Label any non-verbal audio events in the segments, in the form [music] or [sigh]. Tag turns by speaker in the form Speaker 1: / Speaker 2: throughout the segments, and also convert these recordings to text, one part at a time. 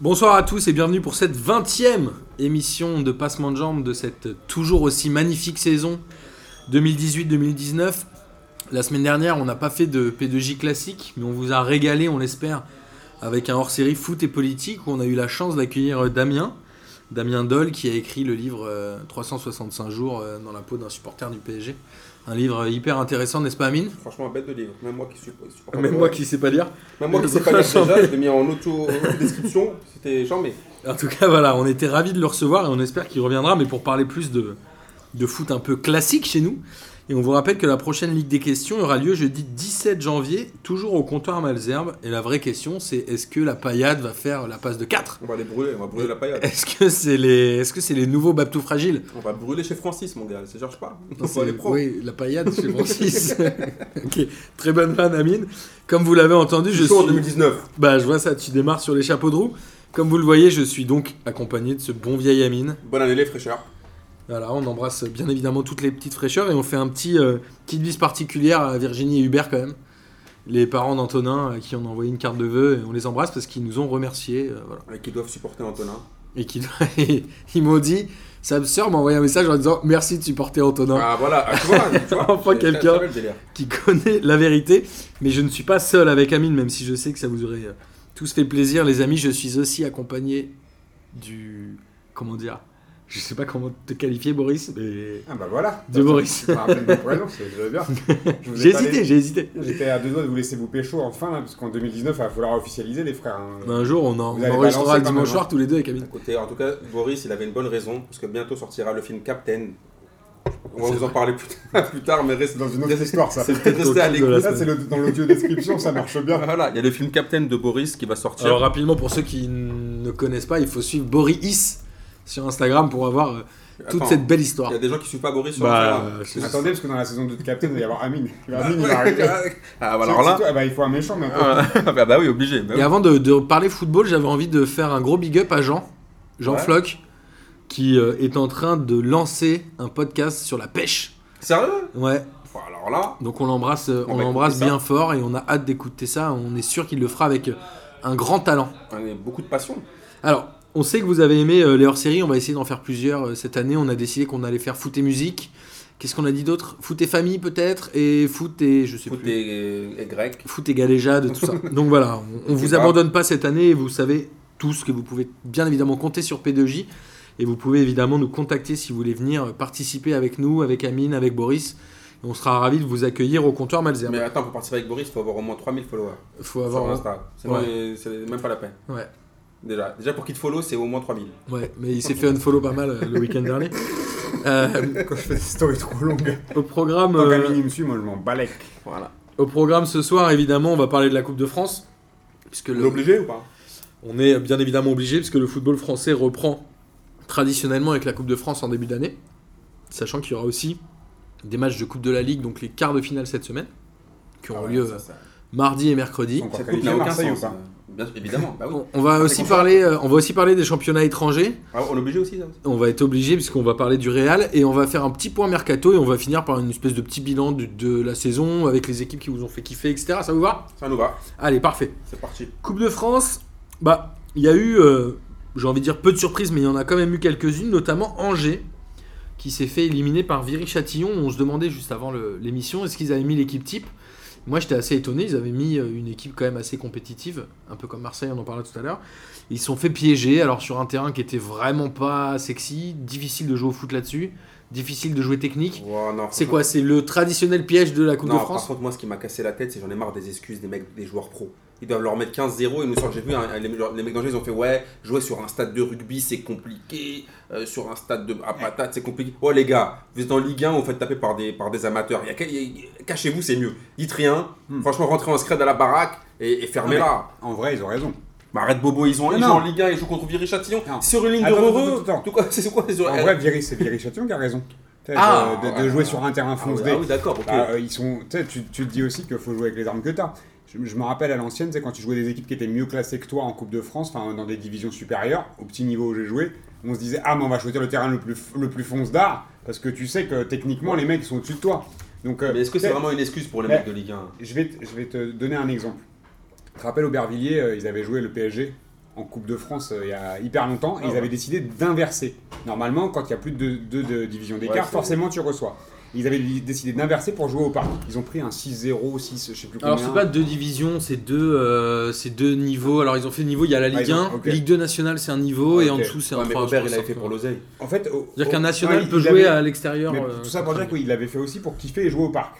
Speaker 1: Bonsoir à tous et bienvenue pour cette 20e émission de Passement de Jambes de cette toujours aussi magnifique saison 2018-2019. La semaine dernière, on n'a pas fait de P2J classique, mais on vous a régalé, on l'espère, avec un hors-série foot et politique où on a eu la chance d'accueillir Damien. Damien Doll qui a écrit le livre euh, 365 jours euh, dans la peau d'un supporter du PSG. Un livre hyper intéressant, n'est-ce pas Amine
Speaker 2: Franchement, un bête de livre. Même moi qui suis. suis pas
Speaker 1: Même
Speaker 2: fan
Speaker 1: moi
Speaker 2: de-
Speaker 1: qui sais pas lire.
Speaker 2: Même moi qui sais pas lire déjà, je l'ai mis en auto-description. C'était charmé.
Speaker 1: En tout cas, voilà, on était ravis de le recevoir et on espère qu'il reviendra, mais pour parler plus de, de foot un peu classique chez nous. Et on vous rappelle que la prochaine Ligue des questions aura lieu jeudi 17 janvier, toujours au comptoir Malzerbe. Et la vraie question, c'est est-ce que la paillade va faire la passe de 4
Speaker 2: On va les brûler, on va brûler la paillade.
Speaker 1: Est-ce que c'est les, est-ce que c'est les nouveaux Baptou fragiles
Speaker 2: On va brûler chez Francis, mon gars. Ça cherche pas.
Speaker 1: Non,
Speaker 2: On
Speaker 1: c'est-
Speaker 2: va les prendre.
Speaker 1: Oui, la paillade chez Francis. [laughs] ok, très bonne fan, Amine. Comme vous l'avez entendu, je
Speaker 2: Je
Speaker 1: suis.
Speaker 2: suis en 2019.
Speaker 1: Bah, je vois ça, tu démarres sur les chapeaux de roue. Comme vous le voyez, je suis donc accompagné de ce bon vieil Amine.
Speaker 2: Bonne année, les fraîcheurs.
Speaker 1: Voilà, on embrasse bien évidemment toutes les petites fraîcheurs et on fait un petit euh, petite bise particulière à Virginie et Hubert quand même. Les parents d'Antonin euh, qui ont envoyé une carte de vœux et on les embrasse parce qu'ils nous ont remerciés. euh, voilà.
Speaker 2: Et qui doivent supporter Antonin.
Speaker 1: [laughs] Et qui, ils m'ont dit, sa sœur m'a envoyé un message en disant merci de supporter Antonin
Speaker 2: Ah voilà, Ah, tu vois, tu vois.
Speaker 1: Enfin,
Speaker 2: c'est-
Speaker 1: quelqu'un.
Speaker 2: c'est le délire.
Speaker 1: qui connaît la vérité. Mais je ne suis pas seul avec Amine, même si je sais que ça vous aurait euh, tous fait plaisir. Les amis, je suis aussi accompagné du... Comment dire Je sais pas comment te qualifier Boris, mais...
Speaker 3: Ah bah voilà.
Speaker 1: De Boris.
Speaker 3: Je me rappelle de mon prénom, c'est- je
Speaker 1: [laughs]
Speaker 3: vais bien. Je vous
Speaker 1: J'ai
Speaker 3: ai pas
Speaker 1: hésité,
Speaker 3: laissé-
Speaker 1: j'ai hésité.
Speaker 3: J'étais à deux doigts de vous laisser vous pécho enfin, là, parce qu'en 2019, il va falloir officialiser les frères. hein.
Speaker 1: Ben, un jour, on, en,
Speaker 3: Vous
Speaker 1: on
Speaker 3: allez
Speaker 1: enregistrera
Speaker 3: balancer
Speaker 1: le
Speaker 3: quand
Speaker 1: dimanche
Speaker 3: même,
Speaker 1: soir tous les deux avec
Speaker 2: À
Speaker 1: Amine.
Speaker 2: côté, en tout cas, Boris, il avait une bonne raison, parce que bientôt sortira le film Captain. On va vous en parler plus tard, [laughs] plus tard, mais reste
Speaker 3: C'est dans une autre histoire, ça.
Speaker 2: C'est peut-être resté
Speaker 1: Au
Speaker 2: à
Speaker 1: cours de la
Speaker 2: l'écoute.
Speaker 3: Ça, c'est le- dans l'audio description, ça marche bien.
Speaker 2: Voilà, il y a le film Captain de Boris qui va sortir.
Speaker 1: Alors rapidement, pour ceux qui n- ne connaissent pas, il faut suivre Boris sur Instagram pour avoir euh, toute
Speaker 2: Attends,
Speaker 1: cette belle histoire.
Speaker 2: Il y a des gens qui suivent pas Boris sur
Speaker 1: Bah,
Speaker 2: Instagram.
Speaker 1: euh, [laughs]
Speaker 2: [laughs]
Speaker 1: c'est-
Speaker 3: Attendez, parce que dans la saison 2 de Captain, il va y avoir Amine. Amine, il va arriver.
Speaker 2: [laughs] Ah, bah,
Speaker 3: C'est-
Speaker 2: alors
Speaker 3: c'est
Speaker 2: là.
Speaker 3: toi- ah bah, il faut un méchant maintenant.
Speaker 2: Ah, [laughs] bah, bah oui, obligé. bah oui.
Speaker 1: Et avant de, de parler football, j'avais envie de faire un gros big up à Jean, Jean
Speaker 2: Ouais.
Speaker 1: Floch, qui euh, est en train de lancer un podcast sur la pêche.
Speaker 2: Sérieux
Speaker 1: Ouais,
Speaker 2: Enfin, Alors là,
Speaker 1: donc on l'embrasse, euh,
Speaker 2: On
Speaker 1: on
Speaker 2: va
Speaker 1: l'embrasse
Speaker 2: écouter ça.
Speaker 1: bien fort et on a hâte d'écouter ça. On est sûr qu'il le fera avec euh, un grand talent.
Speaker 2: on a beaucoup de passion.
Speaker 1: Alors, on sait que vous avez aimé euh, les hors-séries, on va essayer d'en faire plusieurs euh, cette année. On a décidé qu'on allait faire foot et musique. Qu'est-ce qu'on a dit d'autre Foot et famille peut-être et foot et je sais
Speaker 2: Foot
Speaker 1: plus.
Speaker 2: et, et euh, grec.
Speaker 1: Foot et galéjade, tout ça. Donc voilà, on, on
Speaker 2: Et
Speaker 1: vous
Speaker 2: pas.
Speaker 1: abandonne pas cette année et vous savez tous que vous pouvez bien évidemment compter sur P2J et vous pouvez évidemment nous contacter si vous voulez venir euh, participer avec nous, avec Amine, avec Boris. Et on sera ravis de vous accueillir au comptoir Malzer.
Speaker 2: Mais attends, pour partir avec Boris, il faut avoir au moins 3000 followers
Speaker 1: Faut
Speaker 2: sur
Speaker 1: avoir.
Speaker 2: Insta. Sinon, il- c'est même pas la peine.
Speaker 1: Ouais,
Speaker 2: Déjà, déjà pour qu'il te follow, c'est au moins 3000.
Speaker 1: ouais, mais il s'est fait unfollow pas mal euh, le week-end
Speaker 2: [laughs]
Speaker 1: dernier. Euh,
Speaker 3: Quand je fais des stories trop
Speaker 1: [laughs]
Speaker 3: longues.
Speaker 1: au programme.
Speaker 3: Tant
Speaker 1: euh,
Speaker 3: qu'Amine il me suit, moi je m'en balèque.
Speaker 2: Voilà.
Speaker 1: Au programme ce soir, évidemment, on va parler de la Coupe de France. Puisque
Speaker 2: On
Speaker 1: le-
Speaker 2: est obligé ou pas
Speaker 1: on est bien évidemment obligé, puisque le football français reprend traditionnellement avec la Coupe de France en début d'année. Sachant qu'il y aura aussi des matchs de Coupe de la Ligue, donc les quarts de finale cette semaine, qui
Speaker 2: Ah
Speaker 1: auront lieu euh, mardi et mercredi.
Speaker 3: On va
Speaker 2: Cette coupe
Speaker 3: qualifier
Speaker 2: n'a aucun
Speaker 3: Marseille ou
Speaker 2: sens.
Speaker 3: pas
Speaker 2: Bien sûr, évidemment. Bah oui.
Speaker 1: On, on va aussi
Speaker 2: qu'on soit-
Speaker 1: parler, euh, on va aussi parler des championnats étrangers.
Speaker 2: Ah, on est obligé aussi, ça
Speaker 1: On va être obligé, puisqu'on va parler du Real, et on va faire un petit point mercato, et on va finir par une espèce de petit bilan du- de la saison, avec les équipes qui vous ont fait kiffer, etc. Ça vous va
Speaker 2: Ça nous va.
Speaker 1: Allez, parfait.
Speaker 2: C'est parti.
Speaker 1: Coupe de France, bah, il y a eu, euh, j'ai envie de dire peu de surprises, mais il y en a quand même eu quelques-unes, notamment Angers, qui s'est fait éliminer par Viry-Châtillon. On se demandait juste avant le- l'émission, est-ce qu'ils avaient mis l'équipe type Moi, j'étais assez étonné, ils avaient mis euh, une équipe quand même assez compétitive, un peu comme Marseille, on en parlait tout à l'heure. Ils se sont fait piéger, alors sur un terrain qui était vraiment pas sexy, difficile de jouer au foot là-dessus, difficile de jouer technique.
Speaker 2: Oh, non,
Speaker 1: C'est quoi C'est le traditionnel piège de la Coupe
Speaker 2: Non,
Speaker 1: de France
Speaker 2: par contre, moi, ce qui m'a cassé la tête, c'est j'en ai marre des excuses des mecs, des joueurs pros. Ils doivent leur mettre 15-0 et nous sortent. J'ai vu, hein, les, les mecs d'Angers, ils ont fait Ouais, jouer sur un stade de rugby, c'est compliqué. euh, sur un stade de, à patate, c'est compliqué. Oh, les gars, vous êtes en Ligue 1, vous faites taper par des, par des amateurs. Il y a qu'à- il y a- Cachez-vous, c'est mieux. Dites rien.
Speaker 3: Hmm.
Speaker 2: Franchement, rentrez en scred à la baraque et, et fermez-la.
Speaker 3: En vrai, ils ont raison.
Speaker 2: Mais arrête, Bobo, ils, ont,
Speaker 3: Non,
Speaker 2: ils jouent
Speaker 3: non.
Speaker 2: en Ligue 1, ils jouent contre Viry-Châtillon.
Speaker 3: Non.
Speaker 2: Sur une ligne de
Speaker 3: Attends,
Speaker 2: Roreux.
Speaker 3: attends, attends, attends.
Speaker 2: De quoi- C'est quoi ils ont-
Speaker 3: En
Speaker 2: eh,
Speaker 3: vrai, Viry, c'est Viry Châtillon qui a raison. Tu sais,
Speaker 2: Ah,
Speaker 3: de, de
Speaker 2: ouais.
Speaker 3: jouer sur un terrain
Speaker 2: Ah oui,
Speaker 3: foncé.
Speaker 2: ah oui, d'accord, ok.
Speaker 3: Bah, euh, ils sont, tu sais, tu, tu te dis aussi qu'il faut jouer avec les armes que tu as. Je, je me rappelle à l'ancienne, c'est quand tu jouais des équipes qui étaient mieux classées que toi en Coupe de France, enfin dans des divisions supérieures, au petit niveau où j'ai joué, on se disait ah mais on va choisir le terrain le plus f- le plus fonce d'art parce que tu sais que techniquement les mecs ils sont au-dessus de toi. Donc euh,
Speaker 2: Mais est-ce que c'est
Speaker 3: tu sais,
Speaker 2: vraiment une excuse pour les
Speaker 3: Mais-
Speaker 2: mecs de Ligue 1
Speaker 3: je vais, te, je vais te donner un exemple. Je te rappelle, Aubervilliers, euh, ils avaient joué le PSG en Coupe de France euh, il y a hyper longtemps, et
Speaker 2: Ah
Speaker 3: ils
Speaker 2: ouais.
Speaker 3: avaient décidé d'inverser. Normalement, quand il y a plus de deux, deux de divisions d'écart,
Speaker 2: Ouais, c'est-
Speaker 3: forcément tu reçois. Ils avaient décidé d'inverser pour jouer au parc. Ils ont pris un 6-0, 6, je sais plus combien.
Speaker 1: Alors c'est pas deux divisions, c'est deux, euh, c'est deux niveaux. Alors ils ont fait le niveau, il y a la
Speaker 3: Ah,
Speaker 1: Ligue
Speaker 3: ils
Speaker 1: 1,
Speaker 3: ont- ok. Ah,
Speaker 1: Ligue 2 nationale c'est un niveau et en
Speaker 3: Ok.
Speaker 1: dessous c'est
Speaker 2: Ouais,
Speaker 1: un
Speaker 2: mais
Speaker 1: enfin, je
Speaker 2: Robert,
Speaker 1: pense
Speaker 2: il avait
Speaker 1: un
Speaker 2: fait
Speaker 1: peu.
Speaker 2: pour l'oseille.
Speaker 3: En fait, au-
Speaker 1: C'est-à-dire
Speaker 3: au-
Speaker 1: qu'un national
Speaker 3: non, Ah, il-
Speaker 1: peut
Speaker 3: il
Speaker 1: jouer
Speaker 3: avait-
Speaker 1: à l'extérieur.
Speaker 3: Mais
Speaker 1: euh,
Speaker 3: tout ça pour dire qu'il l'avait fait aussi pour kiffer et jouer au parc.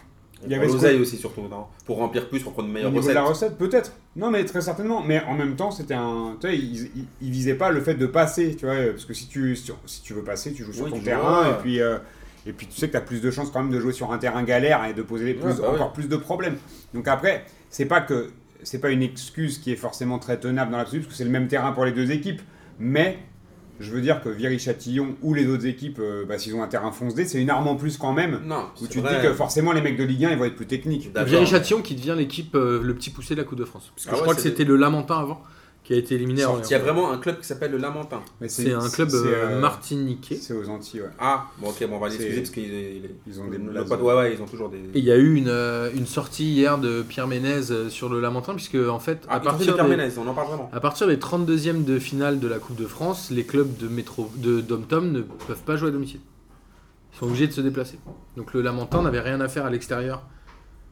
Speaker 3: Il y
Speaker 2: Pour
Speaker 3: avait ce
Speaker 2: l'oseille aussi, surtout, non pour remplir plus, pour prendre une
Speaker 3: Au
Speaker 2: meilleure
Speaker 3: niveau de
Speaker 2: recette.
Speaker 3: la recette, peut-être. Non, mais très certainement. Mais en même temps, c'était un. Tu vois, ils, ils, ils visaient pas le fait de passer, tu vois. Parce que si tu, si tu, si tu veux passer, tu joues sur
Speaker 2: Oui,
Speaker 3: ton
Speaker 2: tu
Speaker 3: terrain.
Speaker 2: joues,
Speaker 3: et
Speaker 2: ouais.
Speaker 3: puis. euh, et puis tu sais que tu as plus de chances quand même de jouer sur un terrain galère et de poser les plus,
Speaker 2: Ouais, bah
Speaker 3: encore plus de problèmes. Donc après, c'est pas que c'est pas une excuse qui est forcément très tenable dans l'absolu parce que c'est le même terrain pour les deux équipes, mais je veux dire que Viry-Châtillon ou les autres équipes, euh, bah, s'ils ont un terrain foncé, c'est une arme en plus quand même.
Speaker 2: Non,
Speaker 3: Où
Speaker 2: c'est
Speaker 3: tu te
Speaker 2: vrai.
Speaker 3: dis que forcément les mecs de Ligue 1 ils vont être plus techniques.
Speaker 2: D'accord.
Speaker 1: Viry-Châtillon qui devient l'équipe euh, le petit poussé de la Coupe de France. Parce que
Speaker 2: Ah
Speaker 1: je
Speaker 2: ouais,
Speaker 1: crois que
Speaker 2: c'est-
Speaker 1: c'était le Lamentin avant qui a été éliminé. à
Speaker 2: Il y a
Speaker 1: Orléans.
Speaker 2: vraiment un club qui s'appelle le Lamentin.
Speaker 3: Mais
Speaker 1: C'est un club
Speaker 3: c'est,
Speaker 1: euh,
Speaker 3: euh,
Speaker 1: martiniquais.
Speaker 3: C'est aux Antilles, ouais.
Speaker 2: Ah, bon, ok, bon, on va
Speaker 3: C'est-
Speaker 2: l'excuser parce qu'ils ils-
Speaker 3: Ils ont des
Speaker 2: le
Speaker 3: blazes.
Speaker 2: pote- Ouais, ouais, ils ont toujours des.
Speaker 1: Et il y a eu une, euh, une sortie hier de Pierre Ménez euh, sur le Lamentin, puisque en fait,
Speaker 2: Ah,
Speaker 1: à,
Speaker 2: ils ont fait
Speaker 1: partir
Speaker 2: des
Speaker 1: des,
Speaker 2: Carmenez, on en parle vraiment.
Speaker 1: à partir des 32e de finale de la Coupe de France, les clubs de métro de Dom-Tom ne peuvent pas jouer à domicile. Ils sont obligés de se déplacer. Donc le Lamentin n'avait rien à faire à l'extérieur.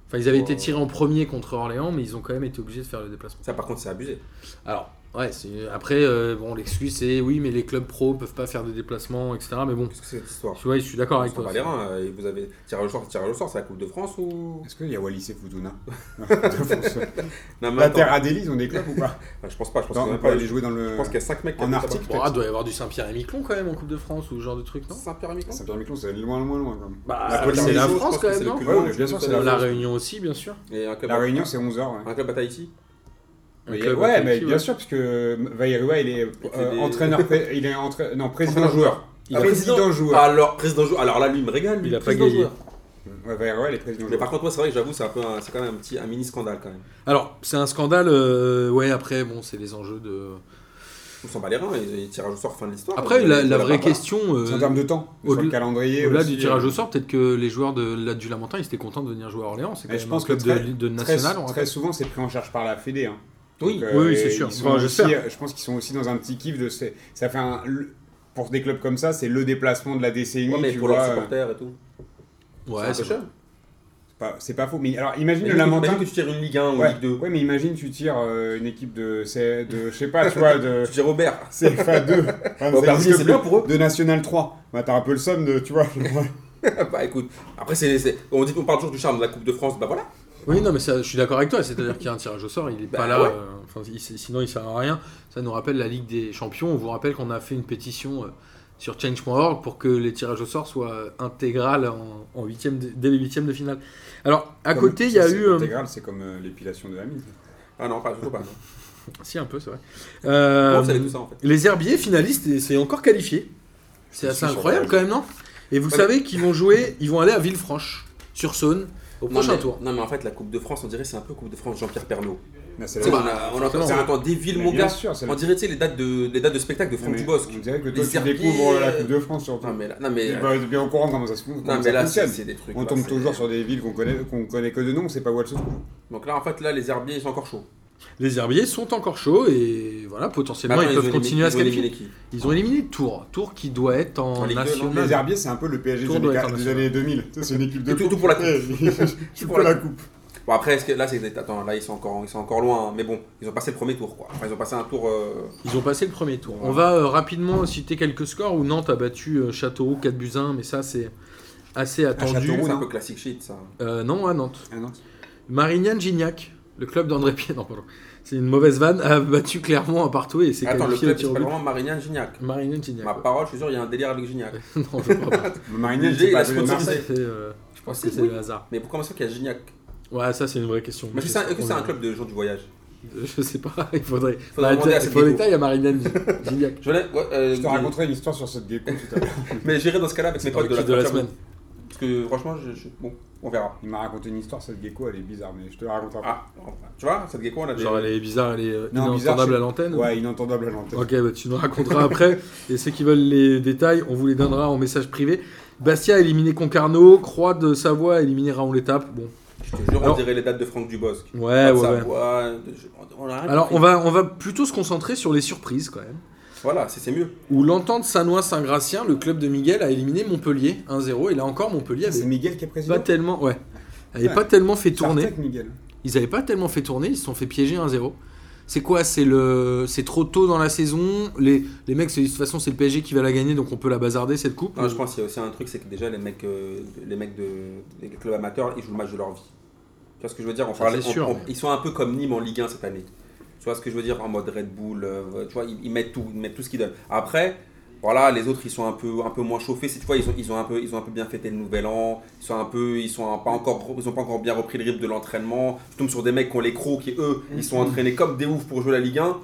Speaker 1: Enfin, ils avaient été
Speaker 2: Wow.
Speaker 1: tirés en premier contre Orléans, mais ils ont quand même été obligés de faire le déplacement.
Speaker 2: Ça, par contre, c'est abusé.
Speaker 1: Alors, ouais, c'est- après, euh, bon, l'excuse c'est oui, mais les clubs pro peuvent pas faire de déplacements, etc. Mais bon,
Speaker 2: Qu'est-ce que c'est cette histoire
Speaker 1: tu vois, je suis d'accord
Speaker 2: On
Speaker 1: avec
Speaker 2: s'en
Speaker 1: toi.
Speaker 2: bat les reins, euh, et vous avez tirage au sort, tirage au sort, c'est la Coupe de France ou
Speaker 3: Est-ce qu'il y a Wallis et
Speaker 2: [laughs]
Speaker 3: Futuna [laughs] dans la Coupe de France
Speaker 2: Non, mais
Speaker 3: La
Speaker 2: attends,
Speaker 3: Terre Adélie, ils ont des clubs ou pas
Speaker 2: enfin, je pense pas, je pense
Speaker 3: Non,
Speaker 2: qu'il y en a
Speaker 3: on peut
Speaker 2: pas.
Speaker 3: aller jouer dans
Speaker 2: Je
Speaker 3: le.
Speaker 2: pense qu'il y a 5 mecs qui
Speaker 3: En
Speaker 2: habitent
Speaker 3: Arctique,
Speaker 1: Bon, ah, doit y avoir du Saint-Pierre et Miquelon quand même en Coupe de France ou ce genre de truc, non
Speaker 2: Saint-Pierre-Miquelon
Speaker 3: Saint-Pierre-Miquelon, c'est loin, loin, loin. quand même.
Speaker 1: Bah,
Speaker 3: La Polynésie,
Speaker 1: c'est la
Speaker 3: je pense
Speaker 1: France
Speaker 2: que
Speaker 1: quand
Speaker 2: c'est
Speaker 1: même,
Speaker 2: le
Speaker 1: non
Speaker 2: plus
Speaker 3: Ouais,
Speaker 2: grand,
Speaker 3: ouais, bien sûr,
Speaker 2: tout
Speaker 3: c'est
Speaker 1: La,
Speaker 2: à fait.
Speaker 3: France.
Speaker 1: Réunion aussi, bien sûr.
Speaker 2: Et un club
Speaker 3: La
Speaker 2: à-
Speaker 3: Réunion, c'est 11h. Ouais,
Speaker 2: un club à Tahiti
Speaker 1: Un
Speaker 3: Mais-
Speaker 1: club
Speaker 3: ouais,
Speaker 1: avec
Speaker 3: mais
Speaker 1: qui,
Speaker 3: bien sûr, parce que Vairua, il est euh,
Speaker 2: des-
Speaker 3: entraîneur. pré-
Speaker 2: [laughs]
Speaker 3: Il est entra- Non, président-joueur.
Speaker 2: Ah,
Speaker 3: Président-joueur.
Speaker 2: Alors, président joueur. Alors là, lui, il me régale. lui,
Speaker 1: Il a pas
Speaker 2: président
Speaker 1: gagné.
Speaker 2: joueur. Ah.
Speaker 3: Ouais, Vairua, il est
Speaker 2: Mais par
Speaker 3: président-joueur.
Speaker 2: contre, moi, c'est vrai que j'avoue, c'est un peu, un- c'est quand même un petit, un mini scandale quand même.
Speaker 1: Alors, c'est un scandale. euh, ouais, après, bon, c'est les enjeux de.
Speaker 2: On s'en bat les reins, et, et tirage au sort, fin de l'histoire.
Speaker 1: Après,
Speaker 2: On-
Speaker 1: la,
Speaker 2: on
Speaker 1: la
Speaker 2: va
Speaker 1: vraie
Speaker 2: pas-
Speaker 1: question. euh,
Speaker 3: C'est en termes de temps, sur
Speaker 1: au-delà-
Speaker 3: le calendrier.
Speaker 1: Au-delà
Speaker 3: aussi, euh.
Speaker 1: du tirage au sort, peut-être que les joueurs de, là, du Lamentin, ils étaient contents de venir jouer à Orléans. C'est quand
Speaker 3: Mais je
Speaker 1: même
Speaker 3: pense
Speaker 1: un club
Speaker 3: que très-
Speaker 1: de, de
Speaker 3: Très,
Speaker 1: national, on
Speaker 3: très
Speaker 1: rappelle.
Speaker 3: souvent, c'est pris en charge par la Fédé. hein.
Speaker 1: Oui,
Speaker 3: Donc,
Speaker 1: oui, oui,
Speaker 3: et
Speaker 1: c'est sûr.
Speaker 3: ils sont
Speaker 1: Enfin,
Speaker 3: aussi- euh,
Speaker 1: j'espère.
Speaker 3: je pense qu'ils sont aussi dans un petit kiff de. ces- Ça fait un. le- Pour des clubs comme ça, c'est le déplacement de la décennie.
Speaker 2: Ouais, mais
Speaker 3: tu
Speaker 2: pour
Speaker 3: vois,
Speaker 2: leurs
Speaker 3: euh,
Speaker 2: supporters et tout.
Speaker 1: Ouais, c'est
Speaker 2: c'est un peu cher.
Speaker 3: c'est euh, pas- c'est pas faux. Mais alors, imagine le
Speaker 2: Imagine que-
Speaker 3: Lamentin.
Speaker 2: imagine que tu tires une Ligue 1 ou
Speaker 3: Ouais.
Speaker 2: Ligue 2.
Speaker 3: Ouais, mais imagine, tu tires euh, une équipe de, c'est- de je sais pas, tu vois, de
Speaker 2: [laughs] Tu tires Robert.
Speaker 3: CFA 2,
Speaker 2: Bon, bah, c'est bien pour eux.
Speaker 3: de National 3. Bah, t'as un peu le somme de, tu vois.
Speaker 2: bah écoute, après, c'est, c'est- on dit qu'on parle toujours du charme de la Coupe de France, bah voilà.
Speaker 1: Oui, non, mais ça, je suis d'accord avec toi. C'est-à-dire qu'il y a un tirage au sort, il est
Speaker 2: Bah,
Speaker 1: pas là.
Speaker 2: ouais.
Speaker 1: euh, enfin, il- sinon, il sert à rien. Ça nous rappelle la Ligue des Champions. On vous rappelle qu'on a fait une pétition euh, sur change.org pour que les tirages au sort soient euh, intégrales en, en huitième de- dès les huitièmes de finale. Alors,
Speaker 3: [laughs]
Speaker 1: à côté, il y a eu. euh,
Speaker 3: Intégral, c'est comme euh, l'épilation de la mise.
Speaker 2: Ah non, pas surtout pas. non.
Speaker 1: Si, un peu, c'est vrai. Euh,
Speaker 2: Bon, c'est tout ça en fait.
Speaker 1: les herbiers finalistes, et c'est encore qualifié. C'est
Speaker 3: Je
Speaker 1: assez
Speaker 3: suis sur
Speaker 1: incroyable
Speaker 3: la-
Speaker 1: quand même, non Et vous
Speaker 2: Ouais,
Speaker 1: savez qu'ils vont jouer, ils vont aller à Villefranche, sur Saône, au
Speaker 2: Non
Speaker 1: prochain
Speaker 2: mais,
Speaker 1: tour.
Speaker 2: non mais en fait la Coupe de France on dirait c'est un peu Coupe de France Jean-Pierre Pernaud.
Speaker 3: Non, c'est
Speaker 2: Tu sais,
Speaker 3: la-
Speaker 2: on,
Speaker 1: bah,
Speaker 2: a- on,
Speaker 1: forcément.
Speaker 2: entend, on entend des villes
Speaker 3: Mais
Speaker 2: mon
Speaker 3: bien
Speaker 2: gars.
Speaker 3: sûr, c'est la-
Speaker 2: On dirait tu sais les dates de les dates de spectacle de Franck
Speaker 3: Mais
Speaker 2: Dubosc.
Speaker 3: On dirait que
Speaker 2: Les
Speaker 3: toi, tu
Speaker 2: Herbiers-
Speaker 3: découvres euh, la Coupe de France, surtout.
Speaker 2: Non mais là non mais,
Speaker 3: Tu vas être bien au courant comment ça se comment
Speaker 2: euh, non, mais
Speaker 3: ça
Speaker 2: là c'est,
Speaker 3: fonctionne.
Speaker 2: c'est des trucs.
Speaker 3: On
Speaker 2: là,
Speaker 3: tombe
Speaker 2: c'est-
Speaker 3: toujours sur des villes qu'on connaît, qu'on connaît que de nom, on sait pas où elles se trouvent.
Speaker 2: Donc là en fait là les herbiers ils sont encore chauds.
Speaker 1: Les herbiers sont encore chauds et voilà, potentiellement
Speaker 2: Maintenant,
Speaker 1: ils peuvent
Speaker 2: ont
Speaker 1: continuer à se
Speaker 2: éliminé-
Speaker 1: qualifier.
Speaker 2: ils ont éliminé
Speaker 1: Ils ont éliminé
Speaker 2: qui
Speaker 1: Tours, Tours qui doit être en,
Speaker 2: En Ligue deux, non
Speaker 1: national.
Speaker 3: Les Herbiers, c'est un peu le PSG des
Speaker 1: Tour de
Speaker 3: années,
Speaker 1: l'international.
Speaker 3: des années 2000. Tu sais, C'est une équipe de
Speaker 2: Et tout- tout pour la coupe. [laughs]
Speaker 3: tout pour la coupe.
Speaker 2: Bon après est-ce que là c'est attends là ils sont encore ils sont encore loin hein. mais bon ils ont passé le premier tour quoi. Enfin, ils ont passé un tour. euh,
Speaker 1: Ils ont passé le premier tour. On va euh, rapidement citer quelques scores où Nantes a battu euh, Châteauroux 4 buts à 1, mais ça c'est assez attendu.
Speaker 3: Châteauroux,
Speaker 2: C'est un
Speaker 3: non
Speaker 2: peu classique shit ça.
Speaker 1: Euh, non, à Nantes.
Speaker 3: Ah non,
Speaker 1: Marignane Gignac, le club d'André Pierre, [laughs] non, pardon, c'est une mauvaise vanne, a battu Clermont à partout et s'est
Speaker 2: Attends le
Speaker 1: qualifié au
Speaker 2: club c'est
Speaker 1: tir au
Speaker 2: pas
Speaker 1: but.
Speaker 2: vraiment Marignan Gignac.
Speaker 1: Marignane Gignac.
Speaker 2: Ma
Speaker 1: ouais. [laughs]
Speaker 2: parole je suis sûr il y a un délire avec Gignac.
Speaker 1: non, je crois
Speaker 2: [laughs]
Speaker 1: pas.
Speaker 3: Marignan,
Speaker 2: Le
Speaker 3: c'est
Speaker 2: G,
Speaker 3: pas
Speaker 2: il a
Speaker 3: appelé de
Speaker 1: Ça,
Speaker 2: sponsorisé.
Speaker 3: Marseille.
Speaker 1: c'est, euh, je pense que
Speaker 2: Oui.
Speaker 1: c'est le hasard.
Speaker 2: Mais pourquoi comment ça qu'il y a Gignac
Speaker 1: Ouais, ça c'est une vraie question.
Speaker 2: Mais est-ce que c'est un- est-ce que c'est un club de gens du voyage.
Speaker 1: Je sais pas, [laughs] il faudrait.
Speaker 2: Faudrait demander à
Speaker 1: il
Speaker 2: cette
Speaker 1: faut
Speaker 2: déco.
Speaker 1: détail à Marignane
Speaker 2: [laughs]
Speaker 1: Gignac.
Speaker 2: Je l'ai- ouais, euh,
Speaker 3: Je te
Speaker 2: mais-
Speaker 3: raconterai une histoire sur cette déco tout à l'heure.
Speaker 2: Mais j'irai dans ce cas-là avec mes
Speaker 1: Dans le
Speaker 2: potes de la,
Speaker 1: kiff de la
Speaker 2: frontière,
Speaker 1: semaine.
Speaker 2: Parce que franchement, je, je- bon, on verra.
Speaker 3: Il m'a raconté une histoire, cette gecko, elle est bizarre, mais je te la raconterai pas.
Speaker 2: Ah, tu vois, cette gecko, on a déjà.
Speaker 1: Genre elle est bizarre, elle est euh,
Speaker 3: Non, bizarre,
Speaker 1: inentendable
Speaker 3: c'est-
Speaker 1: à
Speaker 2: Ah.
Speaker 1: l'antenne.
Speaker 3: Ouais, inentendable à l'antenne.
Speaker 1: Ok, bah, tu nous raconteras après. Et ceux qui veulent les détails, on vous les donnera en message privé. Bastia a éliminé Concarneau, Croix de Savoie a éliminé Raon l'étape. Bon,
Speaker 2: Je te jure, on
Speaker 1: Alors-
Speaker 2: dirait les dates de Franck Dubosc.
Speaker 1: Ouais, ouais,
Speaker 2: Pas de
Speaker 1: ouais.
Speaker 2: Savoie, de- je- on a rien
Speaker 1: Alors,
Speaker 2: compris.
Speaker 1: on va, on va plutôt se concentrer sur les surprises quand même.
Speaker 2: Voilà, c'est c'est mieux.
Speaker 1: Où l'entente Sanois-Saint-Gratien, le club de Miguel, a éliminé Montpellier 1-0. Et là encore, Montpellier
Speaker 3: C'est
Speaker 1: avait
Speaker 3: Miguel qui est président.
Speaker 2: Bah,
Speaker 1: pas tellement, ouais, avait
Speaker 3: Ouais.
Speaker 1: pas tellement fait
Speaker 3: C'est
Speaker 1: tourner.
Speaker 3: Artek, Miguel.
Speaker 1: Ils avaient pas tellement fait tourner, ils se sont fait piéger 1-0. C'est quoi C'est le, c'est trop tôt dans la saison. Les, les mecs, c'est- de toute façon, c'est le PSG qui va la gagner, donc on peut la bazarder cette coupe.
Speaker 3: Ah,
Speaker 2: Non, je pense qu'il y a aussi un truc, c'est que déjà les mecs, euh, les mecs de les clubs amateurs, ils jouent le match de leur vie. Tu vois ce que je veux dire on
Speaker 1: Ça,
Speaker 2: parlait-
Speaker 1: c'est
Speaker 2: on-
Speaker 1: sûr,
Speaker 2: on-
Speaker 1: mais-
Speaker 2: Ils sont un peu comme Nîmes en Ligue 1 cette année. Tu vois ce que je veux dire En mode Red Bull, euh, tu vois, ils, ils mettent tout, ils mettent tout ce qu'ils donnent. Après, voilà, les autres, ils sont un peu, un peu moins chauffés. C'est- Tu vois, ils ont, ils ont un peu, ils ont un peu bien fêté le Nouvel An. Ils sont un peu, ils sont un- pas encore, ils ont pas encore bien repris le rythme de l'entraînement. Je tombe sur des mecs qui ont les crocs, qui eux, ils sont entraînés comme des oufs pour jouer la Ligue 1.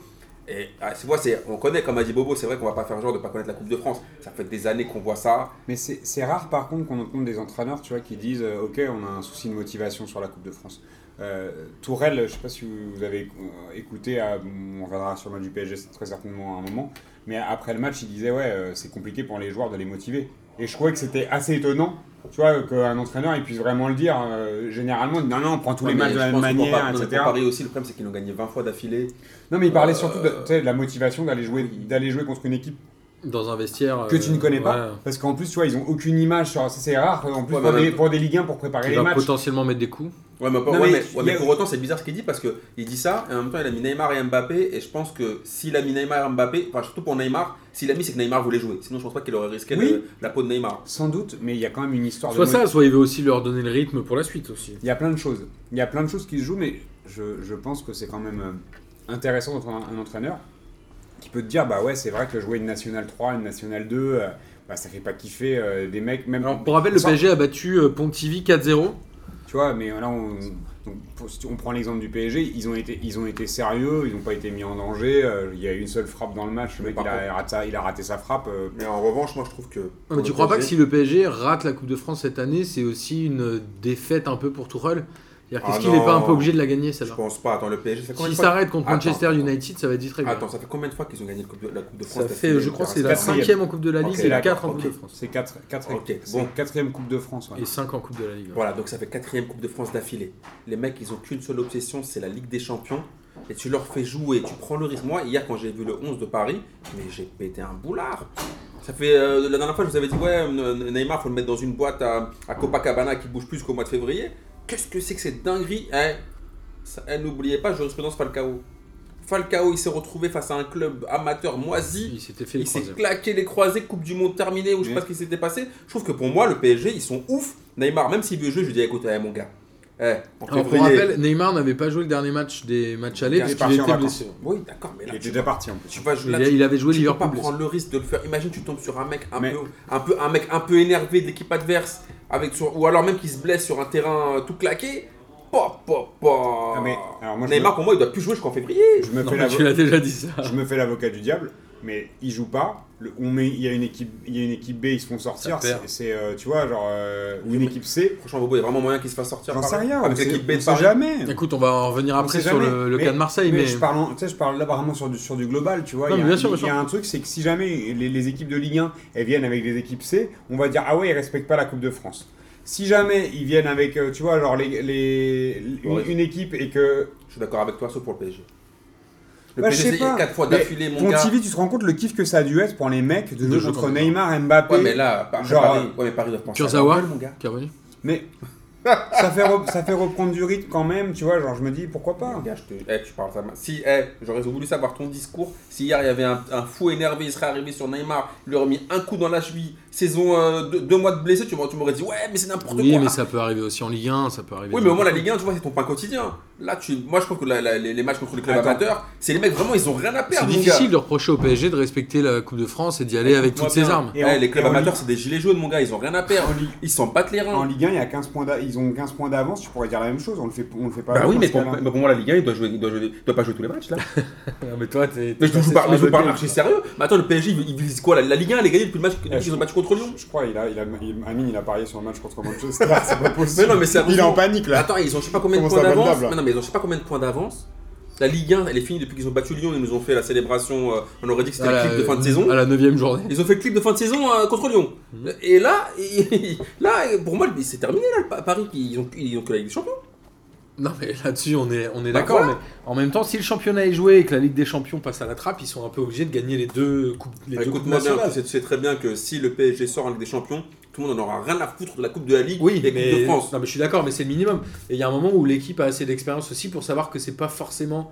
Speaker 2: Et ah, c'est- ouais, c'est- on connaît, comme a dit Bobo, c'est vrai qu'on va pas faire genre de pas connaître la Coupe de France. Ça fait des années qu'on voit ça.
Speaker 3: Mais c'est c'est rare par contre qu'on entende des entraîneurs tu vois, qui disent euh, Ok, on a un souci de motivation sur la Coupe de France. Euh, Tourelle, je ne sais pas si vous, vous avez euh, écouté, à- on reviendra sur le match du PSG très certainement à un moment, mais après le match, il disait Ouais, euh, c'est compliqué pour les joueurs de les motiver. Et je trouvais que c'était assez étonnant. Tu vois, qu'un entraîneur il puisse vraiment le dire. euh, généralement, il dit, non, non, on prend tous
Speaker 2: Ouais,
Speaker 3: les
Speaker 2: mais
Speaker 3: matchs de
Speaker 2: je
Speaker 3: la même
Speaker 2: pense que pour
Speaker 3: manière,
Speaker 2: Paris- non, mais
Speaker 3: etc.
Speaker 2: Pour Paris aussi, le problème, c'est qu'ils ont gagné 20 fois d'affilée.
Speaker 3: Non, mais il parlait
Speaker 2: Euh,
Speaker 3: surtout de, tu sais, de la motivation d'aller jouer, d'aller jouer contre une équipe
Speaker 1: Dans un vestiaire
Speaker 3: que tu ne
Speaker 1: euh,
Speaker 3: connais pas.
Speaker 1: ouais,
Speaker 3: Parce qu'en plus, tu vois, ils ont aucune image. Sur... C'est c'est rare, en plus,
Speaker 2: Ouais,
Speaker 3: pour,
Speaker 2: mais en
Speaker 3: des,
Speaker 2: même temps-
Speaker 3: pour des Ligue 1 pour préparer
Speaker 1: qui
Speaker 3: les
Speaker 1: va
Speaker 3: matchs.
Speaker 1: potentiellement mettre des coups.
Speaker 2: Ouais, mais, pas-
Speaker 3: Non,
Speaker 2: ouais,
Speaker 3: mais
Speaker 2: mais-
Speaker 3: il
Speaker 2: ouais, mais
Speaker 3: y a-
Speaker 2: pour autant, c'est bizarre ce qu'il dit parce qu'il dit ça et en même temps, il a mis Neymar et Mbappé. Et je pense que s'il a mis Neymar et Mbappé, enfin, surtout pour Neymar, s'il a mis, c'est que Neymar voulait jouer. Sinon, je pense pas qu'il aurait risqué
Speaker 3: Oui.
Speaker 2: le- la peau de Neymar.
Speaker 3: Sans doute, mais il y a quand même une histoire
Speaker 1: Soit
Speaker 3: de.
Speaker 1: ça, soit il veut aussi leur donner le rythme pour la suite aussi.
Speaker 3: Il y a plein de choses. Il y a plein de choses qui se jouent, mais je, je pense que c'est quand même euh, intéressant d'entendre un, un entraîneur qui peut te dire bah ouais, c'est vrai que jouer une nationale 3, une nationale 2, euh, bah, ça fait pas kiffer euh, des mecs, même.
Speaker 1: Alors, pour rappel, le
Speaker 3: Sans-
Speaker 1: PSG a battu euh, Pontivy 4-0.
Speaker 3: Tu vois, mais là, on, donc, pour- si on prend l'exemple du PSG, ils ont été, ils ont été sérieux, ils n'ont pas été mis en danger. euh, il y a eu une seule frappe dans le match, le
Speaker 2: Mais
Speaker 3: mec,
Speaker 2: par
Speaker 3: il a, raté, sa- il a raté sa frappe. euh,
Speaker 2: Mais en revanche, moi, je trouve que.
Speaker 1: Non, mais tu crois pas que si le PSG rate la Coupe de France cette année, c'est aussi une défaite un peu pour Tourelle C'est-à-dire qu'est-ce qu'il
Speaker 2: Ah
Speaker 1: n'est pas un peu
Speaker 2: non.
Speaker 1: obligé de la gagner
Speaker 2: Je
Speaker 1: celle-là
Speaker 2: pense pas. Attends, le PSG, ça fait combien
Speaker 1: S'il
Speaker 2: de fois
Speaker 1: s'arrête contre
Speaker 2: Attends,
Speaker 1: Manchester
Speaker 2: attends.
Speaker 1: United, ça va être très
Speaker 2: Attends, ça fait combien de fois qu'ils ont gagné le Coupe de- la Coupe de France
Speaker 1: Ça
Speaker 2: la
Speaker 1: fait,
Speaker 2: finale,
Speaker 1: je crois, que c'est
Speaker 2: etc.
Speaker 1: la
Speaker 3: cinquième.
Speaker 1: cinquième en Coupe de la Ligue
Speaker 2: Ok,
Speaker 1: et la
Speaker 2: d'accord,
Speaker 1: 4 en
Speaker 2: ok.
Speaker 1: Coupe de France.
Speaker 3: C'est 4 4
Speaker 2: Ok,
Speaker 3: bon.
Speaker 2: bon.
Speaker 3: quatrième Coupe de France. ouais.
Speaker 1: Et 5 en Coupe de la Ligue. hein. ouais.
Speaker 2: Voilà, donc ça fait quatrième Coupe de France d'affilée. Les mecs, ils ont qu'une seule obsession, c'est la Ligue des Champions. Et tu leur fais jouer, tu prends le risque. Moi, hier, quand j'ai vu le 11 de Paris, mais j'ai pété un boulard. Ça fait euh, la dernière fois, je vous avais dit, ouais, Ne- Neymar, faut le mettre dans une boîte à, à Copacabana qui bouge plus qu'au mois de février. Qu'est-ce que c'est que cette dinguerie hein Ça- eh, N'oubliez pas, jurisprudence Falcao. Falcao, il s'est retrouvé face à un club amateur moisi.
Speaker 1: Il s'était fait
Speaker 2: Il
Speaker 1: les
Speaker 2: s'est
Speaker 1: croisés.
Speaker 2: claqué les croisés, Coupe du Monde terminée, ou je sais
Speaker 3: Mais-
Speaker 2: pas ce qui s'était passé. Je trouve que pour moi, le PSG, ils sont ouf. Neymar, même s'il veut jouer, je lui dis écoute, eh, mon gars, eh, en
Speaker 1: Alors, pour
Speaker 2: février-
Speaker 1: rappel, Neymar n'avait pas joué le dernier match des matchs allés
Speaker 2: Il est
Speaker 1: parce
Speaker 3: parti
Speaker 1: qu'il
Speaker 3: en
Speaker 1: était
Speaker 3: vacances.
Speaker 1: blessé.
Speaker 2: Oui, d'accord, mais là,
Speaker 3: Il était
Speaker 2: tu,
Speaker 3: déjà parti en plus.
Speaker 2: tu vas jouer.
Speaker 1: Il,
Speaker 2: là,
Speaker 1: a-
Speaker 2: tu-
Speaker 1: il avait joué
Speaker 2: tu peux pas
Speaker 1: Liverpool. blessé.
Speaker 2: prendre le risque de le faire. Imagine, tu tombes sur un mec un,
Speaker 3: Mais-
Speaker 2: peu, un, peu, un mec un peu énervé de l'équipe adverse, avec sur- ou alors même qui se blesse sur un terrain euh, tout claqué. Pop, pop, pop.
Speaker 3: Ah, mais, alors, moi, je
Speaker 2: Neymar,
Speaker 3: me-
Speaker 2: pour moi, il doit plus jouer jusqu'en février.
Speaker 3: Je me
Speaker 1: Non,
Speaker 3: fais
Speaker 1: mais
Speaker 3: l'avo-
Speaker 1: tu l'as déjà dit ça.
Speaker 3: je me fais l'avocat du diable, mais il joue pas. Le- on met, il y a une équipe, il y a une équipe B, ils se font sortir.
Speaker 1: Ça perd.
Speaker 3: C'est, c'est, euh, tu vois, genre euh, ou une équipe C.
Speaker 2: Franchement, Bobo, il y a vraiment moyen qu'il se fasse sortir.
Speaker 3: J'en
Speaker 2: par-
Speaker 3: sais rien.
Speaker 2: Avec
Speaker 3: on
Speaker 2: l'équipe B
Speaker 3: sait-
Speaker 2: de
Speaker 3: on sait
Speaker 2: Paris.
Speaker 3: jamais.
Speaker 1: Écoute, on va en revenir
Speaker 3: On
Speaker 1: après
Speaker 3: sait
Speaker 1: sur
Speaker 3: jamais.
Speaker 1: le, le
Speaker 3: Mais-
Speaker 1: cas de Marseille. Mais,
Speaker 3: je parle, en- tu sais, je parle là vraiment sur du, sur du global, tu vois.
Speaker 1: Non,
Speaker 3: il y a,
Speaker 1: mais bien sûr,
Speaker 3: il
Speaker 1: bien
Speaker 3: y a
Speaker 1: sûr.
Speaker 3: un truc, c'est que si jamais les, les équipes de Ligue 1 elles viennent avec des équipes C, on va dire ah ouais, ils respectent pas la Coupe de France. Si jamais ils viennent avec, euh, tu vois, genre les, les- une,
Speaker 2: Ouais.
Speaker 3: une équipe et que
Speaker 2: Je suis d'accord avec toi, sauf pour le PSG. Le
Speaker 3: Bah, je
Speaker 2: PSG,
Speaker 3: sais
Speaker 2: c'est
Speaker 3: pas.
Speaker 2: 4 fois
Speaker 3: Mais
Speaker 2: d'affilée, mon
Speaker 3: Pontivy,
Speaker 2: gars.
Speaker 3: tu te rends compte le kiff que ça a dû être pour les mecs de
Speaker 1: De
Speaker 3: jouer
Speaker 1: jouer
Speaker 3: contre
Speaker 1: contre
Speaker 3: Neymar, Mbappé.
Speaker 2: Ouais, mais là, par-
Speaker 3: Genre,
Speaker 2: Paris, ouais, mais Paris doit penser
Speaker 1: Kurzawa.
Speaker 2: à leur gueule, mon gars.
Speaker 1: qui est revenu.
Speaker 2: [laughs]
Speaker 3: Mais ça fait, re- ça fait reprendre du rythme quand même, tu vois. Genre, je me dis pourquoi
Speaker 2: Mon
Speaker 3: pas.
Speaker 2: gars, je te... eh, tu parles ça. Si, eh, j'aurais voulu savoir ton discours. Si hier, il y avait un, un fou énervé, il serait arrivé sur Neymar, il lui aurait mis un coup dans la cheville, saison euh, deux, deux mois de blessé, tu, m'aurais- tu m'aurais dit, ouais, mais c'est n'importe
Speaker 1: Oui,
Speaker 2: quoi.
Speaker 1: mais ça peut arriver aussi en Ligue 1, ça peut arriver.
Speaker 2: Oui, mais au moins, la Ligue 1, tu vois, c'est ton pain quotidien. Là, tu... moi, je trouve que la- la- les, les matchs contre les clubs
Speaker 3: Attends.
Speaker 2: amateurs, c'est les mecs, vraiment, ils ont rien à
Speaker 1: C'est
Speaker 2: perdre, mon gars.
Speaker 1: difficile de reprocher au PSG de respecter la Coupe de France et d'y aller avec
Speaker 2: Écoute-moi
Speaker 1: toutes ses
Speaker 2: bien.
Speaker 1: armes.
Speaker 3: Et
Speaker 2: Eh,
Speaker 3: en-
Speaker 2: les clubs
Speaker 3: et en
Speaker 2: amateurs,
Speaker 3: Ligue-
Speaker 2: c'est des gilets jaunes, mon gars, ils ont rien à perdre. Ils s'en battent les reins.
Speaker 3: En Ligue 1, il y a 15 points d'a- ils ont 15 points d'avance, tu pourrais dire la même chose. On le fait, on le fait pas.
Speaker 2: Bah oui,
Speaker 3: dans
Speaker 2: mais
Speaker 3: ce
Speaker 2: pour,
Speaker 3: cas-là. Bah,
Speaker 2: mais pour moi, la Ligue 1, il doit, jouer, il doit, jouer- il doit pas jouer tous les matchs là.
Speaker 1: mais toi, t'es.
Speaker 2: Mais je joue pas, mais je joue pas archi sérieux. Mais attends, le PSG, il il vise quoi la, la Ligue 1, elle est gagnée depuis le match, depuis
Speaker 3: Ouais,
Speaker 2: qu'ils ont match contre Lyon.
Speaker 3: Je crois, il a, il a, il- Amine, il a parié sur le match contre Manchester.
Speaker 2: [laughs]
Speaker 3: c'est pas possible.
Speaker 2: Mais non, mais c'est
Speaker 3: il est en panique là.
Speaker 2: Attends, ils ont je sais pas combien de
Speaker 3: Comment
Speaker 2: points
Speaker 3: ça,
Speaker 2: d'avance.
Speaker 3: Van Damme, là
Speaker 2: Mais non, mais ils ont je sais pas combien de points d'avance. La Ligue 1, elle est finie depuis qu'ils ont battu Lyon. Ils nous ont fait la célébration. euh, on aurait dit que c'était le clip de fin de saison.
Speaker 1: À la 9 journée. [laughs]
Speaker 2: Ils ont fait le clip de fin de saison euh, contre Lyon.
Speaker 1: Mhm.
Speaker 2: [laughs] Et là, et- là, pour moi, c'est terminé là. le Pa- Paris, ils ont, ils ont que la Ligue des Champions.
Speaker 1: Non, mais là-dessus, on est, on est
Speaker 2: Bah,
Speaker 1: d'accord.
Speaker 2: voilà.
Speaker 1: Mais en même temps, si le championnat est joué et que la Ligue des Champions passe à la trappe, ils sont un peu obligés de gagner les deux coupes, les deux coupes
Speaker 2: Bah, Écoute-moi bien,
Speaker 1: nationales.
Speaker 2: tu sais- tu sais très bien que si le PSG sort en Ligue des Champions, tout le monde en aura rien à foutre de la Coupe de la Ligue
Speaker 1: Oui,
Speaker 2: et la Coupe
Speaker 1: mais,
Speaker 2: de France.
Speaker 1: non, mais je suis d'accord, mais c'est le minimum. Et il y a un moment où l'équipe a assez d'expérience aussi pour savoir que c'est pas forcément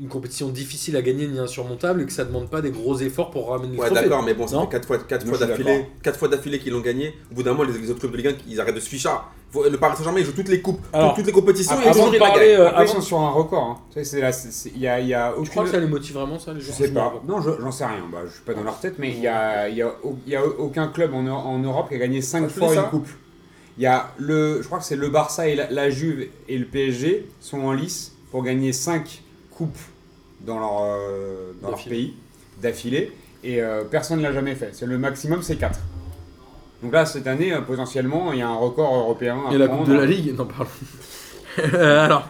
Speaker 1: une compétition difficile à gagner ni insurmontable et que ça demande pas des gros efforts pour ramener le
Speaker 2: Ouais,
Speaker 1: trophée.
Speaker 2: d'accord, mais bon, ça
Speaker 1: Non.
Speaker 2: fait 4 fois, quatre
Speaker 3: Moi,
Speaker 2: fois
Speaker 3: je suis
Speaker 2: d'affilée,
Speaker 3: d'accord.
Speaker 2: quatre fois d'affilée qu'ils l'ont gagné. Au bout d'un moment, les, les autres clubs de Ligue 1, ils arrêtent de se fichar. Faut- Le Paris Saint-Germain, il joue toutes les coupes,
Speaker 1: Alors,
Speaker 2: toutes les compétitions, et
Speaker 1: Avant
Speaker 2: toujours
Speaker 1: de
Speaker 2: il la
Speaker 1: parler,
Speaker 2: gagne.
Speaker 1: euh,
Speaker 3: Après, ils
Speaker 1: avant-
Speaker 3: sont sur un record. hein. Tu sais, c'est la- c'est- c'est- Il y a, il y a
Speaker 1: Tu crois
Speaker 3: aucune.
Speaker 1: que ça les motive vraiment, ça, les
Speaker 3: Je
Speaker 1: joueurs
Speaker 3: sais pas.
Speaker 1: joueurs
Speaker 3: Non, je- j'en sais rien. Bah, je suis pas dans leur tête, mais il y a, il y a au- il y a aucun club en, Eu- en Europe qui a gagné 5
Speaker 2: Ah, je te
Speaker 3: fois
Speaker 2: dis ça.
Speaker 3: une coupe. Il y a le, je crois que c'est le Barça et la, la Juve et le PSG sont en lice pour gagner 5 coupes dans leur, euh, dans leur
Speaker 1: D'affilée.
Speaker 3: pays d'affilée et euh, personne ne l'a jamais fait. C'est le maximum, c'est 4. Donc là, cette année, euh, potentiellement, il y a un record européen. à
Speaker 1: Et la
Speaker 3: prendre.
Speaker 1: Coupe de la Ligue Non, pardon. Euh, Alors,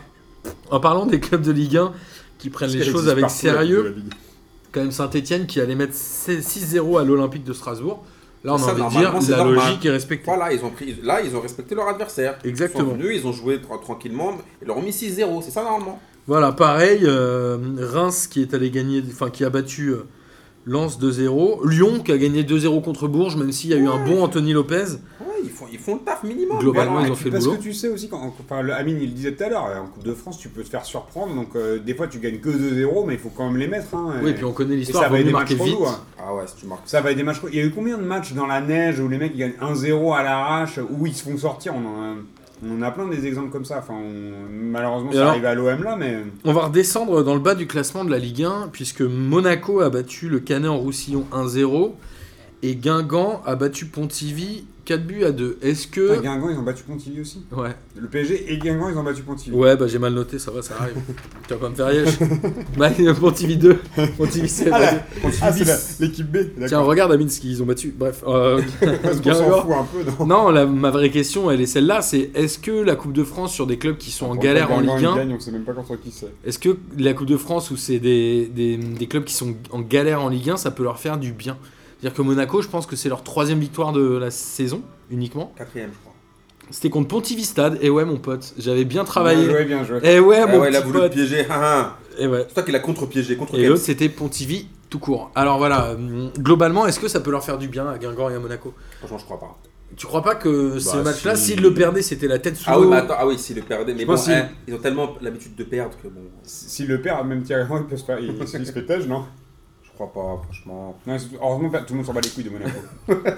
Speaker 1: en parlant des clubs de Ligue 1 qui prennent
Speaker 3: Parce
Speaker 1: les
Speaker 3: qu'elle
Speaker 1: choses
Speaker 3: existe
Speaker 1: avec
Speaker 3: partout, la Coupe de
Speaker 1: sérieux,
Speaker 3: la Ligue.
Speaker 1: quand même Saint-Etienne qui allait mettre 6-0 à l'Olympique de Strasbourg. Là, on
Speaker 2: Ça,
Speaker 1: a envie de
Speaker 2: normalement,
Speaker 1: dire
Speaker 2: c'est
Speaker 1: la
Speaker 2: normal.
Speaker 1: logique est respectée.
Speaker 2: Voilà, ils ont pris, là, ils ont respecté leur adversaire. Ils sont
Speaker 1: Exactement.
Speaker 2: venus, ils ont joué tra- tranquillement, ils leur ont mis 6-0, c'est ça normalement.
Speaker 1: Voilà, pareil, euh, Reims qui est allé gagner, enfin qui a battu euh, Lens 2-0, Lyon qui a gagné 2-0 contre Bourges, même s'il y a eu un bon Anthony Lopez.
Speaker 2: Ouais, ils font, ils font le taf minimum.
Speaker 1: Globalement,
Speaker 3: Mais
Speaker 1: ils
Speaker 3: alors,
Speaker 1: ont fait le
Speaker 3: parce
Speaker 1: boulot.
Speaker 3: que tu sais aussi, quand, enfin, le- Amine il le disait tout à l'heure, en Coupe de France, tu peux te faire surprendre. Donc, euh, des fois, tu gagnes que 2-0, mais il faut quand même les mettre. hein.
Speaker 1: Oui, puis on connaît
Speaker 3: Et
Speaker 1: l'histoire, vaut mieux marquer vite.
Speaker 3: relous, hein.
Speaker 2: Ah ouais, si tu marques.
Speaker 3: Ça va être des matchs. relous. Il y a eu combien de matchs dans la neige où les mecs ils gagnent 1-0 à l'arrache, où ils se font sortir On en a, on en a plein des exemples comme ça. Enfin, on- malheureusement,
Speaker 1: Et
Speaker 3: ça
Speaker 1: alors
Speaker 3: arrive à l'OM là, mais.
Speaker 1: On va redescendre dans le bas du classement de la Ligue 1, puisque Monaco a battu le Canet en Roussillon 1-0, et Guingamp a battu Pontivy 4 buts à 2. Est-ce
Speaker 3: Putain,
Speaker 1: que...
Speaker 3: Guingamp, ils ont battu Pontivy aussi.
Speaker 1: Ouais.
Speaker 3: Le PSG et Guingamp, ils ont battu Pontivy.
Speaker 1: Ouais, bah j'ai mal noté, ça va, ça
Speaker 3: [laughs]
Speaker 1: arrive. tu vas pas me faire rire. Bah, [laughs] Pontivy 2, Pontivy 7.
Speaker 3: Ah, là, Pontivy,
Speaker 1: Ah, c'est
Speaker 3: la-
Speaker 1: la-
Speaker 3: l'équipe B.
Speaker 1: Tiens,
Speaker 3: D'accord.
Speaker 1: regarde Amine ce qu'ils ont battu. Bref, euh,
Speaker 3: [laughs] Parce qu'on
Speaker 1: Guingamp.
Speaker 3: s'en fout un peu. non
Speaker 1: Non, la- ma vraie question, elle est celle-là, c'est est-ce que la Coupe de France sur des clubs qui sont en galère en
Speaker 3: Guingamp,
Speaker 1: Ligue
Speaker 3: ils
Speaker 1: 1,
Speaker 3: gagnent, on sait même pas contre qui c'est.
Speaker 1: est-ce que la Coupe de France où c'est des, des- des clubs qui sont en galère en Ligue 1, ça peut leur faire du bien C'est-à-dire que Monaco, je pense que c'est leur troisième victoire de la saison uniquement.
Speaker 2: Quatrième, je crois.
Speaker 1: Ah, C'était contre Pontivy Stade, et ouais mon pote, j'avais bien travaillé.
Speaker 3: Bien joué, bien joué.
Speaker 1: Et ouais
Speaker 2: Ah
Speaker 1: mon
Speaker 2: ouais, là,
Speaker 1: petit
Speaker 2: vous le
Speaker 1: pote.
Speaker 2: piégez. ah, ah.
Speaker 1: Eh ouais.
Speaker 2: C'est toi qui l'as contre-piégé, contre
Speaker 1: Et
Speaker 2: quel
Speaker 1: l'autre c'était Pontivy tout court. Alors voilà, hum, globalement, est-ce que ça peut leur faire du bien à Guingamp et à Monaco
Speaker 2: Franchement, je crois pas.
Speaker 1: Tu crois pas que ce
Speaker 3: Bah,
Speaker 1: match-là,
Speaker 3: si.
Speaker 1: s'ils le perdaient, c'était la tête sous
Speaker 2: Ah oui,
Speaker 1: l'eau
Speaker 2: mais attends, ah oui, s'ils le perdaient, mais bon,
Speaker 1: pense
Speaker 2: hein, ils ont tellement l'habitude de perdre que bon,
Speaker 3: Si le père, même Thierry Henry, il peut se faire. Il, il se fait têche, non
Speaker 2: je crois pas, franchement.
Speaker 3: Non, c'est- heureusement, tout le monde s'en bat les couilles
Speaker 2: [laughs]
Speaker 3: de Monaco.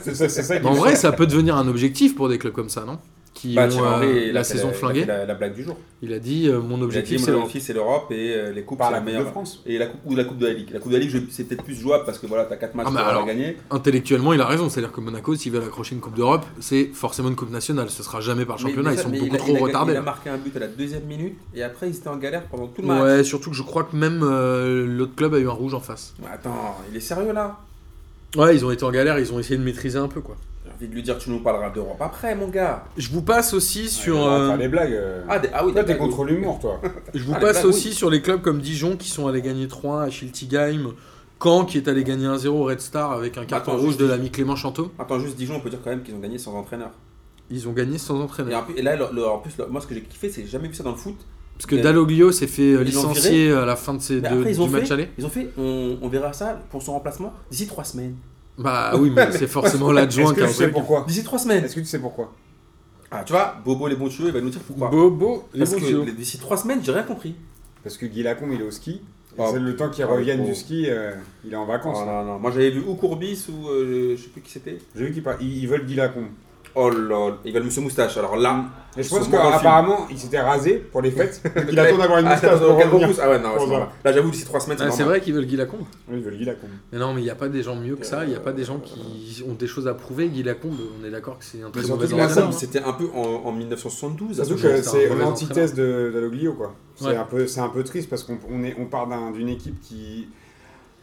Speaker 3: c'est ça, c'est ça qui
Speaker 1: Mais en
Speaker 3: me
Speaker 1: vrai,
Speaker 3: fait-
Speaker 1: ça peut devenir un objectif pour des clubs comme ça, non Qui
Speaker 2: Bah,
Speaker 1: ont
Speaker 2: Thierry
Speaker 1: euh,
Speaker 2: Henry, il a
Speaker 1: la,
Speaker 2: fait
Speaker 1: saison
Speaker 2: il a
Speaker 1: flinguée.
Speaker 2: fait La, la blague du jour.
Speaker 1: Il a dit euh, mon
Speaker 2: Il a dit,
Speaker 1: objectif, c'est
Speaker 2: mon
Speaker 1: l'Europe.
Speaker 2: objectif, c'est l'Europe et euh, les coupes,
Speaker 3: par
Speaker 2: c'est
Speaker 3: la
Speaker 2: la
Speaker 3: Coupe de
Speaker 2: meilleure.
Speaker 3: France.
Speaker 2: Et la coupe ou la coupe de la Ligue. La coupe de la Ligue, je- c'est peut-être plus jouable parce que voilà, t'as 4 matchs
Speaker 1: Ah, mais
Speaker 2: pour avoir
Speaker 1: alors-
Speaker 2: gagné.
Speaker 1: Intellectuellement, il a raison. C'est-à-dire que Monaco, s'ils veulent accrocher une Coupe d'Europe, c'est forcément une Coupe nationale. Ce sera jamais par
Speaker 2: Mais-
Speaker 1: championnat.
Speaker 2: mais
Speaker 1: ils
Speaker 2: ça-
Speaker 1: sont
Speaker 2: mais
Speaker 1: beaucoup
Speaker 2: il a-
Speaker 1: trop
Speaker 2: il a-
Speaker 1: retardés.
Speaker 2: Il a marqué un but à la deuxième minute et après, ils étaient en galère pendant tout le match.
Speaker 1: Ouais, surtout que je crois que même euh, l'autre club a eu un rouge en face.
Speaker 2: Mais attends, il est sérieux là
Speaker 1: Ouais, ils ont été en galère, ils ont essayé de maîtriser un peu quoi.
Speaker 2: J'ai envie de lui dire, tu nous parleras d'Europe après, mon gars.
Speaker 1: Je vous passe aussi sur,
Speaker 3: On va
Speaker 1: euh,
Speaker 3: faire des blagues. euh.
Speaker 2: Ah, des- ah oui,
Speaker 3: toi,
Speaker 2: des-
Speaker 3: t'es contre l'humour, toi.
Speaker 1: je vous
Speaker 2: Ah, les
Speaker 1: passe
Speaker 2: blagues,
Speaker 1: aussi
Speaker 2: oui.
Speaker 1: sur les clubs comme Dijon qui sont allés gagner 3 à Schiltigheim, Caen qui est allé gagner 1-0 au Red Star avec un carton
Speaker 2: Attends,
Speaker 1: rouge
Speaker 2: juste
Speaker 1: de
Speaker 2: Dijon.
Speaker 1: l'ami Clément Chanteau.
Speaker 2: Attends, juste Dijon, on peut dire quand même qu'ils ont gagné sans entraîneur.
Speaker 1: Ils ont gagné sans entraîneur.
Speaker 2: Et, en plus- et là, le- le- en plus, le- moi, ce que j'ai kiffé, c'est que j'ai jamais vu ça dans le foot.
Speaker 1: Parce que
Speaker 2: Et-
Speaker 1: Dalloglio s'est fait euh,
Speaker 2: Ils l'ont
Speaker 1: licencier à la fin de ses
Speaker 2: Mais
Speaker 1: de-
Speaker 2: après, ils ont
Speaker 1: du match
Speaker 2: fait,
Speaker 1: aller.
Speaker 2: Ils ont fait, on, on verra ça pour son remplacement d'ici trois semaines.
Speaker 1: Bah oui, mais c'est
Speaker 2: [laughs]
Speaker 1: forcément [laughs] l'adjoint
Speaker 3: Est-ce
Speaker 1: qui
Speaker 3: que
Speaker 1: a
Speaker 3: tu sais pourquoi
Speaker 2: D'ici trois semaines.
Speaker 3: Est-ce que tu sais pourquoi
Speaker 2: Ah, tu vois, Bobo les bons tuyaux, il va nous dire pourquoi.
Speaker 1: Bobo, les
Speaker 2: Parce
Speaker 1: bons tuyaux.
Speaker 2: que d'ici trois semaines, j'ai rien compris.
Speaker 3: Parce que Guy Lacombe, il est au ski. et
Speaker 2: Ah,
Speaker 3: c'est le temps qu'il
Speaker 2: ah,
Speaker 3: revienne
Speaker 2: bon.
Speaker 3: du ski, euh, il est en vacances.
Speaker 2: Oh, non, non. Moi, j'avais vu ou Courbis ou euh, je sais plus qui c'était.
Speaker 3: J'ai vu qu'ils par- ils- ils veulent Guy Lacombe.
Speaker 2: Oh lol, ils veulent Monsieur Moustache. Alors là,
Speaker 3: Et je
Speaker 2: Ils
Speaker 3: pense
Speaker 2: sont morts dans le
Speaker 3: qu'apparemment, il s'était rasé pour les
Speaker 2: [laughs]
Speaker 3: fêtes. il attend d'avoir une
Speaker 2: ah,
Speaker 3: moustache
Speaker 2: attends,
Speaker 3: pour
Speaker 2: attends,
Speaker 3: revenir.
Speaker 2: repousse. Ah ouais, non,
Speaker 3: Pour
Speaker 2: c'est
Speaker 3: voir.
Speaker 2: normal. Là, j'avoue, d'ici trois semaines, c'est
Speaker 1: Ah, c'est
Speaker 2: normal.
Speaker 1: vrai qu'ils veulent Guy Lacombe.
Speaker 3: Oui, ils veulent Guy Lacombe.
Speaker 1: Mais non, mais il n'y a pas des gens mieux que ça. Il n'y a pas des gens qui ont des choses à prouver. Guy Lacombe, on est d'accord que c'est un très
Speaker 3: surtout
Speaker 1: mauvais
Speaker 3: Guy Lacombe,
Speaker 1: entraîneur. hein.
Speaker 2: C'était un peu en, en 1972. à ce
Speaker 3: Surtout
Speaker 1: c'est
Speaker 2: moment-là.
Speaker 3: que
Speaker 1: un
Speaker 3: c'est
Speaker 1: mauvais
Speaker 3: l'antithèse de d'Aloglio, quoi. C'est
Speaker 1: Ouais.
Speaker 3: un peu, c'est un peu triste parce qu'on on est, on part d'un- d'une équipe qui,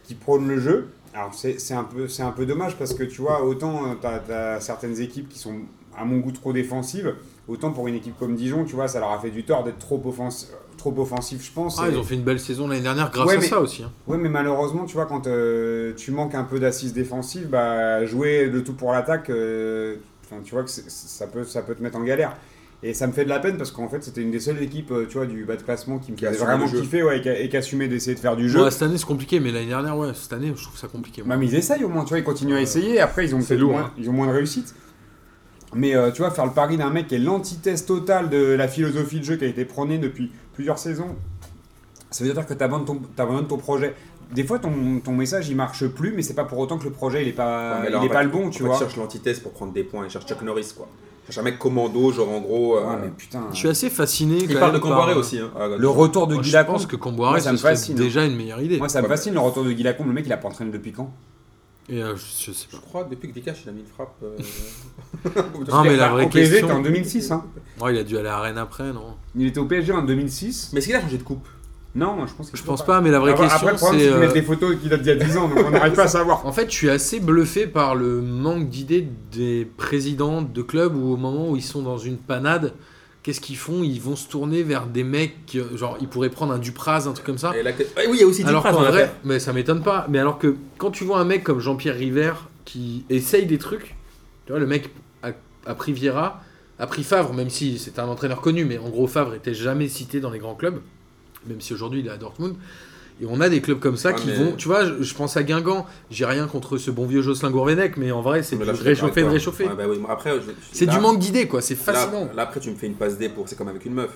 Speaker 3: qui prône le jeu. Alors c'est c'est un peu, c'est un peu dommage parce que tu vois, autant euh, t'as as certaines équipes qui sont à mon goût trop défensives, autant pour une équipe comme Dijon, tu vois, ça leur a fait du tort d'être trop offensif, trop offensif, je pense.
Speaker 1: Ah,
Speaker 3: Et-
Speaker 1: ils ont fait une belle saison l'année dernière grâce
Speaker 3: Ouais,
Speaker 1: à
Speaker 3: mais-
Speaker 1: ça aussi. hein.
Speaker 3: Ouais, mais malheureusement, tu vois, quand euh, tu manques un peu d'assises défensives, bah, jouer le tout pour l'attaque, euh, enfin, tu vois que c'est- ça peut, ça peut te mettre en galère. Et ça me fait de la peine parce qu'en fait, c'était une des seules équipes, euh, tu vois, du bas de classement qui me
Speaker 2: Qui
Speaker 3: faisait
Speaker 2: assumait
Speaker 3: vraiment
Speaker 2: le jeu.
Speaker 3: kiffer ouais, et qui a- et qui assumait d'essayer de faire du jeu.
Speaker 1: Ouais, cette année, c'est compliqué, mais l'année dernière, ouais, cette année, je trouve ça compliqué. moi.
Speaker 3: Bah, mais ils essayent au moins, tu vois, ils continuent à essayer. et Après, ils ont
Speaker 1: C'est
Speaker 3: peut-être
Speaker 1: lourd,
Speaker 3: moins,
Speaker 1: hein.
Speaker 3: ils ont moins de réussite. Mais euh, tu vois, faire le pari d'un mec qui est l'antithèse totale de la philosophie de jeu qui a été prônée depuis plusieurs saisons, ça veut dire que tu abandonnes ton, t'abandonnes ton projet. Des fois, ton, ton message il marche plus, mais c'est pas pour autant que le projet il est
Speaker 2: Ouais, Ah,
Speaker 3: pas,
Speaker 2: mais
Speaker 3: il
Speaker 2: là, en
Speaker 3: est
Speaker 2: fait,
Speaker 3: pas le bon,
Speaker 2: en
Speaker 3: tu
Speaker 2: fait,
Speaker 3: vois.
Speaker 2: cherche l'antithèse pour prendre des points. Il cherche Chuck Norris, quoi. Il cherche un mec commando, genre en gros. euh,
Speaker 3: Ouais, mais putain.
Speaker 1: Je suis assez fasciné.
Speaker 2: Il
Speaker 1: quand
Speaker 2: parle de
Speaker 1: même par-
Speaker 2: Comboiré aussi. Hein. Ah,
Speaker 3: Le retour de
Speaker 1: Moi,
Speaker 3: Guy
Speaker 1: je
Speaker 3: Lacombe.
Speaker 1: pense que
Speaker 3: Moi,
Speaker 1: Comboiré,
Speaker 3: ça
Speaker 1: ça
Speaker 3: me
Speaker 1: me
Speaker 3: fascine, hein.
Speaker 1: déjà une meilleure idée.
Speaker 3: Moi, ça me
Speaker 2: Ouais, mais-
Speaker 3: fascine le retour de Guy Lacombe. Le mec, il a pas entraîné depuis quand
Speaker 1: Et euh, je, je sais pas.
Speaker 2: Je crois depuis que Vikash il a mis une frappe. euh,
Speaker 1: Non, mais la
Speaker 3: Bah,
Speaker 1: vraie
Speaker 3: Au PSG,
Speaker 1: question.
Speaker 3: t'es en 2006. Hein.
Speaker 1: Ouais, il a dû aller à la Rennes après, non
Speaker 3: Il était au PSG en 2006.
Speaker 2: Mais est-ce qu'il a changé de coupe
Speaker 3: Non, moi, je pense qu'il
Speaker 1: Je
Speaker 3: faut
Speaker 1: pense pas, mais la vraie
Speaker 3: après,
Speaker 1: question,
Speaker 3: après, le problème,
Speaker 1: c'est.
Speaker 3: c'est qu'ils
Speaker 1: euh,
Speaker 3: mettent des photos qui datent d'il y a 10 ans, donc on n'arrive pas à savoir.
Speaker 1: En fait, je suis assez bluffé par le manque d'idées des présidents de clubs où, au moment où ils sont dans une panade, qu'est-ce qu'ils font Ils vont se tourner vers des mecs, euh, genre, ils pourraient prendre un Dupraz, un truc comme ça.
Speaker 2: Et là, que- Ah Oui, il y a aussi
Speaker 1: alors
Speaker 2: Dupraz
Speaker 1: qu'en
Speaker 2: dans
Speaker 1: vrai,
Speaker 2: l'affaire.
Speaker 1: mais ça m'étonne pas. Mais alors que quand tu vois un mec comme Jean-Pierre River qui essaye des trucs, tu vois, le mec a, a pris Vieira, a pris Favre, même si c'est un entraîneur connu, mais en gros, Favre était jamais cité dans les grands clubs, même si aujourd'hui il est à Dortmund. Et on a des clubs comme ça
Speaker 2: Ah,
Speaker 1: qui
Speaker 2: mais-
Speaker 1: vont, tu vois, je, je pense à Guingamp, j'ai rien contre ce bon vieux Jocelyn Gourvenec, mais en vrai, c'est
Speaker 2: Mais
Speaker 1: du
Speaker 2: là, je suis d'accord
Speaker 1: réchauffé de
Speaker 2: avec toi.
Speaker 1: réchauffer.
Speaker 2: Ouais, bah oui, mais après, je-
Speaker 1: C'est
Speaker 2: là-
Speaker 1: du manque d'idées, quoi, c'est
Speaker 2: là-
Speaker 1: fascinant.
Speaker 2: Là, après, tu me fais une passe D pour. C'est comme avec une meuf.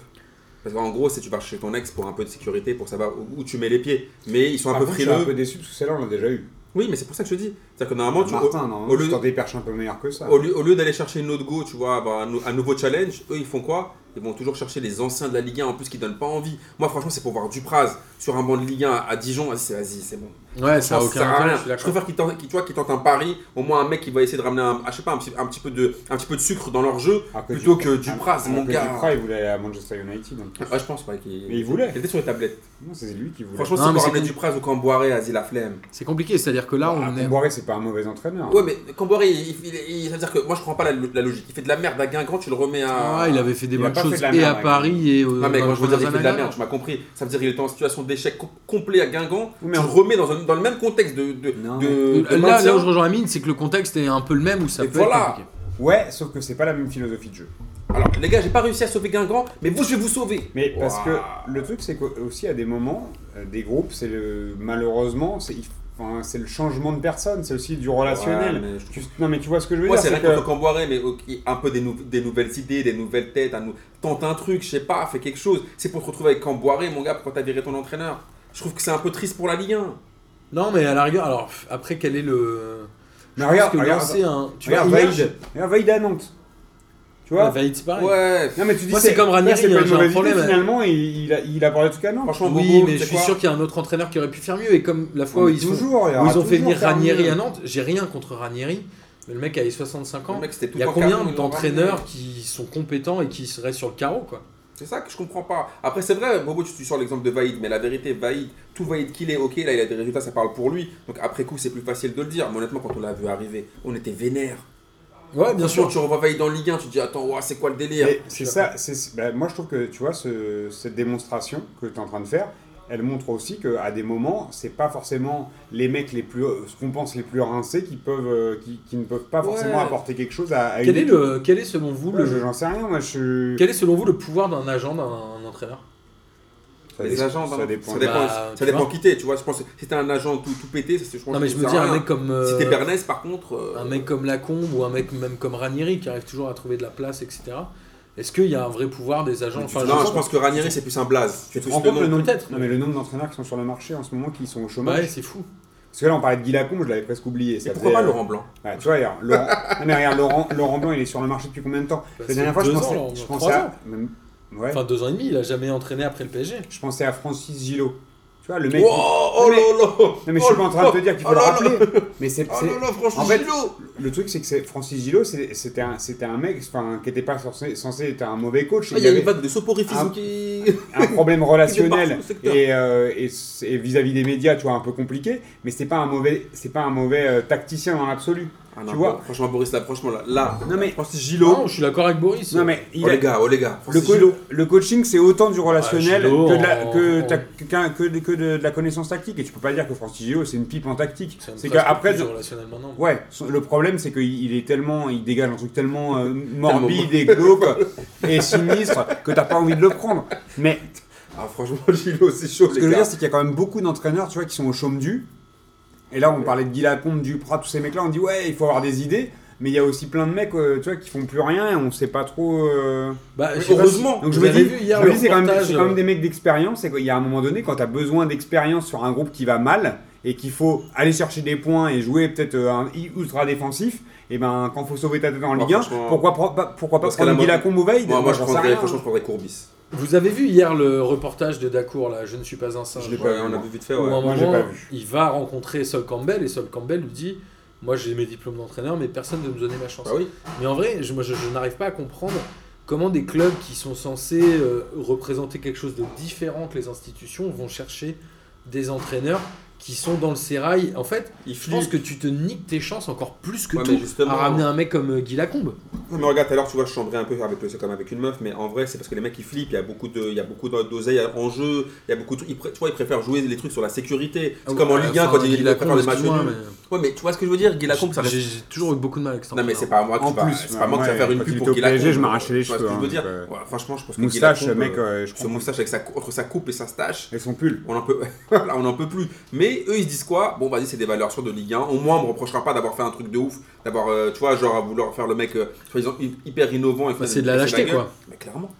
Speaker 2: Parce qu'en gros, c'est tu pars chez ton ex pour un peu de sécurité, pour savoir où, où tu mets les pieds. Mais [laughs] ils sont un
Speaker 1: Ah
Speaker 3: Par
Speaker 2: peu
Speaker 3: contre, je suis un
Speaker 2: frileux.
Speaker 3: peu déçu parce que celle-là, on l'a déjà eu.
Speaker 2: Oui, mais c'est pour ça que je te dis. C'est-à-dire que normalement, tu,
Speaker 3: Martin, non,
Speaker 2: au
Speaker 3: je
Speaker 2: lieu-
Speaker 3: t'en déperche un peu meilleur que ça.
Speaker 2: Au lieu, au lieu d'aller chercher une autre go, tu vois, avoir un, nou- un nouveau challenge, eux ils font quoi Ils vont toujours chercher les anciens de la Ligue 1 en plus qui donnent pas envie. Moi franchement, c'est pour voir Dupraz sur un banc de Ligue 1 à Dijon, vas-y, c'est, vas-y, c'est bon.
Speaker 1: ouais, ça a
Speaker 2: Franchement,
Speaker 1: aucun
Speaker 2: sert à
Speaker 1: intérêt,
Speaker 2: rien.
Speaker 1: je suis
Speaker 2: je,
Speaker 1: d'accord.
Speaker 2: préfère qu'ils tentent, qu'ils- tu vois, qu'ils tentent un pari, au moins un mec qui va essayer de ramener un, ah, je sais pas, un, petit, un petit peu de, un petit peu de sucre dans leur jeu,
Speaker 3: Alors
Speaker 2: plutôt
Speaker 3: Dupr-
Speaker 2: que Dupraz,
Speaker 3: alors
Speaker 2: mon
Speaker 3: que
Speaker 2: gars. Ah.
Speaker 3: Duprat, il voulait aller à Manchester United. donc.
Speaker 2: Ouais, je pense pas qu'il
Speaker 3: Mais il voulait.
Speaker 2: il était sur les tablettes.
Speaker 3: Non, c'est lui qui voulait.
Speaker 2: Franchement,
Speaker 1: Non,
Speaker 2: c'est
Speaker 1: mais
Speaker 2: pour
Speaker 1: c'est
Speaker 2: ramener
Speaker 1: con.
Speaker 2: Dupraz ou Camboiré, Asile la flemme.
Speaker 1: C'est compliqué, c'est-à-dire que là,
Speaker 3: Ah,
Speaker 1: on est.
Speaker 3: Comboiré, c'est pas un mauvais entraîneur.
Speaker 2: Ouais, mais Camboiré, il, il- il- ça veut dire que moi je comprends pas la, la logique. Il fait de la merde à Guingamp, tu le remets à.
Speaker 1: Ah, il avait fait des
Speaker 3: Il a
Speaker 1: bonnes
Speaker 3: pas fait
Speaker 1: choses
Speaker 3: de la
Speaker 1: et
Speaker 3: merde,
Speaker 1: à
Speaker 3: hein.
Speaker 1: Paris et au.
Speaker 2: Non mais
Speaker 1: dans
Speaker 2: quand je veux dire il fait de la
Speaker 1: Zanaga.
Speaker 2: merde, tu m'as compris. Ça veut dire qu'il était en situation d'échec com- complet à Guingamp.
Speaker 3: Oui, mais
Speaker 2: tu
Speaker 3: en-
Speaker 2: le remets dans, un- dans le même contexte de, de,
Speaker 3: Non,
Speaker 2: de-
Speaker 1: Euh,
Speaker 2: de
Speaker 1: Là,
Speaker 2: maintien.
Speaker 1: là où je rejoins Amine, c'est que le contexte est un peu le même où ça
Speaker 2: Et
Speaker 1: peut
Speaker 2: voilà.
Speaker 1: être compliqué.
Speaker 3: Ouais, sauf que c'est pas la même philosophie de jeu.
Speaker 2: Alors les gars, j'ai pas réussi à sauver Guingamp, mais vous je vais vous sauver.
Speaker 3: Mais parce
Speaker 2: Ouah.
Speaker 3: que le truc, c'est qu'aussi à des moments, euh, des groupes, c'est le... malheureusement, c'est il f- enfin, c'est le changement de personne, c'est aussi du relationnel.
Speaker 2: Ouais, mais je trouve-
Speaker 3: Tu- Non, mais tu vois ce que je veux
Speaker 2: Moi
Speaker 3: dire
Speaker 2: c'est
Speaker 3: c'est
Speaker 2: rien que...
Speaker 3: que...
Speaker 2: contre Camboiré, mais ok, un peu des, nou- des nouvelles idées, des nouvelles têtes, un nou- tente un truc, je sais pas, fais quelque chose. C'est pour te retrouver avec Camboiré, mon gars, pourquoi t'as viré ton entraîneur Je trouve que c'est un peu triste pour la Ligue 1.
Speaker 1: Non, mais à la rigueur, alors pff, après, quel est le.
Speaker 3: Mais
Speaker 1: Parce
Speaker 3: regarde,
Speaker 1: que
Speaker 3: regarde,
Speaker 1: lancer un. Tu
Speaker 3: regarde
Speaker 1: vois, hier,
Speaker 3: Vaïd. Regarde Vaïd à Nantes. Tu
Speaker 1: je-
Speaker 3: vois
Speaker 1: Ouais, Vaïd, c'est pareil.
Speaker 2: Ouais.
Speaker 3: Non mais tu dis
Speaker 1: Moi, c'est comme Ranieri,
Speaker 3: là, c'est pas
Speaker 1: hein,
Speaker 3: une
Speaker 1: j'ai un
Speaker 3: mauvaise idée,
Speaker 1: problème, hein.
Speaker 3: finalement, il, il a, il a parlé tout canon.
Speaker 2: Franchement,
Speaker 1: Oui,
Speaker 2: Bobo,
Speaker 1: mais je
Speaker 2: tu sais
Speaker 1: suis
Speaker 2: quoi
Speaker 1: sûr qu'il y a un autre entraîneur qui aurait pu faire mieux. Et comme la fois où ils, font-
Speaker 3: toujours, il y
Speaker 1: où
Speaker 3: aura
Speaker 1: ils ont fait
Speaker 3: toujours
Speaker 1: venir
Speaker 3: Ranieri.
Speaker 1: Ranieri à Nantes, j'ai rien contre Ranieri, mais le mec a 65
Speaker 2: Le
Speaker 1: ans.
Speaker 2: mec, c'était tout
Speaker 1: Il y a
Speaker 2: en
Speaker 1: combien
Speaker 2: carton, ils l'ont
Speaker 1: d'entraîneurs qui sont compétents et qui seraient sur le carreau, quoi
Speaker 2: C'est ça que je comprends pas. Après, c'est vrai, Bobo, tu, tu sors l'exemple de Vaïd, mais la vérité, Vaïd, tout Vaïd qu'il est, ok, là, il a des résultats, ça parle pour lui. Donc, après coup, c'est plus facile de le dire. Mais honnêtement, quand on l'a vu arriver, on était vénère.
Speaker 1: Ouais, bien sûr.
Speaker 2: Tu revois Vaïd en Ligue 1, tu te dis, attends, ouah, c'est quoi le délire
Speaker 3: Mais C'est ça, c'est- bah, moi je trouve que tu vois ce- cette démonstration que tu es en train de faire, elle montre aussi qu'à des moments, c'est pas forcément les mecs les plus, ce qu'on pense les plus rincés qui peuvent, euh, qui, qui ne peuvent pas forcément
Speaker 2: Ouais.
Speaker 3: apporter quelque chose à, à
Speaker 1: Quel
Speaker 3: une
Speaker 1: est,
Speaker 3: équipe.
Speaker 1: le, quel est selon vous
Speaker 3: Ouais, je-
Speaker 1: le,
Speaker 3: J'en sais rien, moi je.
Speaker 1: quel est selon vous le pouvoir d'un agent, d'un entraîneur
Speaker 3: Ça
Speaker 2: les
Speaker 3: dé-
Speaker 2: agents,
Speaker 3: ça
Speaker 2: non,
Speaker 3: dépend.
Speaker 2: ça dépend,
Speaker 1: Bah,
Speaker 2: ça
Speaker 1: tu
Speaker 2: dépend
Speaker 1: vois.
Speaker 2: qui t'es, tu vois. Je pense que si t'es un agent tout, tout pété, ça, c'est- je pense
Speaker 1: Non, mais
Speaker 2: que
Speaker 1: je
Speaker 2: ça
Speaker 1: me
Speaker 2: sert
Speaker 1: dis
Speaker 2: à
Speaker 1: un
Speaker 2: rien.
Speaker 1: mec comme euh,
Speaker 2: Si t'es Bernès, par contre. euh,
Speaker 1: un mec comme Lacombe ou un mec même comme Ranieri qui arrive toujours à trouver de la place, etc. Est-ce qu'il y a un vrai pouvoir des agents Enfin,
Speaker 2: Non,
Speaker 1: je-
Speaker 2: je pense que Ranieri, c'est plus un blaze.
Speaker 3: Tu
Speaker 2: C'est
Speaker 3: te
Speaker 2: plus
Speaker 3: rends
Speaker 2: le
Speaker 3: compte le
Speaker 2: nom.
Speaker 3: nombre,
Speaker 1: peut-être.
Speaker 3: non, mais le nombre d'entraîneurs qui sont sur le marché en ce moment qui sont au chômage.
Speaker 1: Ouais, c'est fou.
Speaker 3: Parce que là on parlait de Guy Lacombe, je l'avais presque oublié.
Speaker 2: Et
Speaker 3: ça
Speaker 2: pourquoi
Speaker 3: faisait- euh,
Speaker 2: pas Laurent Blanc
Speaker 3: Ouais, tu vois, alors, Laurent... non, mais regarde, Laurent, Laurent Blanc, il est sur le marché depuis combien de temps
Speaker 1: Bah,
Speaker 3: La dernière fois,
Speaker 1: c'est
Speaker 3: je
Speaker 1: deux
Speaker 3: pensais,
Speaker 1: ans, là,
Speaker 3: je
Speaker 1: trois
Speaker 3: pensais à...
Speaker 1: ans.
Speaker 3: même- ouais.
Speaker 1: Enfin, deux ans et demi, il a jamais entraîné après le PSG.
Speaker 3: je pensais à Francis Gillot. Tu vois, le mec.
Speaker 2: Wow, Oh
Speaker 3: Mais-
Speaker 2: lolo
Speaker 3: Non, mais je suis pas en train de te dire qu'il faut
Speaker 2: oh
Speaker 3: le
Speaker 2: là
Speaker 3: rappeler. Mais c'est,
Speaker 2: Oh
Speaker 3: c'est-
Speaker 2: lolo,
Speaker 3: En
Speaker 2: franchement,
Speaker 3: fait-
Speaker 2: Gillot
Speaker 3: le truc, c'est que c'est- Francis Gillot, c'est- c'était un, c'était un mec enfin, qui n'était pas censé, censé être un mauvais coach.
Speaker 2: Ah, Il y a une vague de soporifices
Speaker 3: Ah.
Speaker 2: qui.
Speaker 3: un
Speaker 2: [laughs]
Speaker 3: problème
Speaker 2: Il est
Speaker 3: relationnel
Speaker 2: partout, secteur.
Speaker 3: et, euh, et c- et vis-à-vis des médias, tu vois, un peu compliqué, mais c'est pas un mauvais, c'est pas un mauvais euh, tacticien dans l'absolu.
Speaker 2: Ah,
Speaker 3: tu
Speaker 2: non,
Speaker 3: vois
Speaker 2: Franchement, Boris, là, franchement, là, là
Speaker 3: Non, mais-
Speaker 2: Francis
Speaker 1: Non,
Speaker 2: Gillot.
Speaker 1: je suis d'accord avec Boris.
Speaker 3: Non, mais il
Speaker 2: Oh
Speaker 3: a-
Speaker 2: les gars, oh les gars,
Speaker 3: le,
Speaker 2: Francis
Speaker 3: co-
Speaker 2: Gillot.
Speaker 3: le coaching, c'est autant du relationnel
Speaker 2: Ah,
Speaker 1: Ouais, Gillot,
Speaker 3: que, de la,
Speaker 1: on-
Speaker 3: que,
Speaker 1: on-
Speaker 3: ta- que- qu'un- que de, que de- de la connaissance tactique. Et tu peux pas dire que Francis Gillot, c'est une pipe en tactique. C'est qu'après,
Speaker 1: du relationnel maintenant.
Speaker 3: Ouais, son- le problème c'est qu'il il est tellement, il dégage un truc tellement euh, morbide
Speaker 2: Tellement-
Speaker 3: et glauque et sinistre que t'as pas envie de le prendre.
Speaker 2: [laughs]
Speaker 3: Mais
Speaker 2: Ah, franchement, Gillot, c'est chaud,
Speaker 3: ce que
Speaker 2: les
Speaker 3: je veux
Speaker 2: gars.
Speaker 3: dire c'est qu'il y a quand même beaucoup d'entraîneurs, tu vois, qui sont au chaume du. Et là, on parlait de Guy Lacombe, Duprat, tous ces mecs-là, on dit ouais, il faut avoir des idées. Mais il y a aussi plein de mecs, euh, tu vois, qui font plus rien et on sait pas trop. euh,
Speaker 1: Bah,
Speaker 2: Oui,
Speaker 1: je sais pas
Speaker 2: heureusement.
Speaker 1: si-
Speaker 3: donc je
Speaker 1: vous
Speaker 3: me
Speaker 1: avez
Speaker 3: dis,
Speaker 1: vu hier
Speaker 3: je me
Speaker 1: le
Speaker 3: dis, c'est quand, même-
Speaker 1: reportage,
Speaker 3: c'est quand même
Speaker 1: euh,
Speaker 3: des mecs d'expérience. Et qu'il y a un moment donné, quand tu as besoin d'expérience sur un groupe qui va mal et qu'il faut aller chercher des points et jouer peut-être euh, un ultra défensif, et ben quand faut sauver ta tête en
Speaker 2: Moi,
Speaker 3: Ligue 1,
Speaker 2: franchement,
Speaker 3: pourquoi, pro- pas- pourquoi pas
Speaker 2: parce qu'à la
Speaker 3: prendre Guy
Speaker 2: moi-
Speaker 3: Lacombe au Vaïd
Speaker 2: Moi, moi, je
Speaker 3: j'en sais
Speaker 2: prendrais,
Speaker 3: rien.
Speaker 2: franchement, je prendrais Courbis.
Speaker 1: euh, Vous avez vu hier le reportage de Dacour, là, Je ne suis pas un singe.
Speaker 3: Je l'ai pas
Speaker 2: Ouais,
Speaker 3: vu,
Speaker 2: on a
Speaker 3: moi.
Speaker 2: vu vite fait,
Speaker 1: Où, à
Speaker 2: ouais.
Speaker 1: un
Speaker 3: moi, j'ai
Speaker 1: moment,
Speaker 3: pas vu.
Speaker 1: il va rencontrer Sol Campbell et Sol Campbell lui dit Moi j'ai mes diplômes d'entraîneur, mais personne ne me donnait ma chance.
Speaker 2: Bah oui.
Speaker 1: Mais en vrai, je, moi, je, je n'arrive pas à comprendre comment des clubs qui sont censés euh, représenter quelque chose de différent que les institutions vont chercher des entraîneurs qui sont dans le sérail. En fait,
Speaker 2: Il
Speaker 1: je pense
Speaker 2: flippe.
Speaker 1: que tu te niques tes chances encore plus que
Speaker 2: Ouais, mais
Speaker 1: tout
Speaker 2: justement-
Speaker 1: à ramener un mec comme euh, Guy Lacombe.
Speaker 2: Non, mais regarde, tout à l'heure, tu vois, je chambrais un peu avec le, c'est comme avec une meuf, mais en vrai, c'est parce que les mecs ils flippent. Il y a beaucoup de, il y a beaucoup de- d'oseille euh, en jeu. Il y a beaucoup de, ils, pré- tu vois, ils préfèrent jouer les trucs sur la sécurité.
Speaker 3: Ah
Speaker 2: C'est comme en Ligue 1 quand ils, ils préfèrent les matchs nuls. Ouais, mais tu vois ce que je veux dire, Guy Lacombe, ça
Speaker 1: J'ai
Speaker 2: reste.
Speaker 1: j'ai toujours eu beaucoup de mal avec ça.
Speaker 2: Non, mais c'est pas à moi que
Speaker 3: En
Speaker 2: tu vas-
Speaker 3: plus,
Speaker 2: c'est pas à moi
Speaker 3: ouais,
Speaker 2: que tu vas faire une
Speaker 3: quand
Speaker 2: pub
Speaker 3: il était
Speaker 2: pour
Speaker 3: au
Speaker 2: Guy
Speaker 3: PSG,
Speaker 2: Lacombe.
Speaker 3: je m'arrachais les
Speaker 2: Tu vois ce
Speaker 3: cheveux,
Speaker 2: que je veux
Speaker 3: hein,
Speaker 2: dire.
Speaker 3: donc, euh,
Speaker 2: Ouais, Franchement, je pense que Guy
Speaker 3: Moustache,
Speaker 2: Lacombe,
Speaker 3: mec,
Speaker 2: euh,
Speaker 3: euh, je
Speaker 2: ce
Speaker 3: comprends.
Speaker 2: moustache avec sa, cou- entre sa coupe et sa stache.
Speaker 3: Et son pull.
Speaker 2: On en peut, [laughs] là, on en peut plus. Mais eux, ils se disent quoi Bon, vas-y, c'est des valeurs sûres de Ligue 1. Au moins, on me reprochera pas d'avoir fait un truc de ouf, d'avoir, euh, tu vois, genre à vouloir faire le mec, euh, tu vois, ils ont hy- hyper innovant. et
Speaker 1: Bah,
Speaker 2: faire
Speaker 1: c'est de la
Speaker 2: casser
Speaker 1: lâcheté,
Speaker 2: gueule.
Speaker 1: quoi.
Speaker 2: Mais clairement.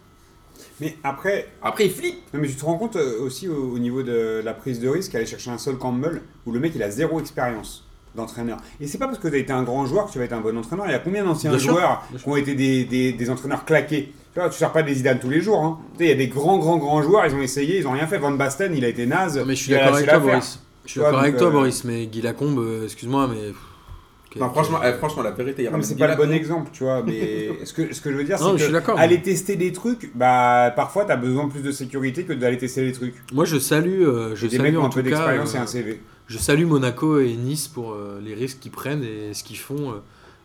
Speaker 3: Mais après,
Speaker 2: Après, ils flippent.
Speaker 3: Non mais tu te rends compte euh, aussi au, au niveau de la prise de risque, aller chercher un Sol Campbell, où le mec il a zéro expérience d'entraîneur. Et c'est pas parce que tu as été un grand joueur que tu vas être un bon entraîneur. Il y a combien d'anciens
Speaker 1: Bien sûr,
Speaker 3: joueurs qui ont été des, des- des entraîneurs claqués Tu vois, tu sors pas des Zidane tous les jours. hein. Tu sais, il y a des grands, grands, grands joueurs, ils ont essayé, ils ont rien fait. Van Basten, il a été naze.
Speaker 1: Non, mais je suis
Speaker 3: Il a
Speaker 1: d'accord
Speaker 3: lâché
Speaker 1: avec toi,
Speaker 3: l'affaire.
Speaker 1: Boris. Je suis
Speaker 3: Tu vois,
Speaker 1: d'accord avec
Speaker 3: donc,
Speaker 1: toi,
Speaker 3: euh,
Speaker 1: Boris, mais Guy Lacombe, euh, excuse-moi, mais. pff, quel-
Speaker 2: Non, franchement,
Speaker 1: quel-
Speaker 2: eh, franchement, la vérité, il
Speaker 3: Non, mais
Speaker 2: ramène
Speaker 3: c'est
Speaker 2: Guy
Speaker 3: pas le bon
Speaker 2: Lacombe.
Speaker 3: exemple, tu vois.
Speaker 1: [laughs]
Speaker 3: Mais ce que, ce que je veux dire,
Speaker 1: Non, mais je
Speaker 3: c'est
Speaker 1: suis d'accord,
Speaker 3: que
Speaker 1: mais-
Speaker 3: aller tester des trucs, bah parfois t'as besoin plus de sécurité que d'aller tester des trucs.
Speaker 1: Moi, je salue, euh, je
Speaker 3: Des mecs
Speaker 1: salue
Speaker 3: qui ont
Speaker 1: en
Speaker 3: un peu
Speaker 1: tout cas.
Speaker 3: d'expérience et
Speaker 1: euh,
Speaker 3: un CV.
Speaker 1: Je salue Monaco et Nice pour euh, les risques qu'ils prennent et ce qu'ils font euh,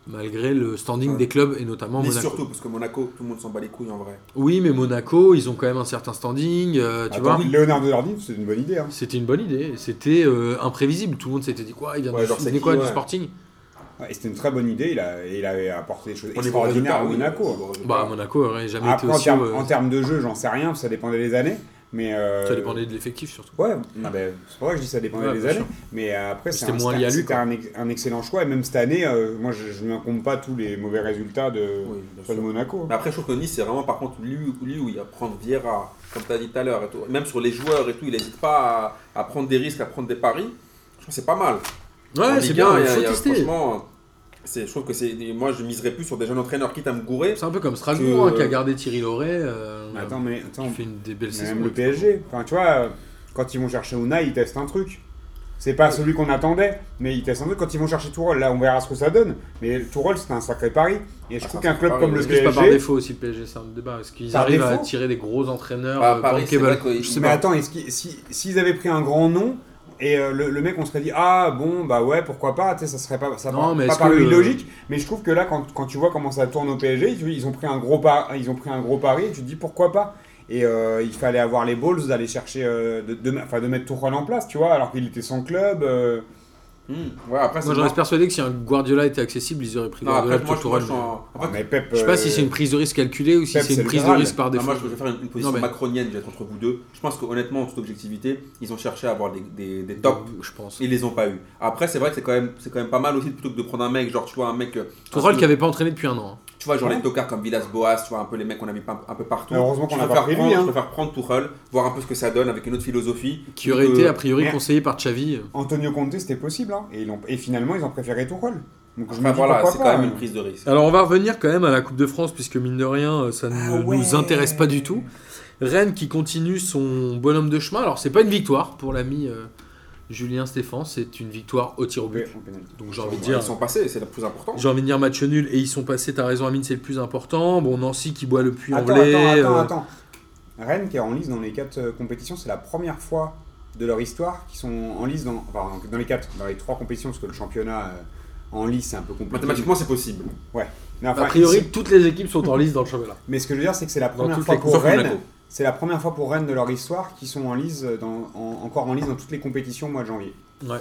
Speaker 1: malgré le standing
Speaker 2: Ouais.
Speaker 1: des clubs et notamment
Speaker 2: Mais
Speaker 1: Monaco.
Speaker 2: surtout, parce que Monaco, tout le monde s'en bat les couilles en vrai.
Speaker 1: Oui, mais Monaco, ils ont quand même un certain standing, euh, tu
Speaker 3: Attends,
Speaker 1: vois.
Speaker 3: Leonardo Jardim, c'est une bonne idée. hein.
Speaker 1: C'était une bonne idée, c'était euh, imprévisible. Tout le monde s'était dit quoi Il vient
Speaker 2: Ouais,
Speaker 1: du,
Speaker 2: genre,
Speaker 1: il
Speaker 2: c'est
Speaker 1: venait
Speaker 2: qui,
Speaker 1: quoi, du
Speaker 2: ouais.
Speaker 1: Sporting
Speaker 3: Ouais, et C'était une très bonne idée, il, a, il avait apporté des choses
Speaker 2: On est au résultat,
Speaker 3: extraordinaires à
Speaker 2: oui, on est
Speaker 3: Monaco.
Speaker 2: au résultat.
Speaker 1: Bah, Monaco aurait jamais
Speaker 3: Après,
Speaker 1: été
Speaker 3: en
Speaker 1: aussi.
Speaker 3: termes,
Speaker 1: euh,
Speaker 3: en termes de jeu, j'en sais rien, ça dépendait des années. Mais euh,
Speaker 1: Ça dépendait de l'effectif surtout.
Speaker 3: Ouais, ah ben, c'est pour ça que je dis ça dépendait
Speaker 1: Ouais,
Speaker 3: des
Speaker 1: bien
Speaker 3: années.
Speaker 1: sûr.
Speaker 3: Mais euh, après, c'est
Speaker 1: C'était
Speaker 3: un-
Speaker 1: moins
Speaker 3: c'était
Speaker 1: lié à lui,
Speaker 3: c'était
Speaker 1: quoi.
Speaker 3: un, ex- un excellent choix. Et même cette année, euh, moi, je, je ne compte pas tous les mauvais résultats de,
Speaker 2: Oui, bien
Speaker 3: de
Speaker 2: sûr.
Speaker 3: Monaco.
Speaker 2: Mais après, je trouve que Nice, c'est vraiment par contre lui, lui où il va prendre Vieira, comme tu as dit tout à l'heure, et tout. même sur les joueurs et tout, il n'hésite pas à, à prendre des risques, à prendre des paris. Je trouve que c'est pas mal. En
Speaker 1: Ouais, c'est
Speaker 2: Ligue
Speaker 1: bien, il
Speaker 2: 1, il y a-
Speaker 1: faut
Speaker 2: il y a-
Speaker 1: tester.
Speaker 2: Franchement, c'est- je trouve que c'est. Moi, je miserais plus sur des jeunes entraîneurs, quitte à me gourer.
Speaker 1: C'est un peu comme Strasbourg
Speaker 2: Que-
Speaker 1: hein, qui a gardé Thierry Loret. euh,
Speaker 3: Mais Attends, mais
Speaker 1: qui
Speaker 3: attends,
Speaker 1: fait une des belles
Speaker 3: mais
Speaker 1: saisons.
Speaker 3: même le PSG. Enfin, tu vois, euh, quand ils vont chercher Unai, ils testent un truc. C'est pas celui qu'on attendait, mais ils testent un truc. Quand ils vont chercher Tourol, là, on verra ce que ça donne. Mais Tourol, c'était un sacré pari. Et je
Speaker 2: Ah,
Speaker 3: trouve
Speaker 2: c'est un
Speaker 3: qu'un club
Speaker 2: pari,
Speaker 3: comme
Speaker 2: oui.
Speaker 3: le
Speaker 1: Est-ce que c'est pas par
Speaker 3: PSG,
Speaker 1: défaut aussi le PSG C'est un débat. Est-ce qu'ils
Speaker 3: Par
Speaker 1: arrivent à
Speaker 3: défaut
Speaker 1: attirer des gros entraîneurs
Speaker 2: Ah,
Speaker 1: euh,
Speaker 2: Paris, c'est
Speaker 1: bankable
Speaker 2: vrai que-
Speaker 1: Je sais
Speaker 3: Mais
Speaker 1: pas.
Speaker 3: attends, est-ce qu'ils- si- s'ils avaient pris un grand nom et euh, le, le mec, on serait dit ah bon bah ouais pourquoi pas, tu sais ça serait pas ça
Speaker 1: Non,
Speaker 3: par-
Speaker 1: mais
Speaker 3: pas
Speaker 1: est-ce
Speaker 3: par
Speaker 1: que-
Speaker 3: le illogique. Mais je trouve que là quand, quand tu vois comment ça tourne au PSG, tu vois, ils ont pris un gros pas, ils ont pris un gros pari et tu te dis pourquoi pas. Et euh, il fallait avoir les balls d'aller chercher, euh, de, de, enfin, de mettre Tourelle en place, tu vois, alors qu'il était sans club. euh,
Speaker 2: Hmm. Ouais, après, c'est
Speaker 1: Moi, je
Speaker 2: marrant.
Speaker 1: reste persuadé que si un Guardiola était accessible, ils auraient pris
Speaker 2: Non,
Speaker 1: Guardiola
Speaker 2: après, moi,
Speaker 1: plutôt
Speaker 2: je moi, je
Speaker 1: Tourelle.
Speaker 2: suis en- en fait,
Speaker 3: mais Pep.
Speaker 1: Ah, Je sais
Speaker 3: euh,
Speaker 1: pas si c'est une prise de risque calculée ou si
Speaker 3: Pep,
Speaker 1: c'est
Speaker 3: c'est
Speaker 1: une
Speaker 3: le
Speaker 1: prise de
Speaker 3: Graal.
Speaker 1: risque par
Speaker 2: Non,
Speaker 1: défaut.
Speaker 2: moi, je vais faire une, une position
Speaker 1: Non, mais-
Speaker 2: macronienne, je vais être entre vous deux. Je pense qu'honnêtement, en toute objectivité, ils ont cherché à avoir des, des, des tops.
Speaker 1: je pense.
Speaker 2: Ils les ont pas eu. Après, c'est vrai que c'est quand même, c'est quand même pas mal aussi plutôt que de prendre un mec, genre tu vois un mec. euh,
Speaker 1: Tourelle
Speaker 2: un-
Speaker 1: qui avait pas entraîné depuis un an. hein.
Speaker 2: Tu vois, genre
Speaker 3: Ouais.
Speaker 2: les tocards comme Villas-Boas, tu vois, un peu les mecs qu'on a mis un, un peu partout.
Speaker 3: Mais heureusement qu'on
Speaker 2: Je
Speaker 3: a pas
Speaker 2: préfère
Speaker 3: pris lui,
Speaker 2: prendre-
Speaker 3: hein.
Speaker 2: Je préfère prendre Tourelle, voir un peu ce que ça donne avec une autre philosophie.
Speaker 1: Qui aurait
Speaker 2: Donc,
Speaker 1: été
Speaker 2: euh,
Speaker 1: a priori
Speaker 3: merde.
Speaker 1: conseillé par Xavi. euh.
Speaker 3: Antonio Conte, c'était possible, hein, et, ils l'ont- et finalement ils ont préféré Tourelle. Donc je me
Speaker 2: enfin,
Speaker 3: dis
Speaker 2: voilà,
Speaker 3: pourquoi
Speaker 2: c'est
Speaker 3: pas,
Speaker 2: quand même
Speaker 3: hein.
Speaker 2: une prise de risque.
Speaker 1: Alors on va revenir quand même à la Coupe de France puisque mine de rien euh, ça ne
Speaker 3: Ah ouais.
Speaker 1: nous intéresse pas du tout. Rennes qui continue son bonhomme de chemin. Alors c'est pas une victoire pour l'ami euh, Julien Stéphan, c'est une victoire au tir au but. Donc j'ai envie de dire
Speaker 2: Ils sont passés, c'est le plus important.
Speaker 1: J'ai envie de dire match nul et ils sont passés, t'as raison Amine, c'est le plus important. Bon, Nancy qui boit le puits
Speaker 3: Attends,
Speaker 1: anglais.
Speaker 3: attends, attends,
Speaker 1: euh,
Speaker 3: attends. Rennes qui est en lice dans les quatre euh, compétitions, c'est la première fois de leur histoire qu'ils sont en lice dans, enfin, dans les quatre, dans les trois compétitions, parce que le championnat, euh, En lice, c'est un peu compliqué.
Speaker 2: Mathématiquement, c'est possible.
Speaker 3: Mais enfin,
Speaker 1: A priori,
Speaker 3: ici-
Speaker 1: toutes les équipes sont en lice dans le championnat.
Speaker 3: mais ce que je veux dire, c'est que c'est la première
Speaker 1: toutes
Speaker 3: fois
Speaker 1: les
Speaker 3: pour
Speaker 2: sauf
Speaker 3: Rennes.
Speaker 2: Monaco.
Speaker 3: C'est la première fois pour Rennes de leur histoire qui sont en lice, euh, dans, en- encore en lice dans toutes les compétitions au mois de janvier.
Speaker 1: Ouais.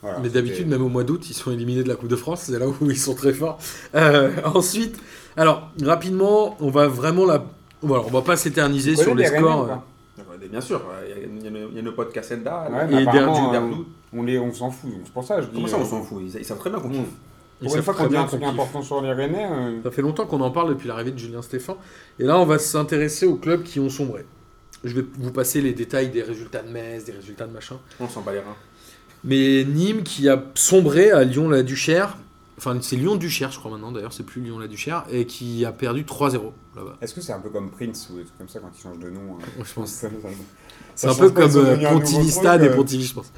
Speaker 3: Voilà,
Speaker 1: Mais
Speaker 3: c'était-
Speaker 1: d'habitude, même au mois d'août, ils sont éliminés de la Coupe de France. C'est là où ils sont très forts. Euh, ensuite, alors rapidement, on va vraiment la. Voilà, on va pas s'éterniser
Speaker 3: Vous
Speaker 1: sur les
Speaker 3: connaissez Rennes,
Speaker 1: scores. euh,
Speaker 3: ou pas
Speaker 2: Bien sûr, il y a- il y, a le- il y a nos potes Cassenda,
Speaker 3: Ouais,
Speaker 2: là,
Speaker 1: Et
Speaker 3: mais
Speaker 1: Derdu-
Speaker 3: apparemment, euh,
Speaker 2: Derdoux.
Speaker 3: on les- on s'en fout. donc C'est pour ça, je dis.
Speaker 2: Comment ça,
Speaker 3: euh,
Speaker 2: on s'en fout ils, ils savent très bien qu'on
Speaker 3: Mmh.
Speaker 2: kiffe.
Speaker 1: Ils
Speaker 3: Pour une
Speaker 1: savent
Speaker 3: fois
Speaker 1: très
Speaker 3: qu'on dit
Speaker 1: bien
Speaker 3: un truc
Speaker 1: qu'on kiffe.
Speaker 3: important sur les Rennais, euh,
Speaker 1: Ça fait longtemps qu'on en parle depuis l'arrivée de Julien Stéphan. Et là, on va s'intéresser aux clubs qui ont sombré. Je vais vous passer les détails des résultats de Metz, des résultats de machin.
Speaker 2: On s'en bat les reins.
Speaker 1: Mais Nîmes qui a sombré à Lyon-la-Duchère. Enfin, c'est Lyon-Duchère, je crois maintenant d'ailleurs, c'est plus Lyon-la-Duchère. Et qui a perdu 3-0 là-bas.
Speaker 3: est-ce que c'est un peu comme Prince ou des trucs comme ça quand ils changent de nom euh,
Speaker 1: Je pense
Speaker 3: ça- ça-
Speaker 1: C'est
Speaker 3: ça
Speaker 1: un
Speaker 3: change
Speaker 1: peu
Speaker 3: Bah, pas, ils
Speaker 1: comme
Speaker 3: sont
Speaker 1: euh,
Speaker 3: devenus un nouveau
Speaker 1: Pontivy
Speaker 3: truc,
Speaker 1: Stade et
Speaker 3: euh,
Speaker 1: Pontivy, je pense.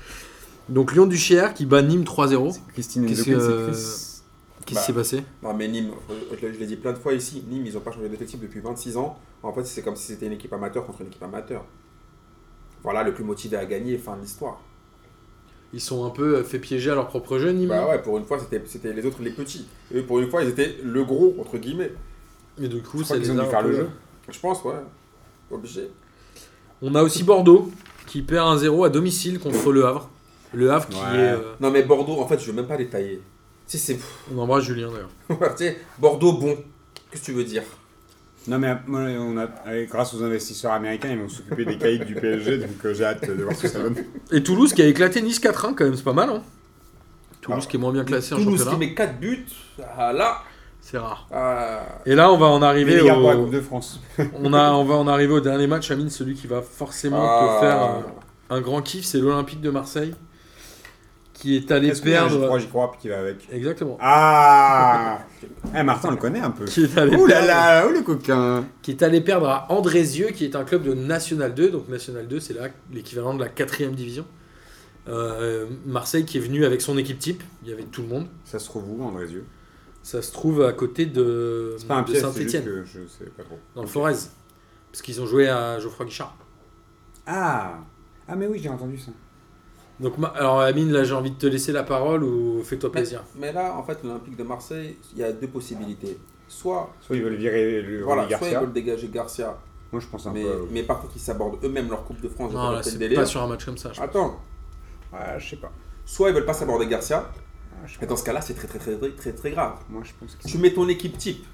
Speaker 1: Donc Lyon Duchère qui bat Nîmes 3-0.
Speaker 3: c'est Christine
Speaker 1: Qu'est-ce
Speaker 3: Ndoko, c'est
Speaker 1: que-
Speaker 3: Chris.
Speaker 1: Qu'est-ce qui
Speaker 2: Bah.
Speaker 1: s'est passé
Speaker 2: Non, mais Nîmes, euh, je l'ai je l'ai dit plein de fois ici, Nîmes, ils n'ont pas changé d'effectif depuis 26 ans. En fait, c'est comme si c'était une équipe amateur contre une équipe amateur. Voilà, le plus motivé à gagner, fin de l'histoire.
Speaker 1: Ils sont un peu euh, fait piéger à leur propre jeu, Nîmes.
Speaker 2: Bah ouais, pour une fois, c'était c'était les autres les petits. Eux, pour une fois, ils étaient le gros, entre guillemets.
Speaker 1: Et du coup,
Speaker 3: Je
Speaker 1: ça
Speaker 3: crois
Speaker 1: les
Speaker 3: qu'ils
Speaker 1: a
Speaker 3: ont dû
Speaker 1: un
Speaker 3: faire le
Speaker 1: peu- euh,
Speaker 3: jeu.
Speaker 2: Je pense, ouais. Obligé.
Speaker 1: On a aussi Bordeaux qui perd 1-0 à domicile contre Le Havre. Le Havre qui
Speaker 3: Ouais.
Speaker 1: est. euh,
Speaker 2: Non, mais Bordeaux, en fait, je ne veux même pas détailler. Si c'est.
Speaker 1: On embrasse Julien d'ailleurs.
Speaker 2: tu sais, Bordeaux, bon. Qu'est-ce que tu veux dire
Speaker 3: Non mais moi, on a, avec- grâce aux investisseurs américains, ils vont s'occuper des caïds du PSG, donc euh, j'ai hâte de voir ce que ça donne.
Speaker 1: Et Toulouse qui a éclaté Nice 4-1 quand même, c'est pas mal, hein Toulouse
Speaker 3: Ah.
Speaker 1: qui est moins bien classé en
Speaker 2: Toulouse qui
Speaker 1: championnat.
Speaker 2: met 4 buts, ah, là.
Speaker 1: C'est rare.
Speaker 2: ah,
Speaker 1: Et là, on va en
Speaker 3: Bah. Mais
Speaker 1: arriver
Speaker 3: les gars, pour la
Speaker 1: au.
Speaker 3: Coupe de France.
Speaker 1: On, a, on va en arriver au dernier match, Amine, celui qui va forcément
Speaker 2: ah.
Speaker 1: te faire. euh, un grand kiff, c'est l'Olympique de Marseille qui est allé
Speaker 3: Est-ce que j'y
Speaker 1: perdre.
Speaker 3: crois, j'y crois, puis qui va avec.
Speaker 1: Exactement.
Speaker 3: Ah Eh Martin, on le connaît un peu.
Speaker 1: Qui est, allé
Speaker 3: Ouh là
Speaker 1: perdre,
Speaker 3: là, où le coquin
Speaker 1: qui est allé perdre à Andrézieux, qui est un club de National 2. Donc National 2, c'est la- l'équivalent de la 4ème division. Euh, Marseille qui est venu avec son équipe type, il y avait tout le monde.
Speaker 3: Ça se trouve où, Andrézieux
Speaker 1: Ça se trouve à côté de,
Speaker 3: C'est pas un
Speaker 1: de
Speaker 3: piège, c'est juste
Speaker 1: Saint-Etienne,
Speaker 3: que je sais pas trop.
Speaker 1: dans le Forez. Parce qu'ils ont joué à Geoffroy Guichard.
Speaker 3: Ah Ah mais oui, j'ai entendu ça.
Speaker 1: Donc, ma- alors Amine, là j'ai envie de te laisser la parole ou fais-toi
Speaker 2: Mais,
Speaker 1: plaisir.
Speaker 2: mais là, en fait, l'Olympique de Marseille, il y a deux possibilités. Soit,
Speaker 3: Soit ils veulent virer le
Speaker 2: voilà,
Speaker 3: Rony
Speaker 2: soit ils
Speaker 3: Garcia.
Speaker 2: veulent dégager Garcia,
Speaker 3: Moi, je pense un
Speaker 2: mais,
Speaker 3: peu...
Speaker 2: mais par contre, ils s'abordent eux-mêmes leur Coupe de France.
Speaker 1: Non,
Speaker 2: j'attends
Speaker 1: là
Speaker 2: peut-être
Speaker 1: c'est
Speaker 2: délire.
Speaker 1: pas sur un match comme ça. je-
Speaker 2: Attends,
Speaker 3: Ah, je sais pas.
Speaker 2: soit ils veulent pas s'aborder Garcia,
Speaker 3: Ah, je sais
Speaker 2: mais
Speaker 3: pas.
Speaker 2: dans ce cas-là, c'est très très très très très très grave.
Speaker 3: Moi, je pense que
Speaker 2: Tu mets ton équipe type,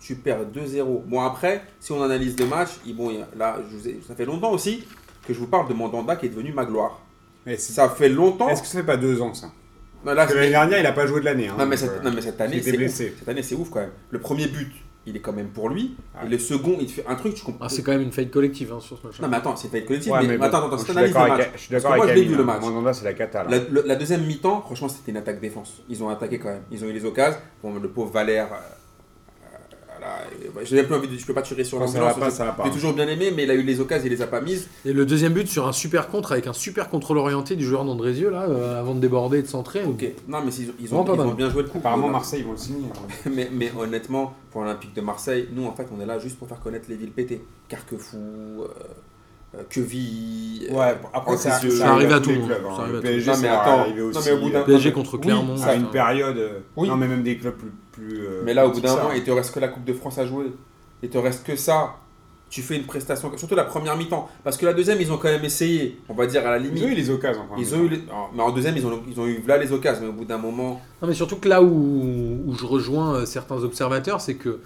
Speaker 2: tu perds 2-0. Bon, après, si on analyse le match, il- bon, il y a- là, je vous ai- ça fait longtemps aussi que je vous parle de Mandanda qui est devenu ma gloire.
Speaker 3: Mais c'est-
Speaker 2: Ça fait longtemps.
Speaker 3: Est-ce que ça fait pas deux ans, ça
Speaker 2: Non, là,
Speaker 3: Parce que l'année dernière, il a pas joué de l'année. Hein,
Speaker 2: Non mais,
Speaker 3: donc,
Speaker 2: cette,
Speaker 3: euh,
Speaker 2: non, mais cette année,
Speaker 3: il était
Speaker 2: c'est
Speaker 3: blessé.
Speaker 2: ouf. Cette année, c'est ouf quand même. Le premier but, il est quand même pour lui.
Speaker 3: Ouais.
Speaker 2: Et le second, il te fait un truc, tu comprends.
Speaker 1: Ah, c'est quand même une faillite collective hein, sur ce match.
Speaker 2: Non, mais attends, c'est pas collectif.
Speaker 3: Ouais,
Speaker 2: mais,
Speaker 3: mais
Speaker 2: mais
Speaker 3: bon,
Speaker 2: attends, attends,
Speaker 3: je
Speaker 2: c'est
Speaker 3: suis
Speaker 2: un avis
Speaker 3: d'accord
Speaker 2: le
Speaker 3: avec-
Speaker 2: match.
Speaker 3: Je suis
Speaker 2: Parce que
Speaker 3: d'accord avec
Speaker 2: moi, je l'ai vu
Speaker 3: Amine,
Speaker 2: le
Speaker 3: hein.
Speaker 2: match.
Speaker 3: Mandanda, c'est la cata. là.
Speaker 2: La, le- la deuxième mi-temps, franchement, c'était une attaque défense. Ils ont attaqué quand même. Ils ont eu les occasions. Bon, le pauvre Valère. euh, euh, là, euh, J'ai même plus envie de. Je peux pas tirer sur
Speaker 3: Quand ça
Speaker 2: l'ambulance,
Speaker 3: va pas,
Speaker 2: parce que
Speaker 3: ça va pas.
Speaker 2: J'ai toujours bien aimé, mais il a eu les occasions, il les a pas mises.
Speaker 1: Et le deuxième but sur un super contre avec un super contrôle orienté du joueur d'Andrézieux là, euh, avant de déborder et de centrer.
Speaker 2: Ok. Non, mais ils, ont- ils
Speaker 1: Vraiment
Speaker 2: ont,
Speaker 1: pas
Speaker 2: ils ont
Speaker 1: mal.
Speaker 2: bien joué le coup.
Speaker 3: Apparemment,
Speaker 2: Voilà.
Speaker 3: Marseille, ils vont le signer.
Speaker 2: [laughs] Mais, mais honnêtement, pour l'Olympique de Marseille, nous en fait on est là juste pour faire connaître les villes pétées. Carquefou, euh, euh, Queville. euh,
Speaker 3: Ouais, après, ça,
Speaker 2: Andrézieux.
Speaker 1: ça arrive à tout le
Speaker 3: tous
Speaker 1: monde.
Speaker 3: les clubs,
Speaker 1: Ça
Speaker 3: hein.
Speaker 1: arrive à
Speaker 3: Le
Speaker 1: tout
Speaker 3: PSG,
Speaker 2: le monde. Non,
Speaker 3: ça
Speaker 2: mais
Speaker 3: leur est
Speaker 2: attends.
Speaker 3: arrivé
Speaker 2: Non,
Speaker 3: aussi.
Speaker 2: mais au bout d'un-
Speaker 3: euh,
Speaker 1: PSG contre
Speaker 2: Oui,
Speaker 1: Clermont.
Speaker 3: Ça a une
Speaker 1: putain.
Speaker 3: période. euh,
Speaker 2: Oui.
Speaker 3: Non, mais même des clubs plus. plus euh,
Speaker 2: Mais là au bout
Speaker 3: petits
Speaker 2: d'un
Speaker 3: que ça.
Speaker 2: moment, il te reste que la Coupe de France à jouer. Il te reste que ça. Tu fais une prestation, surtout la première mi-temps. Parce que la deuxième, ils ont quand même essayé, on va dire à la limite.
Speaker 3: Ils ont eu les occasions. en premier
Speaker 2: Ils ont eu les- non, mais en deuxième, ils ont, ils ont eu là les occasions, mais au bout d'un moment.
Speaker 1: Non, mais surtout que là où, où je rejoins euh, certains observateurs, c'est que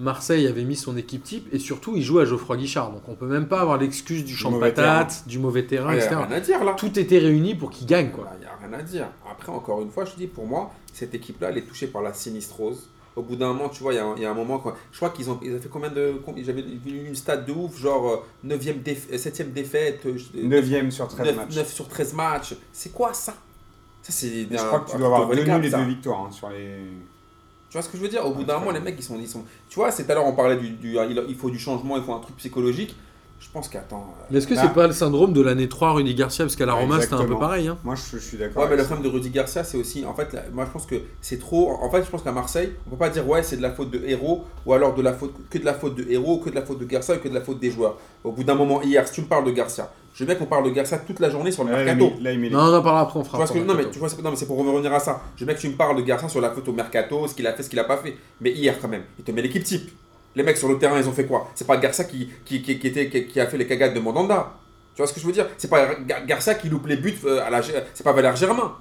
Speaker 1: Marseille avait mis son équipe type et surtout il joue à Geoffroy Guichard. Donc on peut même pas avoir l'excuse du champ de
Speaker 3: mauvais
Speaker 1: patates, du mauvais terrain,
Speaker 2: Il n'y a
Speaker 1: etc.
Speaker 2: rien à dire là.
Speaker 1: Tout était réuni pour qu'il gagne quoi.
Speaker 2: Il n'y a rien à dire. Après, encore une fois, je te dis, pour moi, cette équipe-là, elle est touchée par la sinistrose. Au bout d'un moment, tu vois, il y, a un- il y a un moment, quand... je crois qu'ils ont, ils ont fait combien de. com- J'avais vu une stat de ouf, genre 9e déf... 7e défaite, euh,
Speaker 3: 9ème sur 13 matchs.
Speaker 2: 9 sur 13 matchs. C'est quoi ça Ça, c'est.
Speaker 3: Mais Je
Speaker 2: un-
Speaker 3: crois que tu
Speaker 2: un
Speaker 3: dois avoir
Speaker 2: truc
Speaker 3: deux
Speaker 2: de
Speaker 3: nuls et
Speaker 2: recap,
Speaker 3: deux
Speaker 2: ça.
Speaker 3: victoires hein, sur les.
Speaker 2: Tu vois ce que je veux dire Au bout
Speaker 3: Ouais,
Speaker 2: d'un
Speaker 3: c'est
Speaker 2: moment,
Speaker 3: vrai.
Speaker 2: les mecs, ils sont, ils sont. Tu vois, c'est tout à l'heure, on parlait du. du- il il faut du changement, il faut un truc psychologique. Je pense qu'attends. euh,
Speaker 1: Mais est-ce que
Speaker 3: Bah.
Speaker 1: c'est pas le syndrome de l'année 3 Rudy Garcia Parce qu'à la
Speaker 3: Ouais,
Speaker 1: Roma c'était un peu
Speaker 3: exactement.
Speaker 1: pareil. Hein.
Speaker 3: Moi, je, je suis d'accord.
Speaker 2: Ouais, mais
Speaker 3: avec
Speaker 2: le
Speaker 3: ça.
Speaker 2: problème de Rudy Garcia, c'est aussi. En fait, là, moi, je pense que c'est trop. En fait, je pense qu'à Marseille, on peut pas dire ouais, c'est de la faute de héros, ou alors de la faute que de la faute de héros, que de la faute de Garcia, et que de la faute des joueurs. Au bout d'un moment, hier, si tu me parles de Garcia, Je veux bien qu'on parle de Garcia toute la journée sur le
Speaker 3: Là, il a
Speaker 2: mercato.
Speaker 3: mis- là, il met les-
Speaker 1: Non, on en parlera après, on
Speaker 2: Tu
Speaker 1: fera.
Speaker 2: vois ce que-
Speaker 1: après,
Speaker 2: non, mais
Speaker 1: d'accord.
Speaker 2: tu vois, ce que- non, mais c'est pour revenir à ça. Je veux bien que tu me parles de Garcia sur la photo mercato, ce qu'il a fait, ce qu'il a pas fait. Mais hier, quand même, il te met l'équipe type. Les mecs sur le terrain, ils ont fait quoi C'est pas Garcia qui, qui, qui, qui était, qui, qui a fait les cagades de Mandanda. Tu vois ce que je veux dire C'est pas Gar- Garcia qui loupe les buts euh, à la. G- C'est pas Valère Germain.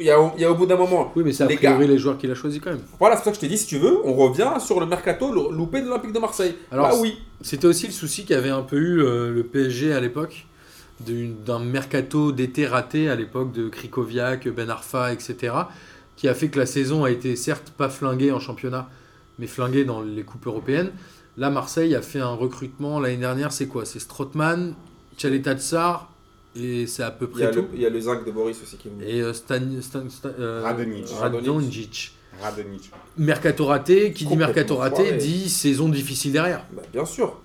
Speaker 2: Il y, a, au- il y a au bout d'un moment.
Speaker 1: Oui, mais c'est a
Speaker 2: Les
Speaker 1: priori
Speaker 2: gars.
Speaker 1: les joueurs qu'il a choisi quand même.
Speaker 2: Voilà, c'est pour ça que je t'ai dit, si tu veux, on revient sur le mercato le- loupé de l'Olympique de Marseille.
Speaker 1: Alors,
Speaker 2: bah oui.
Speaker 1: C'était aussi le souci qu'avait un peu eu euh, le PSG à l'époque, d'une- d'un mercato d'été raté à l'époque de Krikoviak, Ben Arfa, etc., qui a fait que la saison a été certes pas flinguée en championnat, mais flinguée dans les coupes européennes. Là, Marseille a fait un recrutement l'année dernière, c'est quoi C'est Strootman, Tchaletatsar, et c'est à peu
Speaker 2: Il y, a
Speaker 1: près
Speaker 2: le,
Speaker 1: tout.
Speaker 2: il y a le zinc de Boris aussi qui est venu.
Speaker 1: Et euh, Stan, Stan- Stan- euh,
Speaker 3: Radonjic.
Speaker 1: Radonjic.
Speaker 3: Radonjic.
Speaker 1: Mercato raté, qui dit
Speaker 2: Complètement
Speaker 1: mercato raté
Speaker 2: foiré.
Speaker 1: dit saison difficile derrière.
Speaker 2: Bah, bien sûr.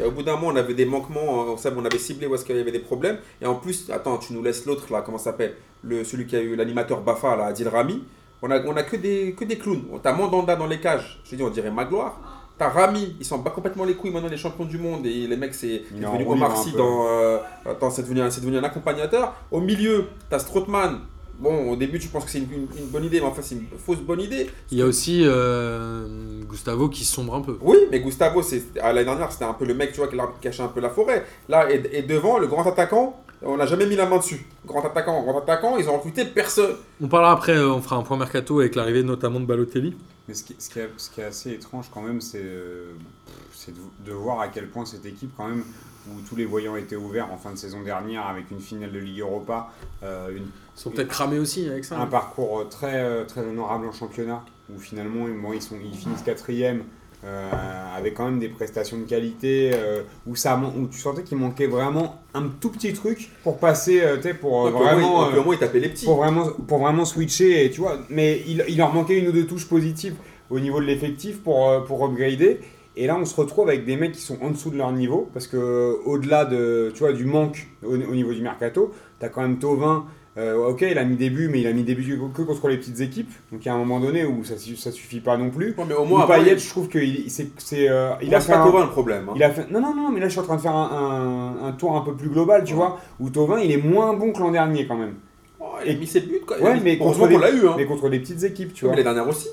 Speaker 2: Et au bout d'un moment, on avait des manquements, euh, on, savait- on avait ciblé où est-ce qu'il y avait des problèmes. Et en plus, attends, tu nous laisses l'autre là, comment ça s'appelle le, Celui qui a eu l'animateur Bafa, là, Adil Rami. On a, on a que, des, que des clowns. On t'a Mandanda dans les cages. Je te dis, on dirait Magloire. T'as Rami, ils s'en bat complètement les couilles maintenant, les champions du monde. Et les mecs, c'est c'est
Speaker 3: Il est en
Speaker 2: devenu
Speaker 3: roue
Speaker 2: Omar
Speaker 3: libre un
Speaker 2: Sy
Speaker 3: peu.
Speaker 2: dans. euh, attends, c'est devenu, un- c'est devenu un accompagnateur. Au milieu, t'as Strootman. Bon, au début, tu penses que c'est une, une- une bonne idée, mais en fait, c'est une fausse bonne idée.
Speaker 1: Il y a aussi euh, Gustavo qui sombre un peu.
Speaker 2: Oui, mais Gustavo, c'est à l'année dernière, c'était un peu le mec, tu vois, qui l'arbre qui cachait un peu la forêt. Là, et, et devant, le grand attaquant, on n'a jamais mis la main dessus. Grand attaquant, grand attaquant, ils ont recruté personne.
Speaker 1: On parlera après, euh, on fera un point mercato avec l'arrivée notamment de Balotelli.
Speaker 3: Mais ce qui, ce, qui est, ce qui est assez étrange quand même, c'est euh, pff, c'est de, de voir à quel point cette équipe quand même, où tous les voyants étaient ouverts en fin de saison dernière avec une finale de Ligue Europa, euh, une-
Speaker 1: Ils sont peut-être cramés aussi avec ça. hein.
Speaker 3: un parcours euh, très, euh, très honorable en championnat, où finalement bon, ils, sont, ils finissent quatrième. euh, avec quand même des prestations de qualité euh, où ça man- où tu sentais qu'il manquait vraiment un tout petit truc pour passer euh, tu sais, pour euh,
Speaker 2: Donc, au moins,
Speaker 3: vraiment
Speaker 2: il-
Speaker 3: euh,
Speaker 2: au moins, ils tapaient les petits.
Speaker 3: pour vraiment, pour vraiment switcher, et tu vois. Mais il, il leur manquait une ou deux touches positives au niveau de l'effectif pour, euh, pour upgrader. Et là, on se retrouve avec des mecs qui sont en dessous de leur niveau, parce que euh, au-delà de, tu vois, du manque au, au niveau du mercato, t'as quand même Tovin. euh, ok, il a mis des buts, mais il a mis des buts que contre les petites équipes. Donc il y a un moment donné où ça, su- ça suffit pas non plus.
Speaker 2: Non, mais au
Speaker 3: Moi,
Speaker 2: moins, avant,
Speaker 3: Payet,
Speaker 2: il-
Speaker 3: je trouve qu'il c'est, c'est, euh, il
Speaker 2: moi,
Speaker 3: a
Speaker 2: c'est
Speaker 3: fait
Speaker 2: pas
Speaker 3: un-
Speaker 2: Thauvin, le problème. hein.
Speaker 3: il a fait... Non, non, non, mais là je suis en train de faire un, un- un tour un peu plus global, tu
Speaker 2: Ouais.
Speaker 3: vois, où Tovin il est moins bon que l'an dernier quand même.
Speaker 2: Oh, il a mis ses buts, quoi. Il
Speaker 3: Ouais,
Speaker 2: a mis-
Speaker 3: mais
Speaker 2: heureusement
Speaker 3: contre
Speaker 2: qu'on l'a eu. Hein.
Speaker 3: Mais contre des petites équipes, tu
Speaker 2: Oui,
Speaker 3: vois.
Speaker 2: mais les dernières aussi.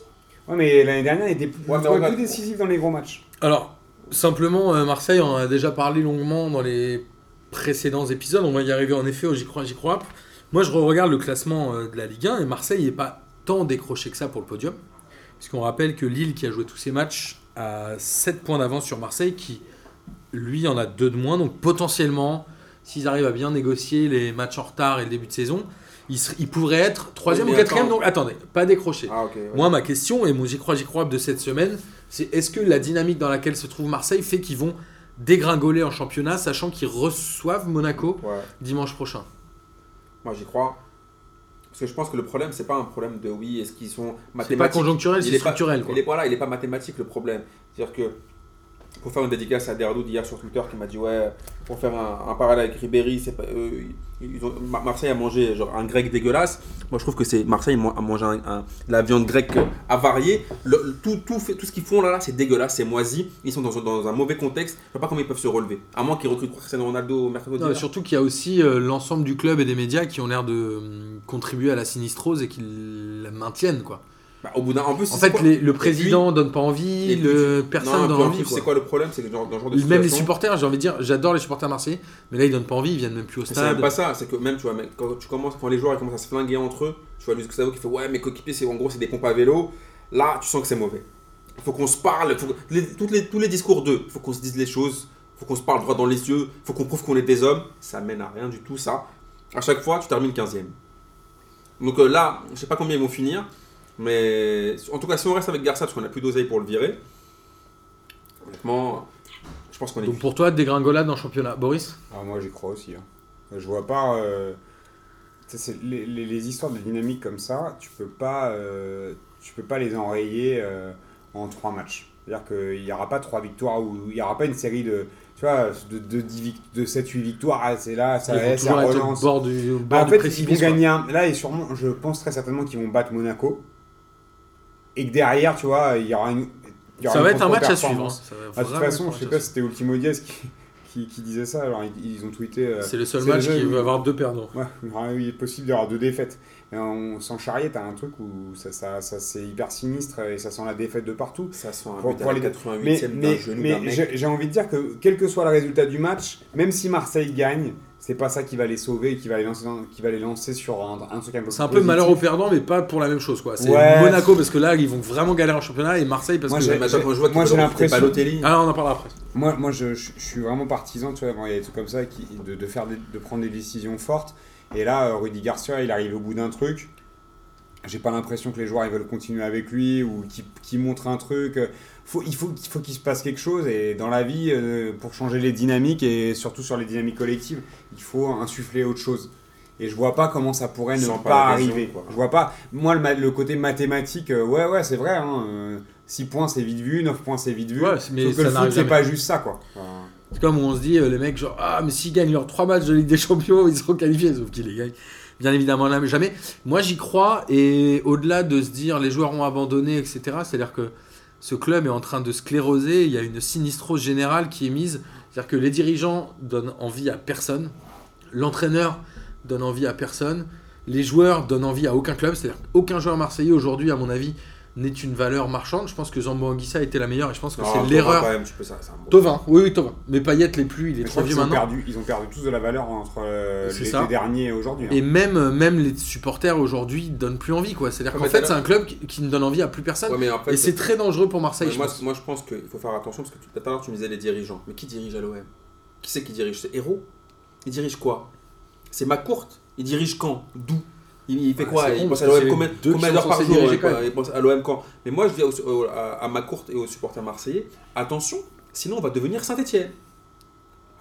Speaker 3: Ouais, mais l'année dernière, il était plus,
Speaker 2: Ouais, mais
Speaker 3: je trouvais
Speaker 2: regarde-
Speaker 3: plus décisif dans les gros matchs.
Speaker 1: Alors, simplement, euh, Marseille, on en a déjà parlé longuement dans les précédents épisodes. On va y arriver en effet, au j'y crois, j'y crois. Moi, je regarde le classement euh, de la Ligue 1 et Marseille n'est pas tant décroché que ça pour le podium. Puisqu'on rappelle que Lille, qui a joué tous ses matchs, a 7 points d'avance sur Marseille, qui, lui, en a 2 de moins. Donc, potentiellement, s'ils arrivent à bien négocier les matchs en retard et le début de saison, ils, ser- ils pourraient être 3 ou
Speaker 2: mais
Speaker 1: 4
Speaker 2: attends.
Speaker 1: Donc, attendez, pas décroché.
Speaker 2: Ah, ok. ouais.
Speaker 1: Moi, ma question, et mon j'y crois, j'y crois de cette semaine, c'est est-ce que la dynamique dans laquelle se trouve Marseille fait qu'ils vont dégringoler en championnat, sachant qu'ils reçoivent Monaco
Speaker 2: Ouais.
Speaker 1: dimanche prochain
Speaker 2: Moi, j'y crois. Parce que je pense que le problème, c'est pas un problème de oui, est-ce qu'ils sont
Speaker 1: C'est pas
Speaker 2: mathématiques
Speaker 1: conjoncturel,
Speaker 2: Il
Speaker 1: c'est
Speaker 2: est pas-
Speaker 1: structurel. quoi.
Speaker 2: Il est, voilà, il est pas mathématique le problème. C'est-à-dire que, pour faire une dédicace à Derdoud hier sur Twitter qui m'a dit Ouais, pour faire un, un parallèle avec Ribéry, c'est pas- euh, ils- ils ont- Mar- Marseille a mangé genre un grec dégueulasse. Moi je trouve que c'est Marseille man- a mangé un- un- de la viande grecque euh, avariée. Le- le- tout, tout, fait- tout ce qu'ils font là, là c'est dégueulasse, c'est moisi. Ils sont dans, un- dans un mauvais contexte. Je vois pas comment ils peuvent se relever. À moins qu'ils recrutent Cristiano Ronaldo au mercato
Speaker 1: Non,
Speaker 2: d'hiver.
Speaker 1: mais surtout qu'il y a aussi euh, l'ensemble du club et des médias qui ont l'air de euh, contribuer à la sinistrose et qui la maintiennent. Quoi.
Speaker 2: Bah, au bout d'un. En plus,
Speaker 1: En
Speaker 2: c'est
Speaker 1: fait,
Speaker 2: quoi
Speaker 1: les- le
Speaker 2: puis-
Speaker 1: président donne pas
Speaker 2: et
Speaker 1: envie,
Speaker 2: puis
Speaker 1: le,
Speaker 2: Non,
Speaker 1: personne
Speaker 2: puis
Speaker 1: donne
Speaker 2: en
Speaker 1: envie.
Speaker 2: plus,
Speaker 1: quoi.
Speaker 2: C'est quoi le problème C'est que dans, dans ce genre de
Speaker 1: Même les
Speaker 2: situation-
Speaker 1: supporters, j'ai envie de dire, j'adore les supporters marseillais, mais là ils donnent pas envie, ils viennent même plus au
Speaker 2: Mais C'est même
Speaker 1: stade.
Speaker 2: pas ça, c'est que même tu vois, mec, quand tu commences, quand les joueurs ils commencent à se flinguer entre eux, tu vois Luis Gustavo qui fait ouais mes coéquipiers c'est en gros c'est des pompes à vélo, là tu sens que c'est mauvais. Il faut qu'on se parle, faut que- les- toutes les, tous les discours d'eux, il faut qu'on se dise les choses, il faut qu'on se parle droit dans les yeux, il faut qu'on prouve qu'on est des hommes, ça mène à rien du tout ça. À chaque fois tu termines 15 e Donc euh, là, je sais pas combien ils vont finir, mais en tout cas si on reste avec Garça parce qu'on a plus d'oseille pour le virer, honnêtement, je pense qu'on est
Speaker 1: Donc pour toi, dégringolade en championnat. Boris
Speaker 3: Ah, moi, j'y crois aussi. hein. Je vois pas. euh, tu sais, c'est- les, les- les histoires de dynamique comme ça, tu peux pas, euh, tu peux pas les enrayer euh, en trois matchs. C'est-à-dire qu'il n'y aura pas trois victoires ou il n'y aura pas une série de, tu vois, de, de, 10 vic- de 7-8 victoires. Ah, c'est là, ça,
Speaker 1: Ils vont
Speaker 3: va, ça
Speaker 1: toujours être au
Speaker 3: relance.
Speaker 1: bord du, au bord
Speaker 3: Bah, en
Speaker 1: du
Speaker 3: fait, ils vont
Speaker 1: précipice. quoi.
Speaker 3: gagner un. Là, et sûrement, je pense très certainement qu'ils vont battre Monaco. Et que derrière, tu vois, il y aura une. il y aura
Speaker 1: Ça
Speaker 3: une
Speaker 1: va être un match à
Speaker 3: contre-performance.
Speaker 1: suivre. hein. Ça va
Speaker 3: Ah, de toute
Speaker 1: vraiment être un
Speaker 3: façon, je
Speaker 1: match
Speaker 3: sais
Speaker 1: à
Speaker 3: pas si
Speaker 1: suivre.
Speaker 3: c'était Ultimo Diaz qui, qui, qui, qui disait ça. Alors, ils, ils ont tweeté. euh,
Speaker 1: C'est le seul
Speaker 3: c'est
Speaker 1: match
Speaker 3: le jeu,
Speaker 1: qui
Speaker 3: oui.
Speaker 1: va avoir deux perdants.
Speaker 3: Ouais, ouais, oui, il est possible d'avoir deux défaites. Mais on s'en charriait, t'as un truc où ça, ça, ça c'est hyper sinistre et ça sent la défaite de partout.
Speaker 2: Ça sent
Speaker 3: Pour-
Speaker 2: un but
Speaker 3: pour
Speaker 2: à
Speaker 3: les-
Speaker 2: la
Speaker 3: Mais,
Speaker 2: 88ème d'un
Speaker 3: mais,
Speaker 2: genou
Speaker 3: mais
Speaker 2: d'un mec.
Speaker 3: j'ai j'ai envie de dire que quel que soit le résultat du match, même si Marseille gagne, c'est pas ça qui va les sauver et qui va les lancer, dans- qui va les lancer sur un, un truc un peu
Speaker 1: C'est un
Speaker 3: plus
Speaker 1: peu
Speaker 3: positif.
Speaker 1: malheur aux perdants, mais pas pour la même chose. quoi. C'est
Speaker 3: Ouais.
Speaker 1: Monaco parce que là, ils vont vraiment galérer en championnat et Marseille parce
Speaker 3: Moi,
Speaker 1: que.
Speaker 3: j'ai-
Speaker 2: Maintenant, quand je vois
Speaker 3: moi,
Speaker 2: que
Speaker 3: j'ai
Speaker 2: Laurent, c'était
Speaker 3: l'impression-
Speaker 2: Balotelli.
Speaker 1: Ah, on en parlera après.
Speaker 3: Moi, moi je, je- je suis vraiment partisan, tu vois, quand il y a des trucs comme ça, qui, de, de faire des- de prendre des décisions fortes. Et là, euh, Rudy Garcia, il arrive au bout d'un truc. J'ai pas l'impression que les joueurs ils veulent continuer avec lui ou qu'il qu'il montre un truc. Euh, Faut, il faut, il faut qu'il se passe quelque chose. Et dans la vie, euh, pour changer les dynamiques et surtout sur les dynamiques collectives, il faut insuffler autre chose. Et je vois pas comment ça pourrait ne
Speaker 2: Sans
Speaker 3: pas,
Speaker 2: parler des
Speaker 3: arriver.
Speaker 2: gens, quoi.
Speaker 3: Je vois pas. Moi, le, ma- le côté mathématique, euh, ouais, ouais, c'est vrai. euh, 6 points, c'est vite vu. 9 points, c'est vite vu.
Speaker 1: Ouais, mais
Speaker 3: Sauf que
Speaker 1: ça
Speaker 3: le
Speaker 1: n'arrive
Speaker 3: foot, c'est
Speaker 1: jamais.
Speaker 3: pas juste ça, quoi.
Speaker 1: Ah.
Speaker 3: Enfin,
Speaker 1: C'est comme on se dit, euh, les mecs, genre, ah, mais s'ils gagnent leurs trois matchs de Ligue des Champions, [laughs] ils seront qualifiés, sauf qu'ils les gagnent. Bien évidemment, là, mais jamais. Moi, j'y crois, et au-delà de se dire, les joueurs ont abandonné, etc., c'est-à-dire que ce club est en train de scléroser, il y a une sinistrose générale qui est mise, c'est-à-dire que les dirigeants donnent envie à personne, l'entraîneur donne envie à personne, les joueurs donnent envie à aucun club, c'est-à-dire qu'aucun joueur marseillais aujourd'hui, à mon avis, n'est une valeur marchande. Je pense que Zambo Anguissa était la meilleure, et je pense que
Speaker 2: Non,
Speaker 1: c'est
Speaker 2: Thomas,
Speaker 1: l'erreur.
Speaker 2: quand même, tu peux ça, c'est un bon-
Speaker 1: Tovin, oui, oui, Tovin. Mais Payet l'est plus, il est
Speaker 3: Mais je crois
Speaker 1: trop vieux
Speaker 3: qu'ils ont
Speaker 1: maintenant.
Speaker 3: perdu- Ils ont perdu tous de la valeur entre euh,
Speaker 1: C'est ça.
Speaker 3: l'été dernier et aujourd'hui.
Speaker 1: Et
Speaker 3: hein.
Speaker 1: même, euh, même les supporters aujourd'hui donnent plus envie, quoi. C'est-à-dire
Speaker 2: Ouais,
Speaker 1: qu'en
Speaker 2: mais
Speaker 1: fait,
Speaker 2: t'as
Speaker 1: c'est un club qui, qui ne donne envie à plus personne.
Speaker 2: Ouais, mais en fait,
Speaker 1: Et c'est très dangereux pour Marseille,
Speaker 2: Ouais,
Speaker 1: je
Speaker 2: moi,
Speaker 1: pense.
Speaker 2: moi, je pense qu'il faut faire attention parce que tout à l'heure, tu me disais les dirigeants. Mais qui dirige à l'OM Qui c'est qui dirige C'est Héros Il dirige quoi C'est Macourte Il dirige quand D'où il, il fait
Speaker 1: Ouais,
Speaker 2: quoi
Speaker 1: Ah, c'est
Speaker 2: Il
Speaker 1: con,
Speaker 2: pense à
Speaker 1: parce
Speaker 2: l'OM
Speaker 1: que
Speaker 2: combien,
Speaker 1: c'est deux
Speaker 2: combien
Speaker 1: qui
Speaker 2: d'heures
Speaker 1: sont
Speaker 2: par
Speaker 1: censés
Speaker 2: jour
Speaker 1: diriger
Speaker 2: quoi
Speaker 1: quand même.
Speaker 2: Il pense à l'OM quand Mais moi, je dis aux- aux- à, à Macourte et aux supporters marseillais attention, sinon on va devenir Saint-Etienne.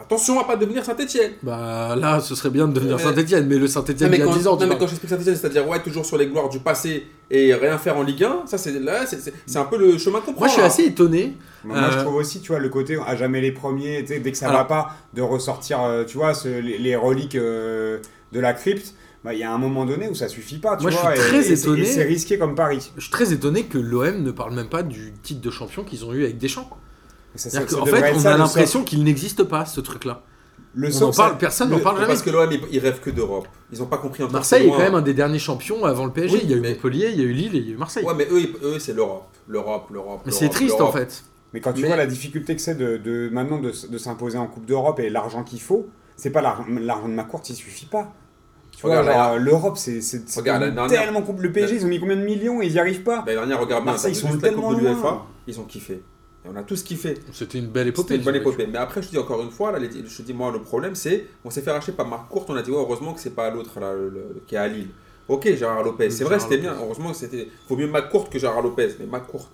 Speaker 2: Attention à pas devenir Saint-Etienne.
Speaker 1: Bah là, ce serait bien de devenir
Speaker 2: Mais-
Speaker 1: Saint-Etienne, mais le
Speaker 2: Non,
Speaker 1: Saint-Etienne
Speaker 2: mais,
Speaker 1: il y a
Speaker 2: quand,
Speaker 1: 10 ans,
Speaker 2: non,
Speaker 1: tu
Speaker 2: mais
Speaker 1: vois.
Speaker 2: quand j'explique Saint-Etienne, c'est-à-dire ouais, toujours sur les gloires du passé et rien faire en Ligue 1, ça c'est là, c'est- c'est c'est un peu le chemin qu'on prend.
Speaker 1: Moi, je suis
Speaker 2: là.
Speaker 1: assez étonné.
Speaker 3: Mais Moi, je
Speaker 1: euh,
Speaker 3: trouve aussi, tu vois, le côté à jamais les premiers, tu sais, dès que ça
Speaker 1: Alors-
Speaker 3: va pas, de ressortir, euh, tu vois, ce- les, les reliques euh, de la crypte. bah, Il y a un moment donné où ça suffit pas, tu
Speaker 1: Moi, je
Speaker 3: vois.
Speaker 1: suis
Speaker 3: et-
Speaker 1: très
Speaker 3: et c'est-
Speaker 1: étonné.
Speaker 3: et C'est risqué comme pari.
Speaker 1: Je suis très étonné que l'OM ne parle même pas du titre de champion qu'ils ont eu avec Deschamps.
Speaker 3: Ça, ça-
Speaker 1: C'est-à-dire
Speaker 3: ça
Speaker 1: qu'en
Speaker 3: devrait
Speaker 1: fait,
Speaker 3: être
Speaker 1: on
Speaker 3: ça,
Speaker 1: a
Speaker 3: le
Speaker 1: l'impression qu'il n'existe pas, ce truc-là.
Speaker 3: socle. Le
Speaker 1: On en
Speaker 3: socle, ça-
Speaker 1: parle, personne n'en
Speaker 3: le-
Speaker 1: parle jamais.
Speaker 2: Parce que l'OM, ils- ils rêvent que d'Europe. Ils n'ont pas compris un truc.
Speaker 1: Marseille
Speaker 2: c'est
Speaker 1: est quand
Speaker 2: loin.
Speaker 1: même un des derniers champions avant le PSG.
Speaker 2: Oui,
Speaker 1: il y a eu
Speaker 2: mais-
Speaker 1: Montpellier, il y a eu Lille et il y a eu Marseille.
Speaker 2: Ouais, mais eux, ils- eux c'est l'Europe. L'Europe, l'Europe.
Speaker 1: mais c'est
Speaker 2: l'Europe,
Speaker 1: triste, en
Speaker 2: l'Europe.
Speaker 1: fait.
Speaker 3: Mais quand tu
Speaker 2: Mais-
Speaker 3: vois la difficulté que c'est de, de- maintenant de, s- de s'imposer en Coupe d'Europe et l'argent qu'il faut, c'est pas l'argent l'argent de ma courte, il suffit pas. Tu vois,
Speaker 2: Regarde,
Speaker 3: genre,
Speaker 2: là,
Speaker 3: euh, l'Europe, c'est c'est- c'est
Speaker 2: Regarde, la
Speaker 3: devenu
Speaker 2: dernière-
Speaker 3: tellement compliqué. Le PSG, ils ont mis combien de millions et ils n'y arrivent pas
Speaker 2: L'année dernière, regarde bien,
Speaker 3: Marseille,
Speaker 2: t'as vu
Speaker 3: ils sont
Speaker 2: juste la
Speaker 3: tellement
Speaker 2: Coupe de l'UEFA,
Speaker 3: loin.
Speaker 2: ils ont kiffé. Et on a tous kiffé.
Speaker 1: C'était une belle épopée.
Speaker 2: C'était une bonne
Speaker 1: ce match.
Speaker 2: épopée. Mais après, je te dis encore une fois, là, les- je te dis, moi, le problème, c'est on s'est fait arracher par Marc Courte. On a dit, ouais, heureusement que c'est pas l'autre là, le- le- qui est à Lille. Ok, Gérard Lopez.
Speaker 1: Oui,
Speaker 2: C'est vrai,
Speaker 1: Gérard
Speaker 2: c'était bien.
Speaker 1: Lopez.
Speaker 2: Heureusement que c'était. Faut mieux Marc Courte que Gérard Lopez. Mais Marc Courte,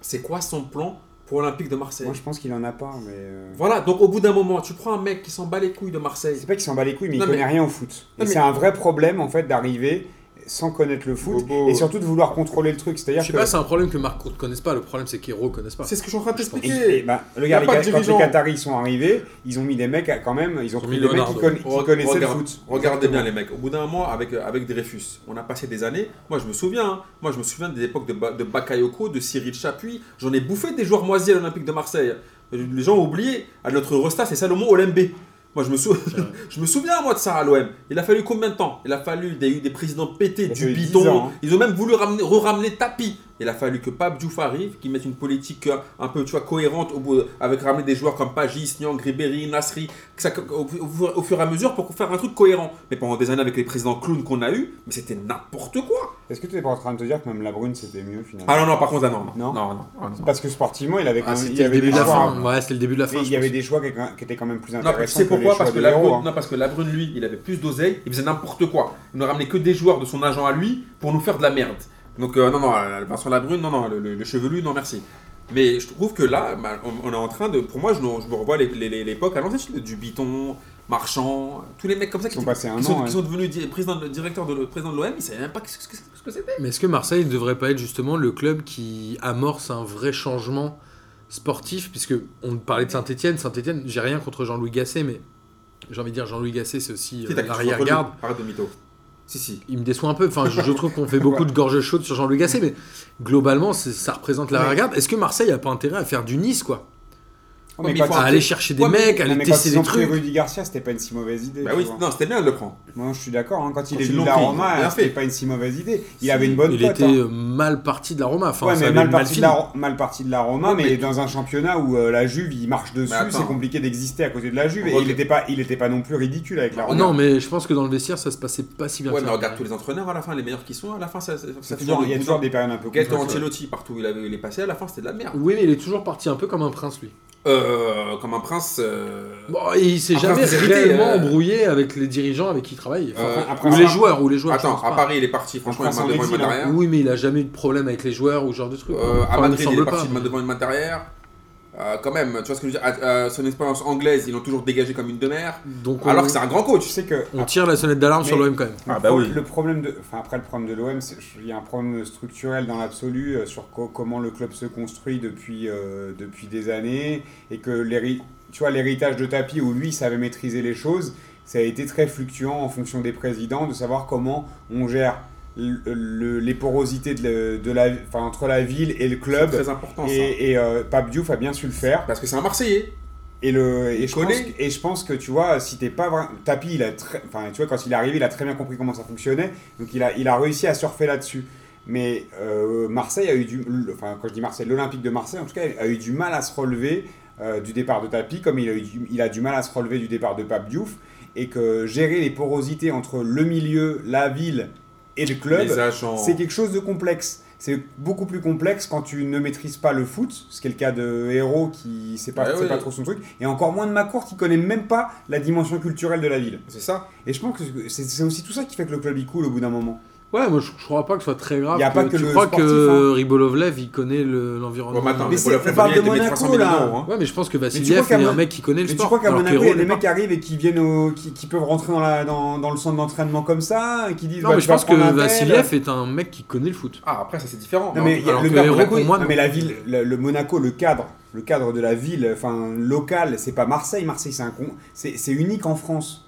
Speaker 2: c'est quoi son plan pour l'Olympique de Marseille
Speaker 3: Moi, je pense qu'il en a pas, mais. euh,
Speaker 2: Voilà, donc au bout d'un moment, tu prends un mec qui s'en bat les couilles de Marseille.
Speaker 3: C'est pas qu'il s'en bat les couilles, mais
Speaker 2: Non,
Speaker 3: il connaît
Speaker 2: mais-
Speaker 3: rien au foot.
Speaker 2: Non,
Speaker 3: et c'est
Speaker 2: mais-
Speaker 3: un vrai problème, en fait, d'arriver sans connaître le foot
Speaker 2: Bobo.
Speaker 3: et surtout de vouloir contrôler le truc.
Speaker 1: Je
Speaker 3: C'est-à-dire
Speaker 1: sais
Speaker 3: que.
Speaker 1: pas, c'est un problème que Marc ne connaisse pas. Le problème, c'est qu'Hero ne connaisse pas.
Speaker 2: C'est ce que je suis en train de
Speaker 1: Je pense.
Speaker 3: Et- et
Speaker 2: t'expliquer.
Speaker 3: bah,
Speaker 2: Y a
Speaker 3: regarde, les
Speaker 2: pas
Speaker 3: gars,
Speaker 2: de
Speaker 3: quand les
Speaker 2: dirigeant.
Speaker 3: Qataris sont arrivés, ils ont mis des mecs à- quand même, ils ont
Speaker 1: Ils ont
Speaker 3: pris
Speaker 1: mis
Speaker 3: des mecs qui,
Speaker 1: Leonardo.
Speaker 3: conna- qui
Speaker 2: Re-
Speaker 3: connaissaient
Speaker 2: regarde-
Speaker 3: le foot.
Speaker 2: Regardez
Speaker 3: Exactement.
Speaker 2: bien les mecs. Au bout d'un moment, avec, euh, avec Dreyfus, on a passé des années. Moi, je me souviens. hein. Moi, je me souviens des époques de, Ba- de Bakayoko, de Cyril Chapuis. J'en ai bouffé des joueurs moisis à l'Olympique de Marseille. Euh, Les gens ont oublié. À notre Rosta, c'est Salomon Olembe. Moi, je me, sou- [laughs] je me souviens, moi, de ça à l'OM. Il a fallu combien de temps Il a fallu des, des présidents pétés,
Speaker 3: Il a
Speaker 2: du
Speaker 3: fallu 10
Speaker 2: bidon.
Speaker 3: ans, hein.
Speaker 2: Ils ont même voulu ramener, re-ramener Tapi. Il a fallu que Pape Diouf arrive, qu'il mette une politique euh, un peu tu vois, cohérente au bout, avec ramener des joueurs comme Pagis, Nyang, Ribéry, Nasri, que ça- au, au fur- au fur et à mesure pour faire un truc cohérent. Mais pendant des années avec les présidents clowns qu'on a eu, mais c'était n'importe quoi.
Speaker 3: Est-ce que tu es pas en train de te dire que même la brune, c'était mieux finalement
Speaker 2: Ah non, non, par contre, ah non, non,
Speaker 3: Non.
Speaker 2: non, non, ah non.
Speaker 3: Parce que sportivement, il avait quand
Speaker 1: Ah,
Speaker 3: même- il
Speaker 1: c'était
Speaker 3: y
Speaker 1: le
Speaker 3: avait
Speaker 1: début
Speaker 3: des hein.
Speaker 1: de la
Speaker 3: joueurs-
Speaker 1: fin. Ouais, c'était le début de la
Speaker 3: Mais
Speaker 1: fin.
Speaker 3: il y avait des choix qui, qui étaient quand même plus
Speaker 2: Non,
Speaker 3: intéressants.
Speaker 2: tu sais
Speaker 3: que Ah, bah, les
Speaker 2: pourquoi
Speaker 3: choix
Speaker 2: parce que,
Speaker 3: de
Speaker 2: la
Speaker 3: Véro,
Speaker 2: Brune,
Speaker 3: hein.
Speaker 2: non, parce que la Brune, lui, il avait plus d'oseille, il faisait n'importe quoi. Il nous ramenait que des joueurs de son agent à lui pour nous faire de la merde. Donc, euh, non, non, euh, Vincent Labrune, non, non, le, le- le chevelu, non, merci. Mais je trouve que là, bah, on, on est en train de. Pour moi, je, me- je me revois les- les- les- l'époque à l'ancienne, du Biton, Marchand, tous les mecs comme ça qui,
Speaker 3: Ils sont passés un
Speaker 2: qui sont, qui
Speaker 3: an, hein.
Speaker 2: sont devenus di- président, de- directeur de, le président de l'OM, ils savaient même pas ce que- ce que ce que c'était.
Speaker 1: Mais est-ce que Marseille ne devrait pas être justement le club qui amorce un vrai changement sportif Puisque on parlait de Saint-Etienne. Saint-Etienne, j'ai rien contre Jean-Louis Gasset, mais j'ai envie de dire Jean-Louis Gasset, c'est aussi
Speaker 2: Si,
Speaker 1: euh,
Speaker 2: t'as quelque chose contre lui.
Speaker 1: l'arrière-garde.
Speaker 2: Arrête de mytho. Si, si.
Speaker 1: Il me déçoit un peu. Enfin, je, je trouve qu'on
Speaker 3: [laughs]
Speaker 1: fait beaucoup de gorge chaude sur Jean-Louis Gasset, mais globalement, c'est- ça représente l'arrière-garde. Est-ce que Marseille a pas intérêt à faire du Nice, quoi
Speaker 3: Non,
Speaker 4: Ouais,
Speaker 3: mais
Speaker 4: mais
Speaker 3: quand
Speaker 4: il faut
Speaker 1: à
Speaker 3: ils-
Speaker 1: aller chercher des
Speaker 3: Ouais, mais-
Speaker 1: mecs, à
Speaker 3: non,
Speaker 1: aller
Speaker 3: mais quand
Speaker 1: tester
Speaker 3: ils
Speaker 1: des
Speaker 3: ont pris
Speaker 1: trucs.
Speaker 3: Rudy Garcia, c'était pas une si mauvaise idée.
Speaker 2: Bah
Speaker 3: tu
Speaker 2: oui,
Speaker 3: vois.
Speaker 2: non, c'était bien de le prendre.
Speaker 3: Moi, je suis d'accord. hein, quand il
Speaker 2: Quand
Speaker 3: est
Speaker 2: ils
Speaker 3: venu
Speaker 2: l'ont
Speaker 3: de la
Speaker 2: pris, ils l'ont
Speaker 3: Roma,
Speaker 2: bien
Speaker 3: c'était
Speaker 2: fait.
Speaker 3: pas une si mauvaise idée. Il
Speaker 2: Si,
Speaker 3: avait une bonne
Speaker 1: Il
Speaker 3: cote.
Speaker 1: était
Speaker 3: hein.
Speaker 1: euh, mal parti de la Roma. Enfin,
Speaker 3: ouais,
Speaker 1: ça
Speaker 3: mais
Speaker 1: avait
Speaker 3: mal
Speaker 1: mal
Speaker 3: parti, de
Speaker 1: fini.
Speaker 3: la, Ro- mal parti de la Roma,
Speaker 2: Ouais,
Speaker 3: mais,
Speaker 2: mais-
Speaker 3: dans un championnat où euh, la Juve, il marche dessus,
Speaker 2: attends.
Speaker 3: c'est compliqué d'exister à côté de la Juve.
Speaker 2: On
Speaker 3: Et
Speaker 2: voit
Speaker 3: il
Speaker 2: que-
Speaker 3: n'était pas, il était pas non plus ridicule avec la Roma.
Speaker 1: Non, mais je pense que dans le vestiaire, ça se passait pas si bien.
Speaker 2: Ouais,
Speaker 1: que
Speaker 2: mais
Speaker 1: ça.
Speaker 2: regarde tous les entraîneurs à la fin, les meilleurs qui sont, à la fin, ça, ça, ça
Speaker 3: C'est
Speaker 2: fait
Speaker 3: toujours- il y a
Speaker 2: bout
Speaker 3: toujours
Speaker 2: d'un-
Speaker 3: des périodes un peu
Speaker 2: Gaëtan
Speaker 3: complexes.
Speaker 2: Ancelotti, partout où il, avait- il est passé, à la fin, c'était de la merde.
Speaker 1: Oui, mais il est toujours parti un peu comme un prince, lui.
Speaker 2: Euh, comme un prince. euh,
Speaker 1: Bon, et il s'est
Speaker 2: Après,
Speaker 1: jamais
Speaker 2: c'est hérité,
Speaker 1: réellement
Speaker 2: euh,
Speaker 1: embrouillé avec les dirigeants avec qui il travaille. Enfin,
Speaker 2: euh,
Speaker 3: après
Speaker 1: ou
Speaker 3: ça-
Speaker 1: les joueurs, ou les joueurs. je
Speaker 2: Attends,
Speaker 1: pense
Speaker 2: à
Speaker 1: pas.
Speaker 2: Paris, il est parti, franchement, il
Speaker 3: Après,
Speaker 2: main
Speaker 3: son
Speaker 2: devant une main
Speaker 3: exil, hein.
Speaker 2: derrière.
Speaker 1: Oui, mais il a jamais eu de problème avec les joueurs ou ce genre de truc.
Speaker 2: Euh,
Speaker 1: Enfin, il
Speaker 2: à
Speaker 1: me
Speaker 2: Madrid, il
Speaker 1: semble
Speaker 2: est
Speaker 1: pas.
Speaker 2: parti de main devant une main derrière. Euh, quand même, tu vois ce que je veux dire à- euh, Son expérience anglaise, ils l'ont toujours dégagé comme une de mer.
Speaker 1: Donc, on,
Speaker 2: Alors que c'est un grand
Speaker 3: Tu
Speaker 2: coach.
Speaker 3: sais que
Speaker 1: on tire la sonnette d'alarme
Speaker 3: Mais-
Speaker 1: sur l'OM quand même.
Speaker 2: Ah,
Speaker 3: le
Speaker 2: bah
Speaker 3: pro-
Speaker 2: oui.
Speaker 3: le problème de, enfin après le problème de l'OM, il y a un problème structurel dans l'absolu euh, sur co- comment le club se construit depuis euh, depuis des années et que l'héri- tu vois l'héritage de Tapi où lui il savait maîtriser les choses, ça a été très fluctuant en fonction des présidents de savoir comment on gère le- le- les porosités de, la- de la, enfin entre la ville et le
Speaker 2: C'est
Speaker 3: club.
Speaker 2: très hein. important ça.
Speaker 3: Et, et euh, Pape Diouf a bien su le faire.
Speaker 2: Parce que c'est un Marseillais.
Speaker 3: Et, le, et, je pense,
Speaker 2: connaît.
Speaker 3: que- et je pense que tu vois, si t'es pas vraiment. Tapi, il a très, enfin, tu vois, quand il est arrivé, il a très bien compris comment ça fonctionnait. Donc il a, il a réussi à surfer là-dessus. Mais euh, Marseille a eu du. le- Enfin, quand je dis Marseille, l'Olympique de Marseille, en tout cas, a eu du mal à se relever euh, du départ de Tapi, comme il a, eu du, il a du mal à se relever du départ de Pape Diouf. Et que gérer les porosités entre le milieu, la ville et le club.
Speaker 2: Les agents.
Speaker 3: C'est quelque chose de complexe. C'est beaucoup plus complexe quand tu ne maîtrises pas le foot, ce qui est le cas de Héros qui c'est pas,
Speaker 2: Ouais,
Speaker 3: c'est
Speaker 2: ouais.
Speaker 3: pas trop son truc, et encore moins de Macourt qui connaît même pas la dimension culturelle de la ville.
Speaker 2: C'est ça.
Speaker 3: Et je pense que c'est c'est aussi tout ça qui fait que le club il coule au bout d'un moment.
Speaker 1: Ouais, moi je, je crois pas que ce soit très grave.
Speaker 3: Y a pas que
Speaker 1: tu
Speaker 3: le
Speaker 1: crois
Speaker 3: sportif, hein.
Speaker 1: que Ribolovlev il connaît le- l'environnement.
Speaker 2: Bon, maintenant,
Speaker 3: Mais
Speaker 2: mais
Speaker 3: c'est-
Speaker 2: pour la fin
Speaker 3: on parle
Speaker 2: de l'année,
Speaker 3: de
Speaker 2: il a mis 300 millions
Speaker 3: Monaco, là.
Speaker 2: d'euros, hein.
Speaker 1: Ouais, mais je pense que
Speaker 3: crois
Speaker 1: Vassiliev
Speaker 3: qu'à
Speaker 1: est un
Speaker 3: Mon-
Speaker 1: mec qui connaît le
Speaker 3: Mais tu
Speaker 1: sport.
Speaker 3: crois qu'à
Speaker 1: alors
Speaker 3: Monaco,
Speaker 1: qu'Hérault
Speaker 3: il y a des
Speaker 1: l'est pas.
Speaker 3: mecs qui arrivent et qui viennent au- qui, qui peuvent rentrer dans, la, dans, dans le centre d'entraînement comme ça, et qui disent
Speaker 1: Non,
Speaker 3: bah,
Speaker 1: mais
Speaker 3: tu
Speaker 1: je
Speaker 3: vas
Speaker 1: pense que
Speaker 3: prendre un tel.
Speaker 1: Vassiliev est un mec qui connaît le foot.
Speaker 2: Ah, après, ça c'est différent.
Speaker 3: Non, mais il y a-
Speaker 2: Alors
Speaker 3: le
Speaker 2: que-
Speaker 3: cadre,
Speaker 1: Hérault, pour moi,
Speaker 3: non,
Speaker 1: non.
Speaker 3: mais la ville, le, le Monaco, le cadre, le cadre de la ville, enfin local, c'est pas Marseille. Marseille, c'est un con, c'est c'est unique en France.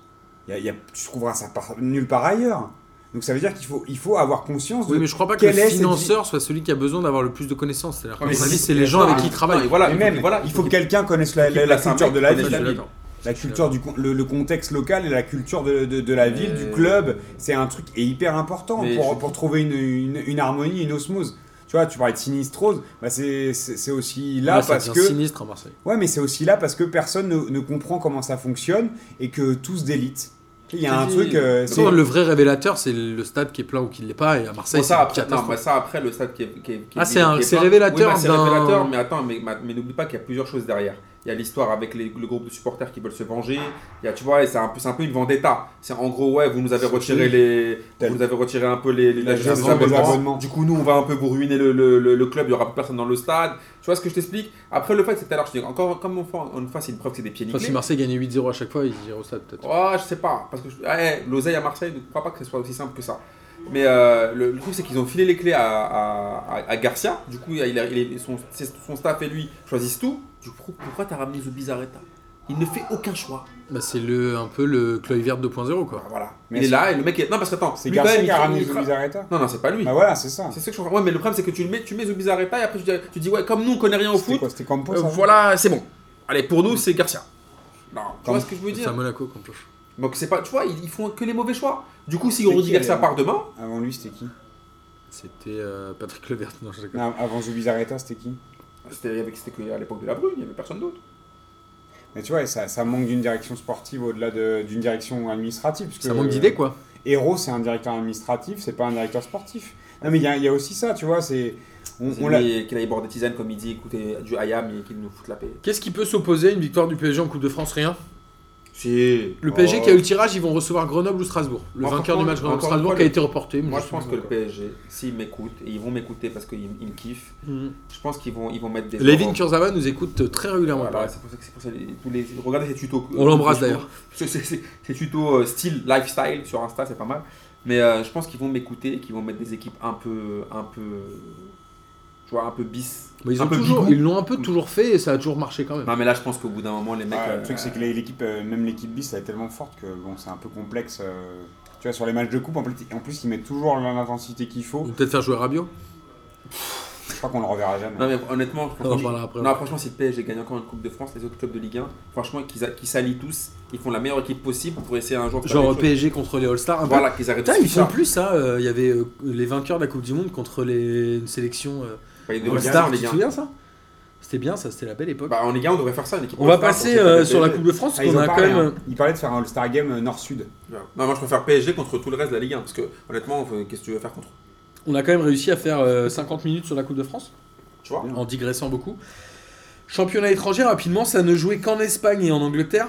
Speaker 3: Il y a- il y a- tu trouveras ça par- nulle part ailleurs. Donc ça veut dire qu'il faut, il faut avoir conscience de.
Speaker 1: Oui, mais je crois pas que le
Speaker 3: Quelle est cette
Speaker 1: financeur soit celui qui a besoin d'avoir le plus de connaissances. C'est-à-dire qu'à
Speaker 2: Ouais, mais
Speaker 1: mon avis,
Speaker 2: si-
Speaker 1: c'est les gens avec qui il
Speaker 2: Non, et
Speaker 1: travaille.
Speaker 2: voilà,
Speaker 3: Et
Speaker 2: il faut-
Speaker 3: même,
Speaker 2: voilà,
Speaker 3: il faut que quelqu'un connaisse la,
Speaker 2: qu'il
Speaker 3: la- la
Speaker 2: place un
Speaker 3: culture
Speaker 2: mec
Speaker 3: de la
Speaker 2: qui connaisse
Speaker 1: Je suis
Speaker 3: ville,
Speaker 2: la ville.
Speaker 1: d'accord.
Speaker 3: la culture du con- le, le contexte local et la culture de, de- de la ville, du
Speaker 2: Euh,
Speaker 3: club. C'est un truc est hyper important
Speaker 2: mais
Speaker 3: pour,
Speaker 2: je-
Speaker 3: pour trouver une, une- une harmonie, une osmose. Tu vois, tu parlais de sinistrose, bah c'est c'est- c'est aussi là
Speaker 1: Là, ça
Speaker 3: parce
Speaker 1: devient
Speaker 3: que
Speaker 1: sinistre à Marseille.
Speaker 3: Ouais, mais c'est aussi là parce que personne ne, ne comprend comment ça fonctionne et que tous délitent. Il y a
Speaker 2: Je
Speaker 3: un
Speaker 2: dis-
Speaker 3: truc. euh, c'est-
Speaker 1: Non, le vrai révélateur, c'est le stade qui est plein ou qui ne l'est pas, et à Marseille,
Speaker 2: Bon,
Speaker 1: c'est
Speaker 2: ça,
Speaker 1: une
Speaker 2: après, non,
Speaker 1: catastrophe.
Speaker 2: mais ça après le stade qui est, qui est- qui
Speaker 1: Ah,
Speaker 2: est-
Speaker 1: c'est
Speaker 2: qui est
Speaker 1: un-
Speaker 2: pas-
Speaker 1: c'est révélateur
Speaker 2: Oui, bah, c'est
Speaker 1: d'un-
Speaker 2: révélateur, mais attends, mais, mais- mais n'oublie pas qu'il y a plusieurs choses derrière. Il y a l'histoire avec les- le groupe de supporters qui veulent se venger. Il y a, tu vois, c'est un, peu- c'est un peu une vendetta. C'est en gros, ouais, vous nous avez retiré les,
Speaker 3: Tel-
Speaker 2: vous nous avez retiré un peu les, les- la
Speaker 3: La
Speaker 2: gestion
Speaker 3: gestion
Speaker 2: des
Speaker 3: des
Speaker 2: abonnements.
Speaker 3: abonnements.
Speaker 2: Du coup, nous, on va un peu vous ruiner le, le- le- le club. Il y aura plus personne dans le stade. Tu vois ce que je t'explique Après, le fait, c'est tout à l'heure, je dis encore, comme on fait, on fait, c'est une preuve que c'est des pieds
Speaker 1: Enfin,
Speaker 2: nickelés.
Speaker 1: si Marseille gagnait 8-0 à chaque fois, ils iraient au stade peut-être.
Speaker 2: Ouais, Oh, je sais pas. Parce que je- ah, eh, l'oseille à Marseille, ne crois pas que ce soit aussi simple que ça. Mais euh, le, le truc, c'est qu'ils ont filé les clés à, à- à- à Garcia. Du coup, il a- il a- il est- son, c'est- son staff et lui choisissent tout. Du coup, pourquoi t'as ramené Zubizarreta Il ne fait aucun choix.
Speaker 1: Bah, c'est le, un peu le Cloyvert 2.0 quoi.
Speaker 2: Ah, voilà.
Speaker 3: Mais
Speaker 2: il est
Speaker 3: c'est-
Speaker 2: là et le mec est. Non, parce que attends,
Speaker 3: C'est
Speaker 2: lui, quand
Speaker 3: Garcia
Speaker 2: même,
Speaker 3: qui
Speaker 2: il-
Speaker 3: a
Speaker 2: il-
Speaker 3: ramené
Speaker 2: il-
Speaker 3: Zubizarreta.
Speaker 2: Non, non, c'est pas lui.
Speaker 3: Bah voilà, c'est ça.
Speaker 2: C'est ça que je comprends. Ouais, mais le problème, c'est que tu le mets, tu mets Zubizarreta et après tu dis, tu dis, ouais, comme nous, on connaît rien au
Speaker 3: C'était
Speaker 2: foot,
Speaker 3: quoi C'était Campos
Speaker 2: euh,
Speaker 3: ça
Speaker 2: voilà, c'est bon. Allez, pour nous, c'est Garcia. Non, tu
Speaker 3: Comme-
Speaker 2: vois ce que je veux
Speaker 1: C'est à
Speaker 2: dire
Speaker 1: Monaco qu'on pioche.
Speaker 2: Donc, c'est pas. Tu vois, ils ils font que les mauvais choix. Du coup, si
Speaker 3: C'est euh,
Speaker 2: Rudy
Speaker 3: qui,
Speaker 2: Garcia
Speaker 3: d'ailleurs
Speaker 2: part demain.
Speaker 3: Avant lui, c'était qui
Speaker 1: C'était euh, Patrick Levert. Non, je déconne.
Speaker 3: Non, Avant Zubizarreta, c'était qui
Speaker 2: C'était avec- c'était que à l'époque de la brune, il n'y avait personne d'autre.
Speaker 3: Mais tu vois, ça, ça manque d'une direction sportive au-delà de- d'une direction administrative. parce
Speaker 1: Ça
Speaker 3: que-
Speaker 1: manque d'idées quoi.
Speaker 3: Héros, c'est un directeur administratif, c'est pas un directeur sportif. Non, mais il y, a- il y a aussi ça, tu vois, c'est. On, on l'a-
Speaker 2: Mais Qu'il aille boire des tisanes comme il dit, écoutez, du Hayam et qu'il nous foute la paix.
Speaker 1: Qu'est-ce qui peut s'opposer à une victoire du PSG en Coupe de France Rien.
Speaker 2: Si.
Speaker 1: Le PSG qui a eu le tirage, ils vont recevoir Grenoble ou Strasbourg. Le
Speaker 2: Euh, Moi,
Speaker 1: vainqueur du match
Speaker 2: franchement,
Speaker 1: Grenoble
Speaker 2: encore une
Speaker 1: Strasbourg
Speaker 2: fois,
Speaker 1: qui a
Speaker 2: le-
Speaker 1: été reporté. mais
Speaker 2: Moi,
Speaker 1: je
Speaker 2: je
Speaker 1: sais
Speaker 2: pense
Speaker 1: pas
Speaker 2: que le
Speaker 1: pourquoi.
Speaker 2: PSG, s'ils m'écoutent, et ils vont m'écouter parce qu'ils ils me kiffent,
Speaker 1: Mhm.
Speaker 2: je pense qu'ils vont, ils vont mettre des.
Speaker 1: Levin Kurzawa nous écoute très régulièrement.
Speaker 2: Voilà, Ah, bah, c'est pour ça que c'est pour ça. les- tous les- regardez ces tutos.
Speaker 1: On l'embrasse d'ailleurs.
Speaker 2: C'est- c'est- c'est- Ces tutos euh, style lifestyle sur Insta, c'est pas mal. Mais euh, je pense qu'ils vont m'écouter et qu'ils vont mettre des équipes un peu. Un peu tu vois, un peu bis.
Speaker 1: Mais ils
Speaker 2: un
Speaker 1: ont
Speaker 2: peu
Speaker 1: toujours-
Speaker 2: bigou.
Speaker 1: ils l'ont un peu toujours fait et ça a toujours marché quand même.
Speaker 2: Non, mais là, je pense qu'au bout d'un moment, les mecs.
Speaker 3: Ah,
Speaker 2: euh,
Speaker 3: le truc, c'est que les- l'équipe, euh, même l'équipe bis, elle est tellement forte que bon, c'est un peu complexe. euh, Tu vois, sur les matchs de coupe, en plus, en plus, ils mettent toujours l'intensité qu'il faut.
Speaker 1: Ils vont peut-être faire jouer Rabiot.
Speaker 3: crois qu'on le reverra jamais.
Speaker 1: Ah,
Speaker 2: Non, mais honnêtement,
Speaker 1: On en
Speaker 2: franchement,
Speaker 1: parlera après.
Speaker 2: non, franchement, si le PSG gagne encore une Coupe de France, les autres clubs de Ligue 1, franchement, qu'ils a- qu'ils s'allient tous, ils font la meilleure équipe possible pour essayer un jour de faire
Speaker 1: Genre
Speaker 2: quelque chose.
Speaker 1: PSG contre les All-Stars. un peu.
Speaker 2: Voilà, qu'ils arrêtent
Speaker 1: Putain,
Speaker 2: de
Speaker 1: ils
Speaker 2: se
Speaker 1: font
Speaker 2: faire.
Speaker 1: plus ça. euh, Il y avait euh, les vainqueurs de la Coupe du Monde contre les... une sélection euh,
Speaker 2: Bah, ils devraient faire ça,
Speaker 1: All-Star.
Speaker 2: les
Speaker 1: Tu te
Speaker 2: gars.
Speaker 1: souviens ça C'était bien, ça, c'était la belle époque.
Speaker 2: Bah, en Ligue 1, on devrait faire ça. l'équipe
Speaker 1: On va
Speaker 2: All-Star,
Speaker 1: passer
Speaker 2: pour
Speaker 1: euh,
Speaker 2: le
Speaker 1: sur la
Speaker 2: PSG.
Speaker 1: Coupe de France
Speaker 3: Ah,
Speaker 1: parce
Speaker 3: ils
Speaker 1: qu'on
Speaker 3: en
Speaker 1: a quand
Speaker 3: parlaient,
Speaker 1: même.
Speaker 3: hein. Ils parlaient de faire un All-Star Game euh, Nord-Sud.
Speaker 2: Non, moi, je préfère PSG contre tout le reste de la Ligue 1. Parce que, honnêtement, euh, qu'est-ce que tu veux faire contre
Speaker 1: On a quand même réussi à faire euh, 50 minutes sur la Coupe de France,
Speaker 2: Tu vois
Speaker 3: Bien.
Speaker 1: en digressant beaucoup. Championnat étranger, rapidement, ça ne jouait qu'en Espagne et en Angleterre.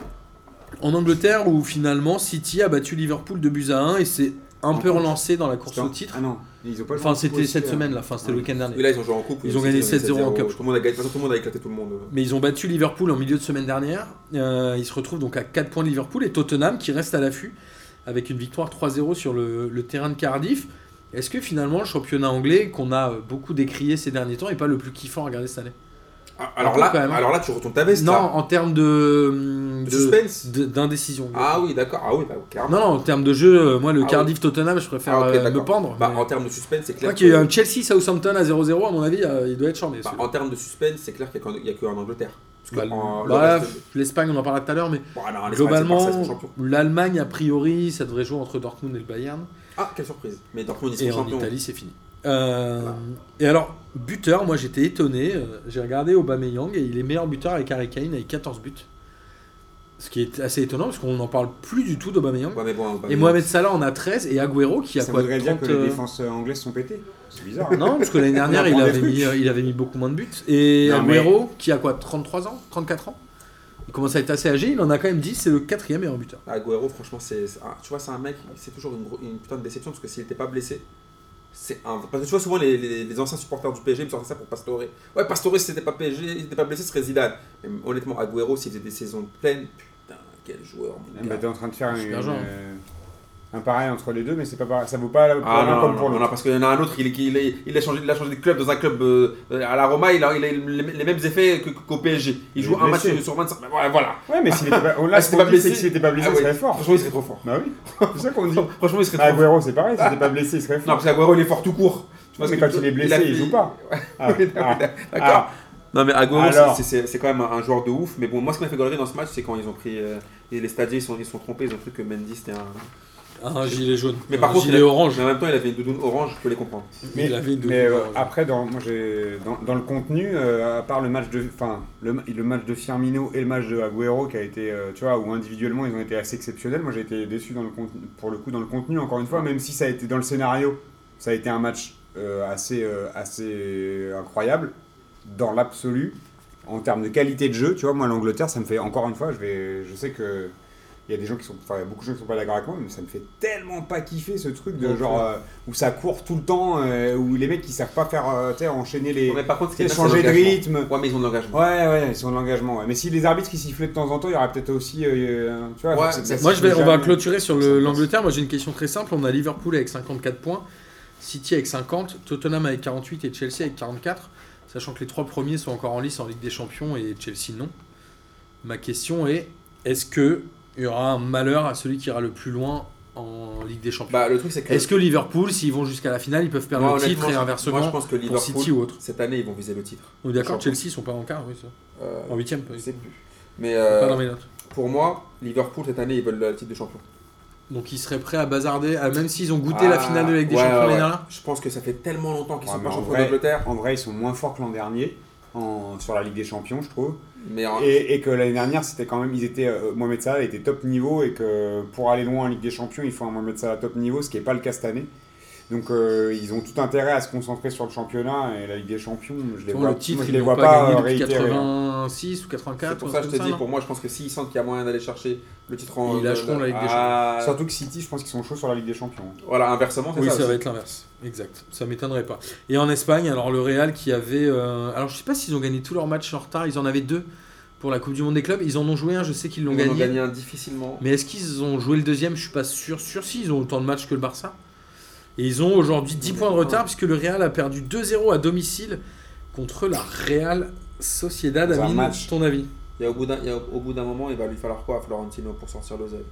Speaker 1: En Angleterre, où finalement City a battu Liverpool de buts à 1 et s'est un
Speaker 3: En
Speaker 1: peu
Speaker 3: coupe.
Speaker 1: relancé dans la course au titre.
Speaker 3: Ah non, ils ont pas joué
Speaker 1: Enfin,
Speaker 3: en coupe
Speaker 1: c'était
Speaker 3: aussi,
Speaker 1: cette
Speaker 3: euh.
Speaker 1: semaine, là, enfin, c'était le
Speaker 3: Ouais.
Speaker 1: week-end
Speaker 2: Et
Speaker 1: dernier.
Speaker 2: là, ils ont joué en Coupe.
Speaker 1: Ils ont gagné 7-0 en Cup.
Speaker 2: Tout le monde a gagné. De toute façon, tout le monde a éclaté tout le monde.
Speaker 1: Mais ils ont battu Liverpool en milieu de semaine dernière. Euh, ils se retrouvent donc à 4 points de Liverpool et Tottenham qui reste à l'affût avec une victoire 3-0 sur le, le terrain de Cardiff. Est-ce que finalement le championnat anglais qu'on a beaucoup décrié ces derniers temps n'est pas le plus kiffant à regarder cette année
Speaker 2: Ah, Alors
Speaker 1: peu,
Speaker 2: là,
Speaker 1: quand même.
Speaker 2: alors là, tu retournes ta veste.
Speaker 1: Non,
Speaker 2: là.
Speaker 1: en termes de, de-
Speaker 2: De suspense
Speaker 1: de- d'indécision.
Speaker 2: Ah oui, d'accord. Ah oui, bah, carrément.
Speaker 1: Non, non, en termes de jeu, euh, moi le
Speaker 2: Ah
Speaker 1: Cardiff Tottenham, je préfère
Speaker 2: Ah, ok,
Speaker 1: euh, me
Speaker 2: d'accord.
Speaker 1: pendre.
Speaker 2: Bah,
Speaker 1: mais-
Speaker 2: en termes de suspense, c'est
Speaker 1: Je
Speaker 2: clair.
Speaker 1: crois qu'il y a
Speaker 2: que-
Speaker 1: un Chelsea Southampton à 0-0, à mon avis, euh, il doit être charmé.
Speaker 2: Bah,
Speaker 1: celui-là.
Speaker 2: en termes de suspense, c'est clair qu'il n'y a qu'en Angleterre. Parce que
Speaker 1: Bah,
Speaker 2: en- le
Speaker 1: bah,
Speaker 2: reste-
Speaker 1: L'Espagne, on en parlera tout à l'heure, mais
Speaker 2: Bon, alors, l'Espagne, c'est
Speaker 1: globalement,
Speaker 2: Barça, ils sont champions.
Speaker 1: l'Allemagne, a priori, ça devrait jouer entre Dortmund et le Bayern.
Speaker 2: Ah, quelle surprise. Mais Dortmund,
Speaker 1: Et
Speaker 2: ils sont
Speaker 1: en
Speaker 2: champions.
Speaker 1: Italie, c'est fini. Euh,
Speaker 2: Voilà.
Speaker 1: Et alors, buteur, moi j'étais étonné. euh, J'ai regardé Aubameyang et il est meilleur buteur avec Harry Kane avec 14 buts. Ce qui est assez étonnant parce qu'on n'en parle plus du tout d'Aubameyang.
Speaker 2: Ouais, mais bon, bah,
Speaker 1: Et
Speaker 2: mais-
Speaker 1: Mohamed Salah en a 13 et Agüero qui a
Speaker 3: Ça
Speaker 1: quoi
Speaker 3: voudrait dire
Speaker 1: 30
Speaker 3: que
Speaker 1: euh,
Speaker 3: les défenses euh, anglaises sont pétées. C'est bizarre. hein.
Speaker 1: Non, parce que l'année dernière,
Speaker 3: On
Speaker 1: il
Speaker 3: apprend des
Speaker 1: avait,
Speaker 3: trucs.
Speaker 1: mis, euh, il avait mis beaucoup moins de buts. Et
Speaker 3: Non, mais-
Speaker 1: Agüero qui a quoi 33 ans 34 ans Il commence à être assez âgé, il en a quand même 10, c'est le quatrième meilleur buteur.
Speaker 2: Agüero, franchement, c'est. c'est un- Tu vois, c'est un mec, c'est toujours une, gro- une putain de déception parce que s'il n'était pas blessé, c'est un. Parce que tu vois, souvent, les, les- les anciens supporters du PSG me sortaient ça pour Pastore. Ouais, Pastore, s'il n'était pas PSG, il n'était pas blessé, ce serait Zidane. Mais honnêtement, Agüero, s'il faisait des saisons pleines, putain, quel joueur, mon
Speaker 1: Eh,
Speaker 3: Bah,
Speaker 2: gars.
Speaker 3: T'es en train de faire
Speaker 1: Super
Speaker 3: une,
Speaker 1: genre.
Speaker 3: euh, un pareil entre les deux, mais c'est pas pareil. Ça vaut pas pour
Speaker 2: Ah
Speaker 3: l'un
Speaker 2: non,
Speaker 3: comme
Speaker 2: non,
Speaker 3: pour
Speaker 2: non,
Speaker 3: l'autre.
Speaker 2: non, parce qu'il y en a un autre, il, est- il, est- il a, changé, il a changé de club dans un club euh, à la Roma, il a, il a les, les mêmes effets que- qu'au PSG. Il
Speaker 3: Il
Speaker 2: joue
Speaker 3: est
Speaker 2: un match
Speaker 3: blessé.
Speaker 2: sur 25. Mais voilà.
Speaker 3: Ouais, mais s'il
Speaker 2: [laughs]
Speaker 3: était pas, là,
Speaker 2: Ah,
Speaker 3: ce
Speaker 2: c'était
Speaker 3: qu'on
Speaker 2: pas
Speaker 3: dit, c'est
Speaker 2: blessé.
Speaker 3: que s'il était pas blessé,
Speaker 2: Ah
Speaker 3: il
Speaker 2: ouais. [laughs]
Speaker 3: serait fort.
Speaker 2: Franchement, il serait trop fort.
Speaker 3: Bah oui, c'est ça qu'on dit.
Speaker 2: Franchement, il serait trop fort.
Speaker 3: Agüero, c'est pareil, s'il était pas blessé, il serait
Speaker 2: Non,
Speaker 3: fort.
Speaker 2: parce qu'Aguero, il est fort tout court. Tu
Speaker 3: mais
Speaker 2: ce
Speaker 3: quand
Speaker 2: que-
Speaker 3: il est blessé,
Speaker 2: a fait-
Speaker 3: il joue pas. Ah,
Speaker 2: [laughs] Oui, d'accord,
Speaker 3: ah,
Speaker 2: D'accord. Non, mais Agüero,
Speaker 3: Alors.
Speaker 2: c'est- c'est c'est quand même un un joueur de ouf. Mais bon, moi, ce qui m'a fait galérer dans ce match, c'est quand ils ont pris. euh, et les stadiers, ils sont, ils sont trompés. Ils ont cru que Mendy, c'était un.
Speaker 1: Ah, Un gilet jaune.
Speaker 2: Mais par contre,
Speaker 1: gilet
Speaker 2: il a-
Speaker 1: orange. hein,
Speaker 2: Mais en même temps, il avait une doudoune orange, je peux les comprendre.
Speaker 3: Mais,
Speaker 1: il avait une
Speaker 3: mais,
Speaker 1: double
Speaker 3: euh,
Speaker 1: orange.
Speaker 3: après, dans, moi, j'ai- dans, dans le contenu, euh, à part le match de, enfin, le, ma- le match de Firmino et le match de Agüero qui a été, euh, tu vois, où individuellement ils ont été assez exceptionnels. Moi, j'ai été déçu dans le contenu, pour le coup dans le contenu encore une fois, même si ça a été dans le scénario, ça a été un match euh, assez, euh, assez incroyable dans l'absolu. En termes de qualité de jeu, tu vois, moi l'Angleterre, ça me fait encore une fois, je vais, je sais que il y a des gens qui sont, enfin, il y a beaucoup de gens qui sont pas d'accord avec moi, mais ça me fait tellement pas kiffer ce truc de
Speaker 1: Donc,
Speaker 3: genre euh, où ça court tout le temps, euh, où les mecs qui savent pas faire, euh, tu sais, enchaîner les,
Speaker 2: Ouais, Mais par contre, ce qui est
Speaker 3: tu sais,
Speaker 2: bien, c'est
Speaker 3: changer de
Speaker 2: l'engagement.
Speaker 3: rythme.
Speaker 2: Ouais, mais ils ont de l'engagement.
Speaker 3: Ouais, ouais, ils sont de l'engagement. ouais. Mais si les arbitres qui sifflaient de temps en temps, il y aurait peut-être aussi, euh, tu vois,
Speaker 2: Ouais,
Speaker 3: c'est que
Speaker 2: mais-
Speaker 1: Moi, je vais,
Speaker 3: siffle
Speaker 1: on va
Speaker 3: jamais.
Speaker 1: clôturer sur
Speaker 3: Ça
Speaker 1: le-
Speaker 3: passe.
Speaker 1: l'Angleterre. Moi, j'ai une question très simple. On a Liverpool avec 54 points, City avec 50, Tottenham avec 48 et Chelsea avec 44. Sachant que les trois premiers sont encore en lice en Ligue des Champions et Chelsea non. Ma question est est-ce que il y aura un malheur à celui qui ira le plus loin en Ligue des Champions
Speaker 2: Bah, le truc, c'est que.
Speaker 1: Est-ce que Liverpool, s'ils vont jusqu'à la finale, ils peuvent perdre
Speaker 2: Moi,
Speaker 1: le titre
Speaker 2: honnêtement,
Speaker 1: et inversement
Speaker 2: Moi, je pense que
Speaker 1: pour City
Speaker 2: Liverpool,
Speaker 1: ou autre
Speaker 2: cette année, ils vont viser le titre.
Speaker 1: On est d'accord,
Speaker 2: Champions.
Speaker 1: Chelsea ils sont pas en quart, oui, ça.
Speaker 2: Euh,
Speaker 1: En huitième,
Speaker 2: Je
Speaker 1: peut-être.
Speaker 2: sais plus. Mais
Speaker 1: Pas
Speaker 2: euh,
Speaker 1: dans mes notes.
Speaker 2: pour moi, Liverpool, cette année, ils veulent le titre de champion.
Speaker 1: Donc ils seraient prêts à bazarder, à- même s'ils ont goûté la
Speaker 2: Ah,
Speaker 1: finale de la Ligue des
Speaker 2: ouais,
Speaker 1: Champions
Speaker 2: ouais,
Speaker 1: l'année
Speaker 2: ouais.
Speaker 1: dernière.
Speaker 2: Je pense que ça fait tellement longtemps qu'ils
Speaker 3: Ouais,
Speaker 2: sont
Speaker 3: mais
Speaker 2: pas
Speaker 3: en
Speaker 2: champions
Speaker 3: vrai-
Speaker 2: d'Angleterre.
Speaker 3: En vrai, ils sont moins forts que l'an dernier en- sur la Ligue des Champions, je trouve.
Speaker 2: Mais en-
Speaker 3: Et, et que l'année dernière, c'était quand même, ils étaient, euh, Mohamed Salah était top niveau et que pour aller loin en Ligue des Champions, il faut un Mohamed Salah top niveau, ce qui n'est pas le cas cette année. Donc euh, ils ont tout intérêt à se concentrer sur le championnat et la Ligue des Champions. Je les
Speaker 1: Pour
Speaker 3: vois,
Speaker 1: le titre,
Speaker 3: moi, je
Speaker 1: ils
Speaker 3: les
Speaker 1: n'ont
Speaker 3: vois
Speaker 1: pas,
Speaker 3: pas, euh,
Speaker 1: gagné depuis
Speaker 3: réitérer.
Speaker 1: 86 ou
Speaker 2: hein. c'est
Speaker 1: 84.
Speaker 2: pour
Speaker 1: un
Speaker 2: ça, je
Speaker 1: truc
Speaker 2: te
Speaker 1: comme
Speaker 2: dis,
Speaker 1: non
Speaker 2: pour moi, je pense que s'ils sentent qu'il y a moyen d'aller chercher le titre en.
Speaker 1: Ils lâcheront la Ligue des
Speaker 2: Ah,
Speaker 3: Surtout que City, je pense qu'ils sont chauds sur la Ligue des Champions.
Speaker 2: Voilà, inversement, c'est
Speaker 1: Oui,
Speaker 2: ça.
Speaker 1: ça, va
Speaker 2: aussi.
Speaker 1: être l'inverse. Exact. Ça m'étonnerait pas. Et en Espagne, alors le Real qui avait. euh, alors je sais pas s'ils ont gagné tous leurs matchs en retard. Ils en avaient deux pour la Coupe du Monde des clubs. Ils en ont joué un, je sais qu'ils
Speaker 2: Ils
Speaker 1: l'ont
Speaker 2: en
Speaker 1: gagné.
Speaker 2: ont gagné un difficilement.
Speaker 1: Mais est-ce qu'ils ont joué le deuxième Je suis pas sûr. Sûr si ils ont autant de matchs que le Barça. Et ils ont aujourd'hui 10 points de retard puisque le Real a perdu 2-0 à domicile contre la Real Sociedad.
Speaker 3: Dans un
Speaker 1: Amine,
Speaker 3: match.
Speaker 1: ton avis
Speaker 2: Il y a au bout d'un il y a au bout d'un moment, il va lui falloir quoi à Florentino pour sortir l'oseille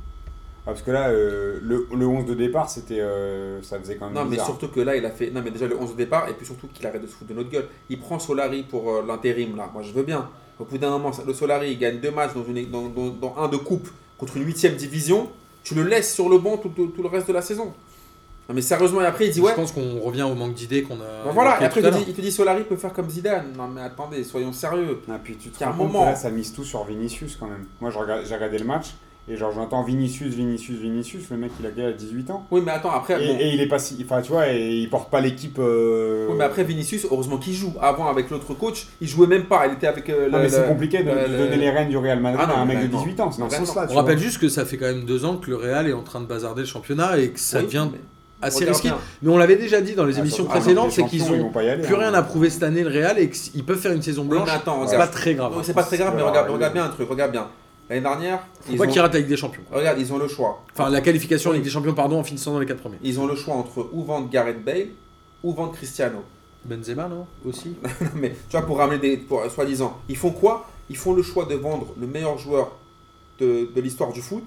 Speaker 3: Ah, parce que là, euh, le, le 11 de départ, c'était, euh, ça faisait quand même
Speaker 2: Non, mais
Speaker 3: bizarre.
Speaker 2: surtout que là, il a fait. Non, mais déjà le 11 au départ, et puis surtout qu'il arrête de se foutre de notre gueule. Il prend Solari pour euh, l'intérim, là. Moi, je veux bien. Au bout d'un moment, ça- le Solari, il gagne deux matchs dans, une, dans, dans- dans un de coupe contre une huitième division. Tu le laisses sur le banc tout, tout- tout le reste de la saison. Non, mais sérieusement, et après, il dit ouais.
Speaker 1: Je pense qu'on revient au manque d'idées qu'on a.
Speaker 2: Ben voilà,
Speaker 1: évoqué
Speaker 2: et après,
Speaker 1: tout
Speaker 2: il
Speaker 1: à
Speaker 2: te, dit,
Speaker 1: l'heure.
Speaker 2: il te dit Solari peut faire comme Zidane. Non, mais attendez, soyons sérieux.
Speaker 3: Ah, puis tu te
Speaker 2: Il y a
Speaker 3: rends
Speaker 2: un
Speaker 3: compte que
Speaker 2: moment.
Speaker 3: là, ça mise tout sur Vinicius quand même. Moi, je regarde- j'ai regardé le match et genre j'entends Vinicius, Vinicius, Vinicius. Le mec, il a gagné à 18 ans.
Speaker 2: Oui, mais attends,
Speaker 3: Et,
Speaker 2: après. bon.
Speaker 3: et il est pas si. Enfin, tu vois, et il porte pas l'équipe. euh,
Speaker 2: Oui, mais après, Vinicius, heureusement qu'il joue. Avant, avec l'autre coach, il jouait même pas. Il était avec. euh,
Speaker 3: Non,
Speaker 2: le-
Speaker 3: mais c'est
Speaker 2: le-
Speaker 3: compliqué de,
Speaker 2: le-
Speaker 3: de
Speaker 2: le-
Speaker 3: donner les rênes du Real Madrid
Speaker 2: Ah non,
Speaker 3: à un mec de
Speaker 2: vraiment.
Speaker 3: 18 ans. C'est dans ce
Speaker 2: Vraiment.
Speaker 3: sens-là. tu
Speaker 1: On
Speaker 3: vois.
Speaker 1: rappelle juste que ça fait quand même deux ans que le Real est en train de bazarder le championnat et que ça
Speaker 2: Oui,
Speaker 1: devient
Speaker 2: mais
Speaker 1: assez
Speaker 2: regarde
Speaker 1: risqué.
Speaker 2: bien.
Speaker 1: Mais on l'avait déjà dit dans les
Speaker 3: Ah,
Speaker 1: émissions
Speaker 3: surtout,
Speaker 1: précédentes,
Speaker 3: les
Speaker 1: c'est qu'ils
Speaker 3: champions, ils
Speaker 1: ont
Speaker 3: vont pas y aller,
Speaker 1: plus
Speaker 3: hein.
Speaker 1: rien à prouver cette année le Real et qu'ils peuvent faire une saison
Speaker 2: Oui,
Speaker 1: blanche.
Speaker 2: mais attends,
Speaker 1: C'est
Speaker 2: regarde.
Speaker 1: pas très
Speaker 2: Non,
Speaker 1: grave.
Speaker 2: c'est pas très grave, mais
Speaker 3: Ouais,
Speaker 2: regarde,
Speaker 3: ouais.
Speaker 2: regarde bien un truc, regarde bien. L'année dernière,
Speaker 1: Faut
Speaker 2: ils
Speaker 1: pas
Speaker 2: ont,
Speaker 1: qu'ils ratent la Ligue des Champions.
Speaker 2: regarde, ils ont le choix.
Speaker 1: Enfin, la qualification en Ligue des Champions, pardon, en finissant dans les quatre premiers.
Speaker 2: Ils ont le choix entre ou vendre Gareth Bale ou vendre Cristiano. [laughs]
Speaker 1: Benzema, non Aussi
Speaker 2: Non, mais tu vois, pour ramener des. Pour, euh, soi-disant, ils font quoi Ils font le choix de vendre le meilleur joueur de, de l'histoire du foot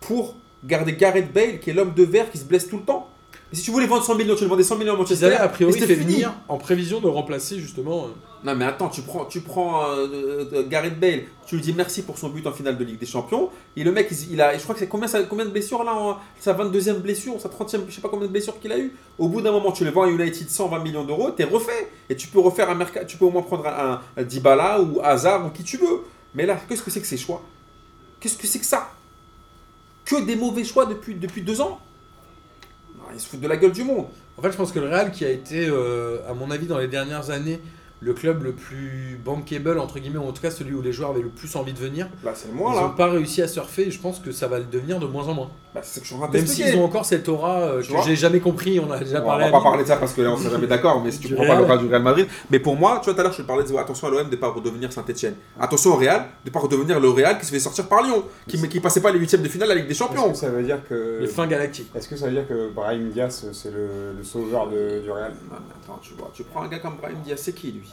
Speaker 2: pour garder Gareth Bale, qui est l'homme de verre qui se blesse tout le temps. Et si tu voulais vendre 100 millions, tu le vendais 100 millions à
Speaker 1: Ils
Speaker 2: Manchester.
Speaker 1: avaient a priori
Speaker 2: et
Speaker 1: fait
Speaker 2: c'était fini.
Speaker 1: venir en prévision de remplacer justement. euh,
Speaker 2: Non mais attends, tu prends, tu prends euh, euh, Gareth Bale, tu lui dis merci pour son but en finale de Ligue des Champions, et le mec, il, il a, je crois que c'est combien, ça- combien de blessures là en- Sa 22e blessure, sa 30e, je sais pas combien de blessures qu'il a eu. Au bout d'un moment, tu le vends à United 120 millions d'euros, t'es refait, et tu peux refaire un mercat, tu peux au moins prendre un, un Dybala ou Hazard ou qui tu veux. Mais là, qu'est-ce que c'est que ces choix Qu'est-ce que c'est que ça Que des mauvais choix depuis, depuis deux ans Non, Ils se foutent de la gueule du monde.
Speaker 1: En fait, je pense que le Real, qui a été, euh, à mon avis, dans les dernières années, le club le plus bankable, entre guillemets, ou en tout cas celui où les joueurs avaient le plus envie de venir,
Speaker 2: Bah c'est le
Speaker 1: ils
Speaker 2: moins
Speaker 1: n'ont
Speaker 2: là.
Speaker 1: pas réussi à surfer et je pense que ça va le devenir de moins en moins.
Speaker 2: Bah, c'est ce que je suis en train de
Speaker 1: Même
Speaker 2: t'expliquer.
Speaker 1: s'ils ont encore cette aura euh,
Speaker 2: Tu
Speaker 1: que
Speaker 2: vois
Speaker 1: j'ai jamais compris, on en a déjà
Speaker 2: Bon, on
Speaker 1: parlé.
Speaker 2: va
Speaker 1: à
Speaker 2: pas
Speaker 1: Nîmes.
Speaker 2: parler de ça parce que là on serait jamais d'accord, mais si tu
Speaker 1: Du
Speaker 2: prends pas le
Speaker 1: Real.
Speaker 2: cas du Real Madrid. Mais pour moi, tu vois, tout à l'heure je te parlais de attention à l'OM de pas redevenir Saint-Etienne. Attention au Real de pas redevenir le Real qui se fait sortir par Lyon, qui, qui passait pas les huitièmes de finale avec des
Speaker 3: Est-ce
Speaker 2: champions.
Speaker 3: que ça veut dire que.
Speaker 1: Les fins galactiques.
Speaker 3: Est-ce que ça veut dire que Brahim Diaz, c'est le, le sauveur de- du Real
Speaker 2: Non, mais attends, tu vois, tu prends un gars comme Brahim Diaz, c'est qui lui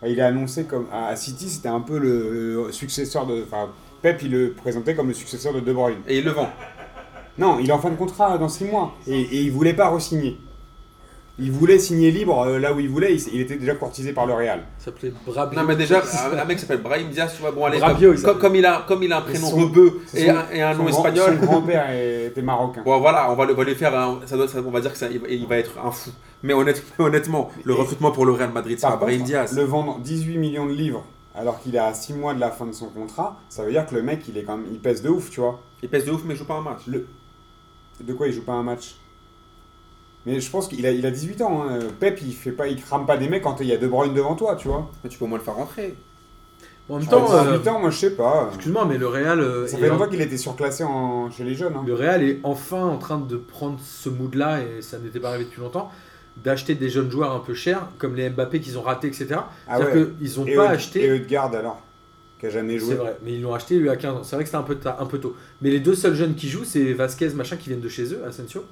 Speaker 3: Ah, Il est annoncé comme. À à City, c'était un peu le, le successeur de. Enfin, Pep, il le présentait comme le successeur de De Bruyne.
Speaker 2: Et il le vend.
Speaker 3: Non, il est en fin de contrat dans 6 mois. Et, et il voulait pas re-signer. Il voulait signer libre euh, là où il voulait. Il, s- il était déjà courtisé par le Real.
Speaker 1: Ça s'appelait Brabio.
Speaker 2: Non
Speaker 1: [laughs]
Speaker 2: mais déjà, un, un mec qui s'appelle Brahim Diaz, tu vois, bon allez,
Speaker 1: Rabiot, il
Speaker 2: comme,
Speaker 1: s'appelle.
Speaker 2: comme, comme il a, comme il a un prénom
Speaker 3: Son-
Speaker 2: rebeu
Speaker 3: c'est
Speaker 2: et
Speaker 3: son-
Speaker 2: un, et un
Speaker 3: Son
Speaker 2: nom
Speaker 3: grand-
Speaker 2: espagnol. Ah,
Speaker 3: Son grand-père
Speaker 2: [laughs]
Speaker 3: était marocain.
Speaker 2: Bon voilà, on va le, on va lui faire, un- ça doit, ça- on va dire que ça, il, va- il va être un fou. Mais honnête- [laughs] honnêtement, le
Speaker 3: Et-
Speaker 2: recrutement pour le Real Madrid, c'est
Speaker 3: Par
Speaker 2: pas Brahim
Speaker 3: contre,
Speaker 2: Diaz.
Speaker 3: Le vendre 18 millions de livres alors qu'il est à 6 mois de la fin de son contrat, ça veut dire que le mec, il est quand même, il pèse de ouf, tu vois.
Speaker 2: Il pèse de ouf mais il joue pas un match.
Speaker 3: Le... De quoi il joue pas un match Mais je pense qu'il a, il a 18 ans. hein. Pep, il fait pas, il crame pas des mecs quand il y a De Bruyne devant toi, tu vois.
Speaker 2: Mais tu peux au moins le faire rentrer.
Speaker 1: En même
Speaker 3: Attends,
Speaker 1: temps, euh,
Speaker 3: 18 ans, moi je sais pas.
Speaker 1: excuse-moi, mais le Real, euh,
Speaker 3: Ça
Speaker 1: est
Speaker 3: fait
Speaker 1: en-
Speaker 3: longtemps qu'il était surclassé en... chez les jeunes. hein.
Speaker 1: le Real est enfin en train de prendre ce mood-là, et ça n'était pas arrivé depuis longtemps, d'acheter des jeunes joueurs un peu chers, comme les Mbappé qu'ils ont ratés, etc.
Speaker 3: Ah
Speaker 1: C'est-à-dire
Speaker 3: ouais.
Speaker 1: qu'ils n'ont
Speaker 3: Et
Speaker 1: pas
Speaker 3: Eude-
Speaker 1: acheté.
Speaker 3: Et Eudegaard alors, qui a jamais
Speaker 1: C'est
Speaker 3: joué.
Speaker 1: vrai, mais ils l'ont acheté lui à 15 ans. C'est vrai que c'était un peu, tard- un peu tôt. Mais les deux seuls jeunes qui jouent, c'est Vasquez, machin, qui viennent de chez eux, Asensio.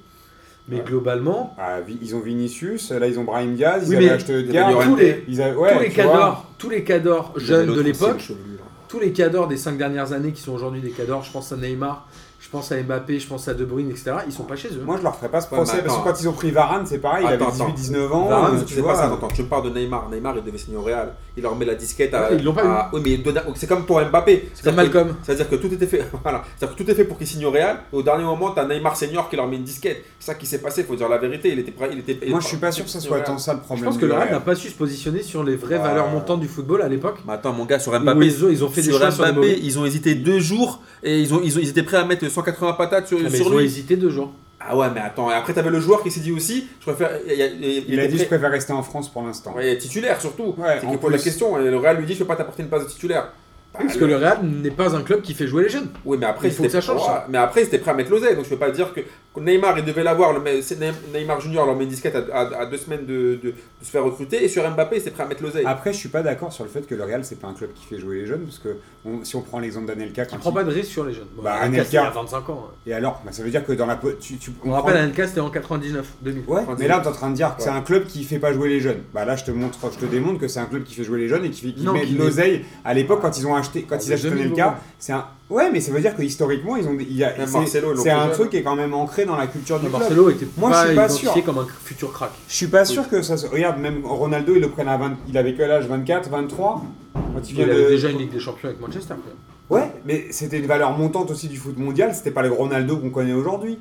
Speaker 1: Mais
Speaker 3: Ouais.
Speaker 1: globalement,
Speaker 3: Ah, Vi- ils ont Vinicius, là ils ont Brahim Diaz,
Speaker 1: Oui,
Speaker 3: ils
Speaker 1: mais
Speaker 3: avaient acheté Eudegaard.
Speaker 2: Llorente.
Speaker 1: tous les,
Speaker 3: Ils avaient- ouais,
Speaker 1: tous les
Speaker 3: tu vois.
Speaker 1: cadors, tous les cadors jeunes de l'époque,
Speaker 2: chevelu, là.
Speaker 1: tous les cadors des cinq dernières années qui sont aujourd'hui des cadors, je pense à Neymar, je pense à Mbappé, je pense à De Bruyne, etc. Ils sont pas chez eux.
Speaker 3: Moi je leur ferais pas ce
Speaker 2: Ouais, mais
Speaker 3: procès parce que
Speaker 2: attends.
Speaker 3: quand ils ont pris Varane, c'est pareil, il
Speaker 2: Attends,
Speaker 3: avait 18-19 ans.
Speaker 2: Varane,
Speaker 3: euh,
Speaker 2: tu sais pas ça, attends, tu me parles de Neymar. Neymar, il devait signer au Real. Il leur met la disquette à.
Speaker 1: Ouais, ils l'ont pas eu.
Speaker 2: à- Oui, mais il donne- c'est comme pour Mbappé.
Speaker 1: c'est comme Malcolm.
Speaker 2: C'est-à-dire que tout était fait. [laughs] Voilà. C'est-à-dire que tout est fait pour qu'ils signent au Real. Au dernier moment, t'as Neymar senior qui leur met une disquette. C'est ça qui s'est passé. Faut dire la vérité. Il était prêt. Il était. il
Speaker 3: Moi
Speaker 2: était
Speaker 3: je suis
Speaker 2: prêt
Speaker 3: pas sûr que ce
Speaker 2: pour
Speaker 3: soit
Speaker 2: signer au
Speaker 3: tant
Speaker 2: Real.
Speaker 3: ça le problème.
Speaker 1: Je pense que
Speaker 3: du
Speaker 1: le Real
Speaker 3: Real.
Speaker 1: n'a pas su se positionner sur les vraies
Speaker 3: Ah.
Speaker 1: valeurs montantes du football à l'époque.
Speaker 2: Mais attends, mon gars, sur
Speaker 1: Où
Speaker 2: Mbappé.
Speaker 1: ils, ont, ils ont fait des
Speaker 2: sur
Speaker 1: choix sur les
Speaker 2: Mbappé,
Speaker 1: mauvais-
Speaker 2: ils ont hésité deux jours et ils, ont, ils, ont, ils étaient prêts à mettre 180 patates sur,
Speaker 1: Ah, mais
Speaker 2: euh, sur
Speaker 1: ils ont
Speaker 2: lui.
Speaker 1: hésité deux jours.
Speaker 2: Ah ouais, mais attends. Et après, t'avais le joueur qui s'est dit aussi. Je préfère. Il, il- il-
Speaker 3: Il a
Speaker 2: était
Speaker 3: dit je
Speaker 2: prêt-
Speaker 3: préfère rester en France pour l'instant.
Speaker 2: Ouais, titulaire surtout.
Speaker 3: Ouais,
Speaker 2: c'est
Speaker 3: en
Speaker 2: qu'il pose la
Speaker 3: plus.
Speaker 2: question. Et le Real lui dit Je peux pas t'apporter une place de titulaire. Bah,
Speaker 1: Parce que le Real n'est pas un club qui fait jouer les jeunes.
Speaker 2: Oui, mais après,
Speaker 1: Il faut que
Speaker 2: c'était-
Speaker 1: ça change,
Speaker 2: Ouais,
Speaker 1: ça.
Speaker 2: Mais après, c'était prêt à mettre l'oseille. Donc, je peux pas dire que que Neymar, il devait l'avoir. le mec- c'est Neym- Neymar Junior leur met une disquette à, à- à deux semaines de, de- de se faire recruter. Et sur Mbappé, c'était prêt à mettre l'oseille.
Speaker 3: Après, je suis pas d'accord sur le fait que le Real c'est pas un club qui fait jouer les jeunes parce que on- si on prend l'exemple d'Anelka,
Speaker 1: Qui
Speaker 3: quand
Speaker 1: prend
Speaker 3: il-
Speaker 1: pas de risque sur les jeunes. Bon,
Speaker 3: Bah,
Speaker 1: Anelka,
Speaker 3: Anelka.
Speaker 1: c'est il y a 25 ans. hein.
Speaker 3: et alors, bah, ça veut dire que dans la po- tu, tu
Speaker 1: On rappelle, Anelka, c'était en 99, 2000.
Speaker 3: Ouais,
Speaker 2: Enfin,
Speaker 3: mais là, t'es en train de dire que c'est
Speaker 2: Ouais.
Speaker 3: un club qui fait pas jouer les jeunes. Bah là, je te montre, je te démontre que c'est un club qui fait jouer les jeunes et qui, fait- qui
Speaker 1: Non,
Speaker 3: met
Speaker 1: qui
Speaker 3: de l'oseille. À l'époque, quand ils ont acheté, quand
Speaker 1: Ah,
Speaker 3: ils achetaient
Speaker 1: 2000
Speaker 3: Nelka,
Speaker 1: euros.
Speaker 3: c'est un. Ouais, mais ça veut dire que historiquement, ils ont. des- il y a-
Speaker 2: Même
Speaker 3: c'est-
Speaker 2: Marcelo, ils l'ont
Speaker 3: C'est un
Speaker 2: fait
Speaker 3: truc qui est quand même ancré dans la culture du club.
Speaker 1: Marcelo était
Speaker 3: Moi, je
Speaker 1: pas
Speaker 3: suis pas
Speaker 1: identifié
Speaker 3: sûr.
Speaker 1: comme un futur crack.
Speaker 3: Je suis pas sûr que ça se. Regarde, même Ronaldo, il le prenait à 20... il avait quel âge 24, 23 Quand il
Speaker 1: Il
Speaker 3: vient
Speaker 1: avait
Speaker 3: de.
Speaker 1: déjà une Ligue des Champions avec Manchester. quand même.
Speaker 3: Ouais, mais c'était une valeur montante aussi du foot mondial, c'était pas le Ronaldo qu'on connaît aujourd'hui.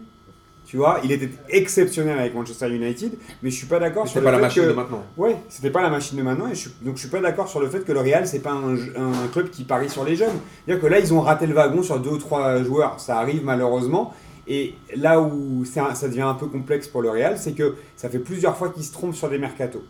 Speaker 3: Tu vois, il était exceptionnel avec Manchester United, mais je suis pas d'accord sur
Speaker 2: C'était
Speaker 3: le
Speaker 2: pas la
Speaker 3: fait
Speaker 2: machine
Speaker 3: que...
Speaker 2: de maintenant.
Speaker 3: Ouais, c'était pas la machine de maintenant, et je suis- donc je suis pas d'accord sur le fait que le Real c'est pas un, je- un club qui parie sur les jeunes. C'est-à-dire que là ils ont raté le wagon sur deux ou trois joueurs, ça arrive malheureusement. Et là où c'est un- ça devient un peu complexe pour le Real, c'est que ça fait plusieurs fois qu'ils se trompent sur des mercatos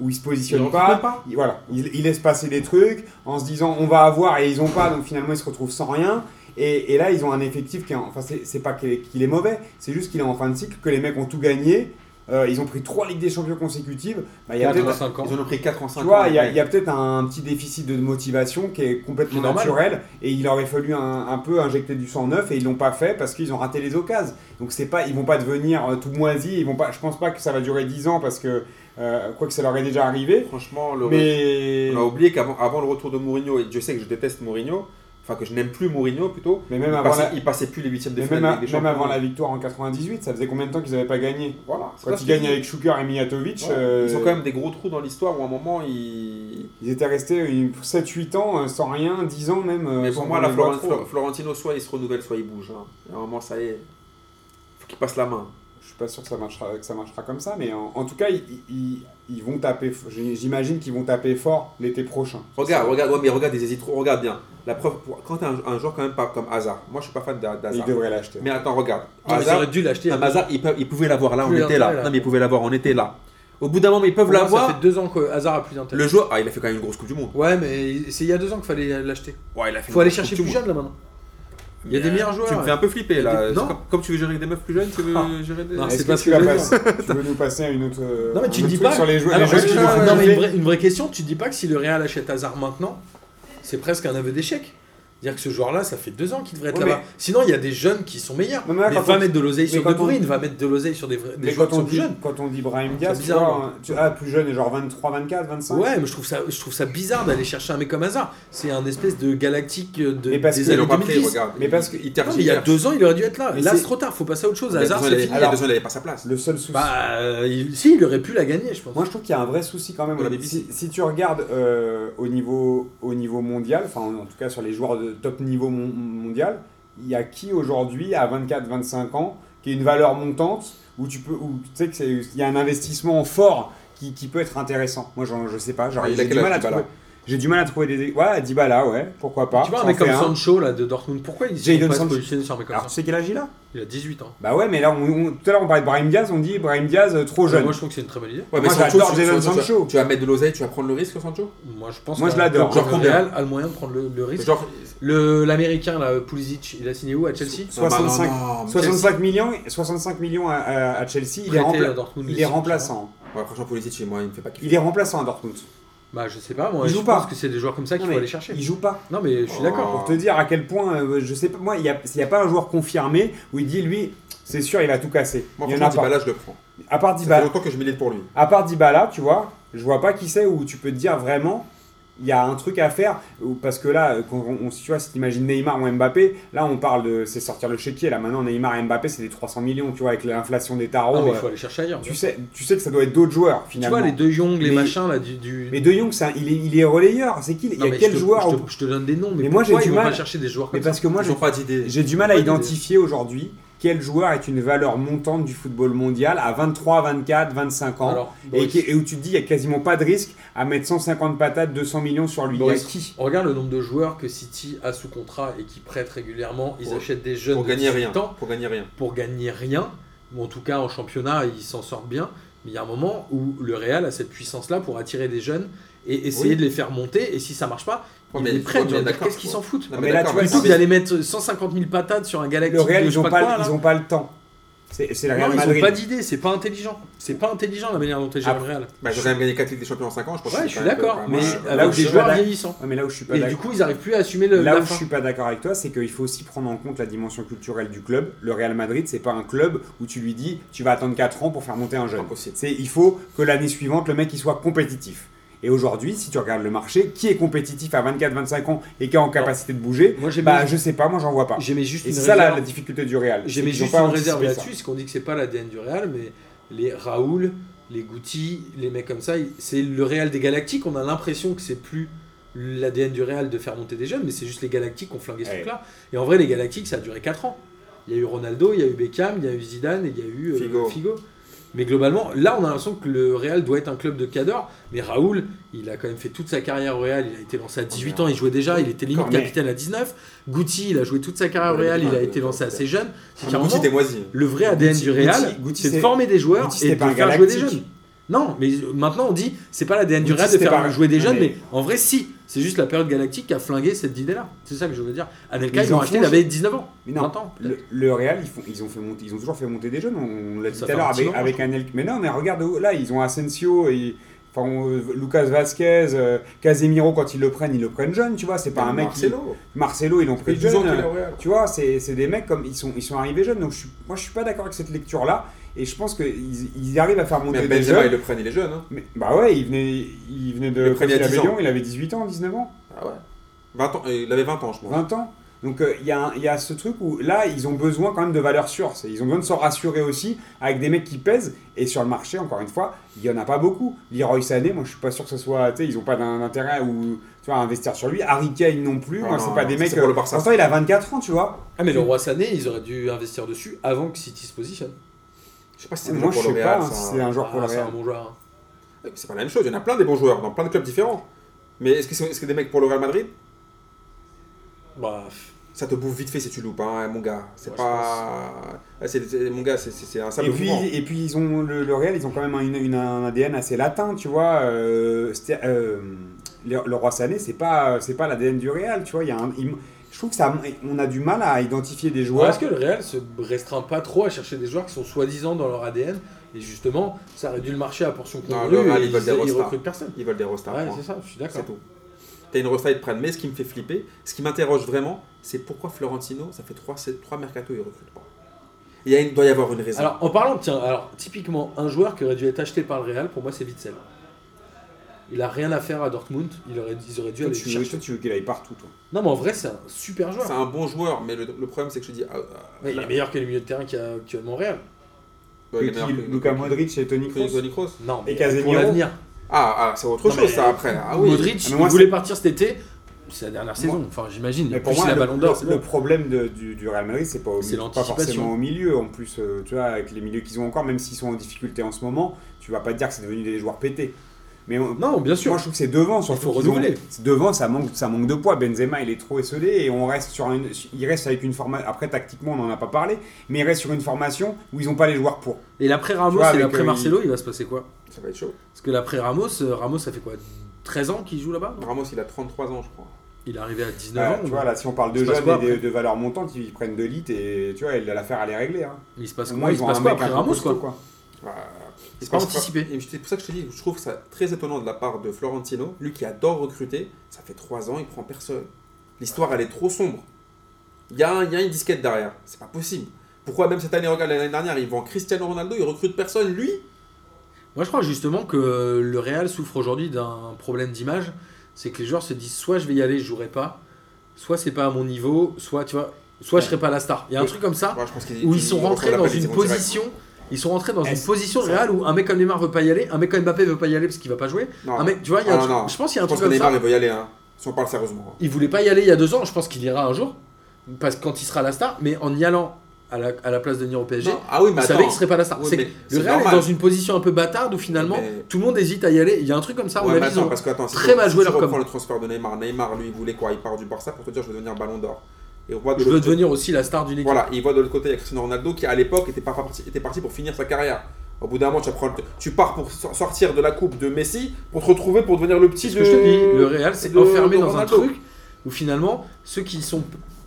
Speaker 3: où ils se
Speaker 2: Ils
Speaker 3: positionnent
Speaker 2: en
Speaker 3: pas,
Speaker 2: font pas.
Speaker 3: ils- voilà, ils, ils laissent passer des trucs en se disant on va avoir et ils ont pas, donc finalement ils se retrouvent sans rien. Et, et là ils ont un effectif qui, est en- enfin c'est c'est pas qu'il est- qu'il est mauvais, c'est juste qu'il est en fin de cycle, que les mecs ont tout gagné, euh, ils ont pris trois Ligues des Champions consécutives, bah, il y a
Speaker 1: Quatre
Speaker 3: peut-être
Speaker 1: en cinq ans.
Speaker 2: Ils en ont pris 4 en 5
Speaker 3: tu vois, il y a,
Speaker 2: ouais.
Speaker 3: il y a peut-être un petit déficit de motivation qui est complètement
Speaker 1: C'est normal.
Speaker 3: naturel et il aurait fallu un, un peu injecter du sang neuf et ils l'ont pas fait parce qu'ils ont raté les occasions. Donc c'est pas, ils vont pas devenir euh, tout moisis, ils vont pas, je pense pas que ça va durer 10 ans parce que euh, quoi que ça leur est déjà arrivé.
Speaker 2: Franchement, le
Speaker 3: Mais,
Speaker 2: On a oublié qu'avant avant le retour de Mourinho, et je sais que je déteste Mourinho, enfin que je n'aime plus Mourinho plutôt,
Speaker 3: mais même,
Speaker 2: il,
Speaker 3: avant
Speaker 2: passait,
Speaker 3: la,
Speaker 2: il passait plus les huitièmes de
Speaker 3: mais
Speaker 2: finale
Speaker 3: même,
Speaker 2: de Ligue des
Speaker 3: même
Speaker 2: Champions.
Speaker 3: avant la victoire en 98, ça faisait combien de temps qu'ils n'avaient pas gagné
Speaker 2: Voilà, c'est
Speaker 3: Quand
Speaker 2: ça ce
Speaker 3: ils
Speaker 2: que je
Speaker 3: gagnent
Speaker 2: dis.
Speaker 3: avec Shuker et Mijatovic,
Speaker 2: Ouais.
Speaker 3: euh,
Speaker 2: Ils ont quand même des gros trous dans l'histoire où à un moment ils.
Speaker 3: ils étaient restés 7-8 ans euh, sans rien, 10 ans même. euh,
Speaker 2: Mais
Speaker 3: sans
Speaker 2: pour moi,
Speaker 3: qu'on
Speaker 2: la
Speaker 3: les voit
Speaker 2: Florent-
Speaker 3: trop.
Speaker 2: Flo- Florentino, soit il se renouvelle, soit il bouge. hein. Et à un moment, ça y est, faut qu'il passe la main.
Speaker 3: Je suis pas sûr que ça marchera, que ça marchera comme ça, mais en, en tout cas, ils, ils- ils vont taper. f- J'imagine qu'ils vont taper fort l'été prochain.
Speaker 2: Regarde, regarde, ouais, mais regarde, ils hésitent trop, regarde bien. La preuve, pour- quand t'as un, un joueur quand même pas comme Hazard, moi je suis pas fan d'Ha-
Speaker 3: Ils
Speaker 2: d'Hazard.
Speaker 3: devraient l'acheter.
Speaker 2: Mais attends, regarde.
Speaker 1: Ah, Ils
Speaker 2: Hazard,
Speaker 1: auraient dû l'acheter.
Speaker 2: non, mais Hazard, ils, peuvent- ils pouvaient l'avoir là, on
Speaker 1: Plus
Speaker 2: était là.
Speaker 1: d'intérêt, là.
Speaker 2: Non, mais ils pouvaient l'avoir, on était là. Au bout d'un moment, ils peuvent
Speaker 1: Pour moi, Ça
Speaker 2: l'avoir.
Speaker 1: fait deux ans que Hazard a plus d'intérêt.
Speaker 2: Le joueur, ah, il a fait quand même une grosse Coupe du Monde.
Speaker 1: Ouais, mais c'est il y a deux ans qu'il fallait l'acheter.
Speaker 2: Ouais, il a fait
Speaker 1: Faut
Speaker 2: une
Speaker 1: aller
Speaker 2: grosse
Speaker 1: chercher
Speaker 2: Coupe
Speaker 1: plus
Speaker 2: du Monde.
Speaker 1: jeune là maintenant. Il y a des
Speaker 2: Euh,
Speaker 1: meilleurs
Speaker 2: Tu me
Speaker 1: joueurs.
Speaker 2: fais un peu flipper
Speaker 1: Il y a
Speaker 2: là.
Speaker 1: des-
Speaker 2: C'est
Speaker 1: Non.
Speaker 2: Comme, comme tu veux gérer des meufs plus jeunes, tu veux
Speaker 1: Ah.
Speaker 2: gérer des.
Speaker 1: Non,
Speaker 3: Est-ce
Speaker 1: c'est
Speaker 3: que
Speaker 1: pas
Speaker 3: tu,
Speaker 1: ce que
Speaker 3: vas
Speaker 1: je veux
Speaker 3: passer- [laughs] tu veux nous passer à une autre. euh,
Speaker 1: Non, mais
Speaker 3: un
Speaker 1: tu
Speaker 3: autre
Speaker 1: dis
Speaker 3: truc
Speaker 1: pas.
Speaker 3: sur les jeux,
Speaker 1: Ah,
Speaker 3: les
Speaker 1: non,
Speaker 3: jeux
Speaker 1: parce
Speaker 3: qui
Speaker 1: que-
Speaker 3: vont
Speaker 1: non, mais une
Speaker 3: arriver
Speaker 1: vraie, une vraie question, tu dis pas que si le Real achète Hazard maintenant, c'est presque un aveu d'échec. Dire que ce joueur-là, ça fait deux ans qu'il devrait être
Speaker 3: Ouais,
Speaker 1: là-bas.
Speaker 3: mais-
Speaker 1: Sinon, il y a des jeunes qui sont meilleurs.
Speaker 3: Non, mais là,
Speaker 1: mais
Speaker 3: quand
Speaker 1: va
Speaker 3: on-
Speaker 1: mettre de l'oseille
Speaker 3: mais
Speaker 1: sur
Speaker 3: quand
Speaker 1: De
Speaker 3: on-
Speaker 1: Bruyne, va mettre de l'oseille sur des, vrais- des
Speaker 3: Mais
Speaker 1: joueurs
Speaker 3: quand
Speaker 1: qui
Speaker 3: on,
Speaker 1: sont plus
Speaker 3: dit,
Speaker 1: jeunes.
Speaker 3: quand on dit Brahim Diaz, tu
Speaker 1: bizarre,
Speaker 3: vois,
Speaker 1: moi.
Speaker 3: un- tu- ah, plus jeune, et genre 23, 24, 25.
Speaker 1: Ouais, mais je trouve ça, je trouve ça bizarre d'aller chercher un mec comme Hazard. C'est un espèce de galactique euh, de,
Speaker 3: Mais parce
Speaker 1: des
Speaker 3: que-
Speaker 2: Ils
Speaker 1: années
Speaker 2: l'ont pas pris,
Speaker 1: 2010.
Speaker 2: regarde.
Speaker 3: Mais parce que-
Speaker 1: Non,
Speaker 2: il
Speaker 1: mais il y a
Speaker 2: tergiverse.
Speaker 1: deux ans, il aurait dû être là.
Speaker 3: Mais
Speaker 1: là,
Speaker 3: c'est-
Speaker 1: c'est trop tard, faut passer à autre chose.
Speaker 2: Il y a deux
Speaker 1: Hazard,
Speaker 2: ans,
Speaker 1: c'est
Speaker 2: il-
Speaker 1: fini.
Speaker 2: Il y a
Speaker 3: Alors-
Speaker 2: deux ans, il avait pas sa place.
Speaker 3: Le seul souci.
Speaker 1: Bah, euh, il- si, il aurait pu la gagner, je pense.
Speaker 3: Moi, je trouve qu'il y a un vrai souci quand même.
Speaker 2: Pour la BBC.
Speaker 3: Si, si tu regardes euh, au, niveau, au niveau mondial, enfin en en tout cas sur les joueurs de top niveau mon- mondial, il y a qui aujourd'hui à 24-25 ans qui est une valeur montante où tu peux, où tu sais que c'est- il y a un investissement fort qui, qui peut être intéressant. Moi, j'en- je sais pas, genre,
Speaker 2: Ah, il a
Speaker 3: j'ai du
Speaker 2: quel âge,
Speaker 3: mal à
Speaker 2: Dybala
Speaker 3: trouver. J'ai du mal à trouver des. Ouais, Dybala, ouais, pourquoi pas.
Speaker 1: tu vois, un
Speaker 3: j'en
Speaker 1: mec
Speaker 3: fais
Speaker 1: comme
Speaker 3: un.
Speaker 1: Sancho là, de Dortmund, pourquoi ils
Speaker 3: Jadon
Speaker 1: sont pas
Speaker 3: Sancho.
Speaker 1: positionnés sur un mec comme
Speaker 3: Alors, tu
Speaker 1: ça
Speaker 3: sais quel âge il a
Speaker 1: Il a 18 ans.
Speaker 3: Bah ouais, mais là, on- on- tout à l'heure, on parlait de Brahim Diaz, on dit Brahim Diaz euh, trop jeune.
Speaker 1: Moi, je trouve que c'est une très bonne idée.
Speaker 2: Ouais,
Speaker 3: Moi, j'adore Jadon Sancho.
Speaker 2: Tu vas mettre de l'oseille, tu vas prendre le risque, Sancho
Speaker 1: Moi, je pense
Speaker 3: Moi,
Speaker 1: que
Speaker 3: je l'adore.
Speaker 1: le- le
Speaker 2: Genre combien
Speaker 1: Real a le moyen de prendre le, le risque.
Speaker 2: Genre.
Speaker 1: Le- L'américain, là, Pulisic, il a signé où À Chelsea
Speaker 3: 65
Speaker 2: Non, non, non, mais-
Speaker 3: 65 millions, 65 millions à, à- à Chelsea, il est,
Speaker 1: Prêté
Speaker 3: rempla-
Speaker 1: à Dortmund,
Speaker 3: il
Speaker 1: les
Speaker 3: est
Speaker 1: six,
Speaker 3: remplaçant.
Speaker 2: Ouais, franchement, Pulisic, chez moi, il me fait pas kiffer.
Speaker 3: Il est remplaçant à Dortmund.
Speaker 1: Bah, je sais pas, moi,
Speaker 3: Il
Speaker 1: je
Speaker 3: joue
Speaker 1: pense
Speaker 3: pas.
Speaker 1: que c'est des joueurs comme ça qu'il
Speaker 3: Non,
Speaker 1: faut
Speaker 3: mais
Speaker 1: aller chercher.
Speaker 3: Il joue pas.
Speaker 1: Non, mais je suis
Speaker 2: Oh.
Speaker 1: d'accord.
Speaker 3: Pour te dire à quel point, euh, je sais pas, moi, il n'y a, il y a pas un joueur confirmé où il dit, lui, c'est sûr, il va tout casser.
Speaker 2: Moi,
Speaker 3: il y en a
Speaker 2: franchement,
Speaker 3: pas.
Speaker 2: Dybala, je le prends.
Speaker 3: À part
Speaker 2: Ça fait
Speaker 3: Dybala,
Speaker 2: longtemps que je milite pour lui.
Speaker 3: à part Dybala, tu vois, je vois pas qui c'est où tu peux te dire vraiment, il y a un truc à faire. ou- Parce que là, euh, quand on, on- tu vois, si t'imagines Neymar ou Mbappé, là, on parle de, c'est sortir le chéquier. Là, maintenant, Neymar et Mbappé, c'est des 300 millions, tu vois, avec l'inflation des tarots.
Speaker 1: Non, Ah, mais il
Speaker 3: euh,
Speaker 1: faut aller chercher ailleurs.
Speaker 3: tu, sais, tu sais que ça doit être d'autres joueurs,
Speaker 1: Tu
Speaker 3: finalement.
Speaker 1: vois, les deux Young, les
Speaker 3: Mais-
Speaker 1: machins, là, du. du-
Speaker 3: Mais De Jong, c'est un- il, est, il est relayeur. C'est qui Il y
Speaker 1: Non,
Speaker 3: a
Speaker 1: mais
Speaker 3: quel
Speaker 1: je te-
Speaker 3: joueur
Speaker 1: je
Speaker 3: au-
Speaker 1: te, je te donne des noms, mais,
Speaker 3: Mais moi, j'ai
Speaker 1: pourquoi
Speaker 3: du
Speaker 1: ils vont
Speaker 3: mal.
Speaker 1: pas chercher des joueurs
Speaker 3: Mais
Speaker 1: comme ça
Speaker 3: parce que moi,
Speaker 2: Ils
Speaker 3: j'ai-
Speaker 2: ont pas d'idée.
Speaker 3: j'ai du mal à
Speaker 1: Pas
Speaker 3: identifier aujourd'hui quel joueur est une valeur montante du football mondial à 23, 24, 25 ans.
Speaker 1: Alors,
Speaker 3: et,
Speaker 1: Boris,
Speaker 3: qui- et où tu te dis, il n'y a quasiment pas de risque à mettre 150 patates, 200 millions sur lui. Il y a
Speaker 1: Boris,
Speaker 3: qui
Speaker 1: on regarde le nombre de joueurs que City a sous contrat et qui prêtent régulièrement. Ils
Speaker 2: Pour-
Speaker 1: achètent des jeunes
Speaker 2: Pour
Speaker 1: de
Speaker 2: gagner
Speaker 1: 18
Speaker 2: rien.
Speaker 1: ans.
Speaker 2: Pour gagner rien.
Speaker 1: pour gagner rien, ou en tout cas en championnat, ils s'en sortent bien. Mais il y a un moment où le Real a cette puissance-là pour attirer des jeunes et essayer
Speaker 2: Oui.
Speaker 1: de les faire monter. Et si ça marche pas,
Speaker 2: Ouais,
Speaker 1: ils
Speaker 2: mais-
Speaker 1: les prennent.
Speaker 2: ouais,
Speaker 1: ils vont
Speaker 2: mais
Speaker 1: dire,
Speaker 2: d'accord,
Speaker 1: Qu'est-ce qu'ils
Speaker 2: ouais.
Speaker 1: s'en foutent
Speaker 2: Non,
Speaker 3: Mais
Speaker 2: mais
Speaker 3: là,
Speaker 2: d'accord,
Speaker 3: tu vois,
Speaker 2: mais
Speaker 1: Plutôt
Speaker 3: non,
Speaker 1: que d'aller mettre 150 000 patates sur un galactique
Speaker 3: Le Real,
Speaker 1: de je
Speaker 3: ils
Speaker 1: sais
Speaker 3: n'ont
Speaker 1: pas,
Speaker 3: pas,
Speaker 1: quoi, là.
Speaker 3: ils ont pas le temps. C'est c'est la
Speaker 1: Non,
Speaker 3: Real
Speaker 1: ils ont
Speaker 3: Madrid. Ah,
Speaker 1: pas d'idée, c'est pas intelligent. C'est pas intelligent la manière dont est géré le Real.
Speaker 2: Bah, j'ai quand même gagné 4 Ligues des Champions en 5 ans, je pense que
Speaker 1: Ouais,
Speaker 2: c'est
Speaker 1: je suis
Speaker 2: quand même-
Speaker 1: d'accord,
Speaker 2: quand même-
Speaker 1: mais
Speaker 2: Ouais,
Speaker 3: là où
Speaker 1: avec
Speaker 3: je
Speaker 1: des
Speaker 3: suis
Speaker 1: joueurs
Speaker 3: pas d'ac-
Speaker 1: vieillissants.
Speaker 3: Ouais, mais là où je suis pas
Speaker 1: Et du
Speaker 3: d'accord.
Speaker 1: coup, ils n'arrivent plus à assumer le.
Speaker 3: Là
Speaker 1: la
Speaker 3: où je
Speaker 1: fin.
Speaker 3: suis pas d'accord avec toi, c'est qu'il faut aussi prendre en compte la dimension culturelle du club. Le Real Madrid, c'est pas un club où tu lui dis tu vas attendre 4 ans pour faire monter un jeune.
Speaker 2: Impossible.
Speaker 3: C'est il faut que l'année suivante le mec il soit compétitif. Et aujourd'hui, si tu regardes le marché, qui est compétitif à 24-25 ans et qui est en capacité de bouger
Speaker 1: Moi, j'ai
Speaker 3: Bah,
Speaker 1: mis-
Speaker 3: je sais pas, moi, j'en vois pas.
Speaker 1: J'aimais juste
Speaker 3: Et
Speaker 1: une
Speaker 3: c'est ça, la,
Speaker 1: réserve.
Speaker 3: la difficulté du Real. c'est
Speaker 1: J'aimais
Speaker 3: qu'ils ont
Speaker 1: juste
Speaker 3: pas
Speaker 1: une
Speaker 3: anticipé
Speaker 1: réserve
Speaker 3: ça.
Speaker 1: là-dessus, ce qu'on dit que c'est pas l'ADN du Real, mais les Raoul, les Guti, les mecs comme ça, ils- c'est le Real des Galactiques. On a l'impression que c'est plus l'ADN du Real de faire monter des jeunes, mais c'est juste les Galactiques qui ont flingué ce
Speaker 3: Ouais.
Speaker 1: truc-là. Et en vrai, les Galactiques, ça a duré 4 ans. Il y a eu Ronaldo, il y a eu Beckham, il y a eu Zidane, et il y a eu euh,
Speaker 2: Figo.
Speaker 1: Figo. Mais globalement, là, on a l'impression que le Real doit être un club de cadors. Mais Raoul, il a quand même fait toute sa carrière au Real. Il a été lancé à 18
Speaker 3: Oh,
Speaker 1: ans, il jouait déjà, il était limite
Speaker 3: Encore, mais-
Speaker 1: capitaine à 19. Guti, il a joué toute sa carrière au
Speaker 2: Ouais,
Speaker 1: Real, il
Speaker 2: ouais,
Speaker 1: a été
Speaker 2: ouais,
Speaker 1: lancé
Speaker 2: ouais.
Speaker 1: assez jeune.
Speaker 3: Ah,
Speaker 1: C'est qu'à un
Speaker 2: Guti
Speaker 1: moment,
Speaker 2: t'es moisi.
Speaker 1: le vrai ADN
Speaker 3: Guti-
Speaker 1: du Real,
Speaker 3: Guti- Guti,
Speaker 1: c'est de
Speaker 3: c'est-
Speaker 1: former des joueurs
Speaker 3: Guti,
Speaker 1: et
Speaker 3: c'était
Speaker 1: de
Speaker 3: pas un
Speaker 1: faire jouer des
Speaker 3: galactique.
Speaker 1: jeunes. Non, mais euh, maintenant on dit c'est pas l'ADN du
Speaker 3: Guti,
Speaker 1: Real de
Speaker 3: c'était
Speaker 1: faire
Speaker 3: pas un-
Speaker 1: jouer des
Speaker 3: Non,
Speaker 1: jeunes, mais...
Speaker 3: mais-
Speaker 1: en vrai si, c'est juste la période galactique qui a flingué cette idée-là. C'est ça que je veux dire. Anelka
Speaker 3: Mais
Speaker 1: ils
Speaker 3: ils
Speaker 1: l'ont
Speaker 3: en
Speaker 1: acheté,
Speaker 3: font,
Speaker 1: il avait
Speaker 3: c'est-
Speaker 1: 19 ans.
Speaker 3: Mais non,
Speaker 1: 20 ans, peut-être.
Speaker 3: le, le Real, ils, font- ils ont fait monter, ils ont toujours fait monter des jeunes. On, on l'a dit
Speaker 1: Ça
Speaker 3: tout
Speaker 1: fait
Speaker 3: à
Speaker 1: un
Speaker 3: l'heure
Speaker 1: petit
Speaker 3: avec,
Speaker 1: moment,
Speaker 3: avec un Elk- Mais non, mais regarde oh, là, ils ont Asensio et enfin, on- Lucas Vasquez, euh, Casemiro. Quand ils le prennent, ils le prennent jeune. Tu vois, c'est pas un mec. qui-
Speaker 2: Marcelo.
Speaker 3: Marcelo, ils l'ont
Speaker 2: fait
Speaker 3: pris
Speaker 2: 12 ans
Speaker 3: jeune.
Speaker 2: qu'il est au Real.
Speaker 3: euh, Tu vois, c'est c'est des mecs comme ils sont, ils sont arrivés jeunes. Donc je suis, moi, je suis pas d'accord avec cette lecture là. Et je pense qu'ils ils arrivent à faire monter
Speaker 2: Mais
Speaker 3: des
Speaker 2: Benzema, ils
Speaker 3: jeunes.
Speaker 2: le prennent, il est jeune. hein.
Speaker 3: Mais- bah ouais, il venait, il venait de
Speaker 2: Le premier à 10 ans.
Speaker 3: Lyon, il avait 18 ans, 19 ans.
Speaker 2: Ah ouais. 20 ans, il avait 20 ans, je pense.
Speaker 3: 20 ans. Donc euh, il y, a un- y a ce truc où là, ils ont besoin quand même de valeurs sûres. C'est- Ils ont besoin de se rassurer aussi avec des mecs qui pèsent. Et sur le marché, encore une fois, il n'y en a pas beaucoup. Leroy Sané, moi je suis pas sûr que ce soit. tu sais, Ils n'ont pas d'un intérêt ou, tu vois, à investir sur lui. Harry Kane non plus.
Speaker 2: Non,
Speaker 3: moi,
Speaker 2: Ah non,
Speaker 3: c'est pas
Speaker 2: non,
Speaker 3: des
Speaker 2: ça,
Speaker 3: mecs.
Speaker 2: c'est pour le
Speaker 3: euh,
Speaker 2: Barça.
Speaker 3: pourtant, il a 24 ans, tu vois.
Speaker 1: Ah mais le roi Sané, ils auraient dû investir dessus avant que City se positionne.
Speaker 2: Je sais pas si c'est
Speaker 3: Moi,
Speaker 2: bon
Speaker 3: je
Speaker 2: pour le
Speaker 3: sais pas
Speaker 2: Real.
Speaker 3: hein,
Speaker 2: ça.
Speaker 3: si c'est un joueur pour
Speaker 1: Ah,
Speaker 3: le
Speaker 1: c'est
Speaker 3: Real.
Speaker 1: un bon joueur. hein.
Speaker 2: C'est pas la même chose. Il y en a plein des bons joueurs dans plein de clubs différents. Mais est-ce que c'est est-ce que des mecs pour le Real Madrid
Speaker 1: Bah, pff,
Speaker 2: ça te bouffe vite fait si tu loupes, hein, mon gars. C'est
Speaker 1: Ouais, je
Speaker 2: pas. Ah, c'est- c'est- Mon gars, c'est- c'est c'est un sable
Speaker 3: Et puis,
Speaker 2: mouvement.
Speaker 3: et puis ils ont le, le Real, ils ont quand même un, une- une- un ADN assez latin, tu vois. euh, c'était- euh, le, le roi Sané, c'est pas c'est pas l'ADN du Real, tu vois. Il y a un- il- je trouve que ça, on a du mal à identifier des joueurs.
Speaker 1: Est-ce que le Real se restreint pas trop à chercher des joueurs qui sont soi-disant dans leur ADN Et justement, ça réduit le marché à portion
Speaker 2: Non,
Speaker 1: congrue
Speaker 2: le Real,
Speaker 1: et
Speaker 2: ils veulent
Speaker 1: ils,
Speaker 2: des
Speaker 1: ils
Speaker 2: rostars.
Speaker 1: recrutent personne.
Speaker 2: Ils veulent des rostars.
Speaker 1: Ouais,
Speaker 2: point.
Speaker 1: c'est ça, je suis d'accord.
Speaker 2: C'est tout. T'as une resta, ils te prennent. Mais ce qui me fait flipper, ce qui m'interroge vraiment, c'est pourquoi Florentino, ça fait 3, mercato, il recrute pas. Il y a une- doit y avoir une raison.
Speaker 1: Alors, en parlant, tiens, alors, typiquement, un joueur qui aurait dû être acheté par le Real, pour moi, c'est Witzel. Il a rien à faire à Dortmund, il aurait, ils auraient dû
Speaker 3: Toi,
Speaker 1: aller
Speaker 3: tu
Speaker 1: le
Speaker 3: veux,
Speaker 1: chercher.
Speaker 3: toi, tu veux qu'il aille partout, toi.
Speaker 1: Non, mais en vrai, c'est un super joueur.
Speaker 2: c'est un bon joueur, mais le, le problème, c'est que je dis. ah, ah,
Speaker 1: Mais il
Speaker 2: là-
Speaker 1: est meilleur que les milieux de terrain qu'il y a actuellement au Real.
Speaker 2: ouais, il est meilleur
Speaker 3: Qui-
Speaker 2: que-
Speaker 3: Luka
Speaker 2: que-
Speaker 3: Modric et Tony
Speaker 2: que-
Speaker 3: Kroos.
Speaker 2: que Toni Kroos.
Speaker 1: Non, mais
Speaker 3: Et Casemiro.
Speaker 1: pour l'avenir.
Speaker 2: Ah, ah, c'est autre
Speaker 1: Non,
Speaker 2: chose,
Speaker 1: mais-
Speaker 2: ça après. Ah oui.
Speaker 1: Modric,
Speaker 3: Ah, mais moi,
Speaker 1: il voulait partir cet été, c'est la dernière
Speaker 3: Moi-
Speaker 1: saison, enfin, j'imagine.
Speaker 3: Mais
Speaker 1: Mais
Speaker 3: pour moi,
Speaker 1: la
Speaker 3: le,
Speaker 1: Ballon d'Or,
Speaker 3: le-
Speaker 1: c'est
Speaker 3: le
Speaker 1: bon.
Speaker 3: problème de- du, du Real Madrid, c'est pas, au-
Speaker 1: C'est
Speaker 3: pas
Speaker 1: l'anticipation.
Speaker 3: forcément au milieu. En plus, euh, tu vois, avec les milieux qu'ils ont encore, même s'ils sont en difficulté en ce moment, tu vas pas dire que c'est devenu des joueurs pétés. Mais on-
Speaker 1: Non, bien sûr.
Speaker 3: Moi, je trouve que c'est devant, surtout.
Speaker 1: faut
Speaker 3: qu'ils ont-
Speaker 1: renouveler.
Speaker 3: c'est Devant, ça manque, ça manque de poids. Benzema, il est trop esselé et on reste sur une, il reste avec une formation. Après, tactiquement, on n'en a pas parlé, mais il reste sur une formation où ils n'ont pas les joueurs pour.
Speaker 1: Et l'après
Speaker 3: Tu
Speaker 1: Ramos
Speaker 3: vois,
Speaker 1: et
Speaker 3: avec,
Speaker 1: l'après
Speaker 3: euh,
Speaker 1: Marcelo, il va se passer quoi
Speaker 2: Ça va être chaud.
Speaker 1: Parce que l'après Ramos, euh, Ramos, ça fait quoi 13 ans qu'il joue là-bas non
Speaker 2: Ramos, il a 33 ans, je crois.
Speaker 1: Il est arrivé à 19
Speaker 3: Voilà,
Speaker 1: ans.
Speaker 3: Euh, tu vois, là, si on parle
Speaker 1: Il se
Speaker 3: de
Speaker 1: passe
Speaker 3: jeunes
Speaker 1: quoi,
Speaker 3: et de,
Speaker 1: après
Speaker 3: de valeurs montantes, ils prennent de litres et tu vois, l'affaire, elle est réglée. Hein.
Speaker 1: mais Il se passe
Speaker 3: Au
Speaker 1: quoi
Speaker 3: moins,
Speaker 1: Il se
Speaker 3: ont
Speaker 1: passe
Speaker 3: un
Speaker 1: quoi
Speaker 3: mec
Speaker 1: après
Speaker 3: un peu
Speaker 1: Ramos,
Speaker 3: costaud,
Speaker 1: quoi
Speaker 2: Bah,
Speaker 1: C'est
Speaker 2: je
Speaker 1: pas
Speaker 2: pense
Speaker 1: anticipé.
Speaker 2: et C'est pour ça que je te dis, je trouve ça très étonnant de la part de Florentino, lui qui adore recruter, ça fait trois ans, il prend personne. L'histoire, elle est trop sombre. Il y, a un- il y a une disquette derrière, c'est pas possible. Pourquoi même cette année, regarde l'année dernière, ils vendent Cristiano Ronaldo, ils recrutent personne, lui
Speaker 1: Moi, je crois justement que le Real souffre aujourd'hui d'un problème d'image. C'est que les joueurs se disent soit je vais y aller, je jouerai pas, soit c'est pas à mon niveau, soit tu vois, soit je serai pas la star. Il y a un
Speaker 2: Ouais.
Speaker 1: truc comme ça
Speaker 2: Moi, je pense qu'ils-
Speaker 1: où ils
Speaker 2: qu'ils
Speaker 1: sont rentrés
Speaker 2: reçoivent
Speaker 1: dans
Speaker 2: l'appel,
Speaker 1: une
Speaker 2: ils vont direct.
Speaker 1: position. Ils sont rentrés dans une
Speaker 3: Est-ce-
Speaker 1: position le Real où un mec comme Neymar veut pas y aller, un mec comme Mbappé veut pas y aller parce qu'il va pas jouer.
Speaker 2: Non,
Speaker 1: Un mec, tu vois, il y a un
Speaker 2: Ah,
Speaker 1: truc-
Speaker 2: non.
Speaker 1: je pense qu'il y a
Speaker 2: je
Speaker 1: un truc
Speaker 2: pense que
Speaker 1: comme
Speaker 2: Neymar,
Speaker 1: ça.
Speaker 2: il veut y aller, hein, si on parle sérieusement.
Speaker 1: Il voulait pas y aller il y a deux ans, je pense qu'il ira un jour, parce que quand il sera la star, mais en y allant à la, à la place de venir au PSG,
Speaker 2: Non, Ah oui, mais
Speaker 1: il savait
Speaker 2: attends.
Speaker 1: qu'il serait pas la star.
Speaker 2: Oui,
Speaker 1: C'est
Speaker 2: mais
Speaker 1: que
Speaker 2: c'est
Speaker 1: le Real
Speaker 2: normal.
Speaker 1: est dans une position un peu bâtarde où finalement
Speaker 2: Mais-
Speaker 1: tout le monde hésite à y aller. Il y a un truc comme ça, on
Speaker 2: Ouais,
Speaker 1: a
Speaker 2: mais
Speaker 1: vu. ils
Speaker 2: attends,
Speaker 1: ont-
Speaker 2: parce que attends, si
Speaker 1: très
Speaker 2: tu-
Speaker 1: mal
Speaker 2: si
Speaker 1: joué
Speaker 2: tu
Speaker 1: leur com.
Speaker 2: reprends le transfert de Neymar. Neymar, lui, il voulait quoi Il part du Barça pour te dire, je veux devenir Ballon d'Or. Et on voit de
Speaker 1: Je veux
Speaker 2: l'autre côté-
Speaker 1: devenir aussi la star d'une équipe.
Speaker 2: Voilà, et il voit de l'autre côté, il y a Cristiano Ronaldo qui à l'époque était, pas- parti- était parti pour finir sa carrière. Au bout d'un moment, tu, vas prendre- tu pars pour so- sortir de la coupe de Messi pour te retrouver pour devenir le petit
Speaker 1: C'est ce
Speaker 2: de.
Speaker 1: que je te dis, le Real s'est
Speaker 2: de-
Speaker 1: enfermé
Speaker 2: de
Speaker 1: dans un
Speaker 2: Ronaldo.
Speaker 1: truc où finalement ceux qui sont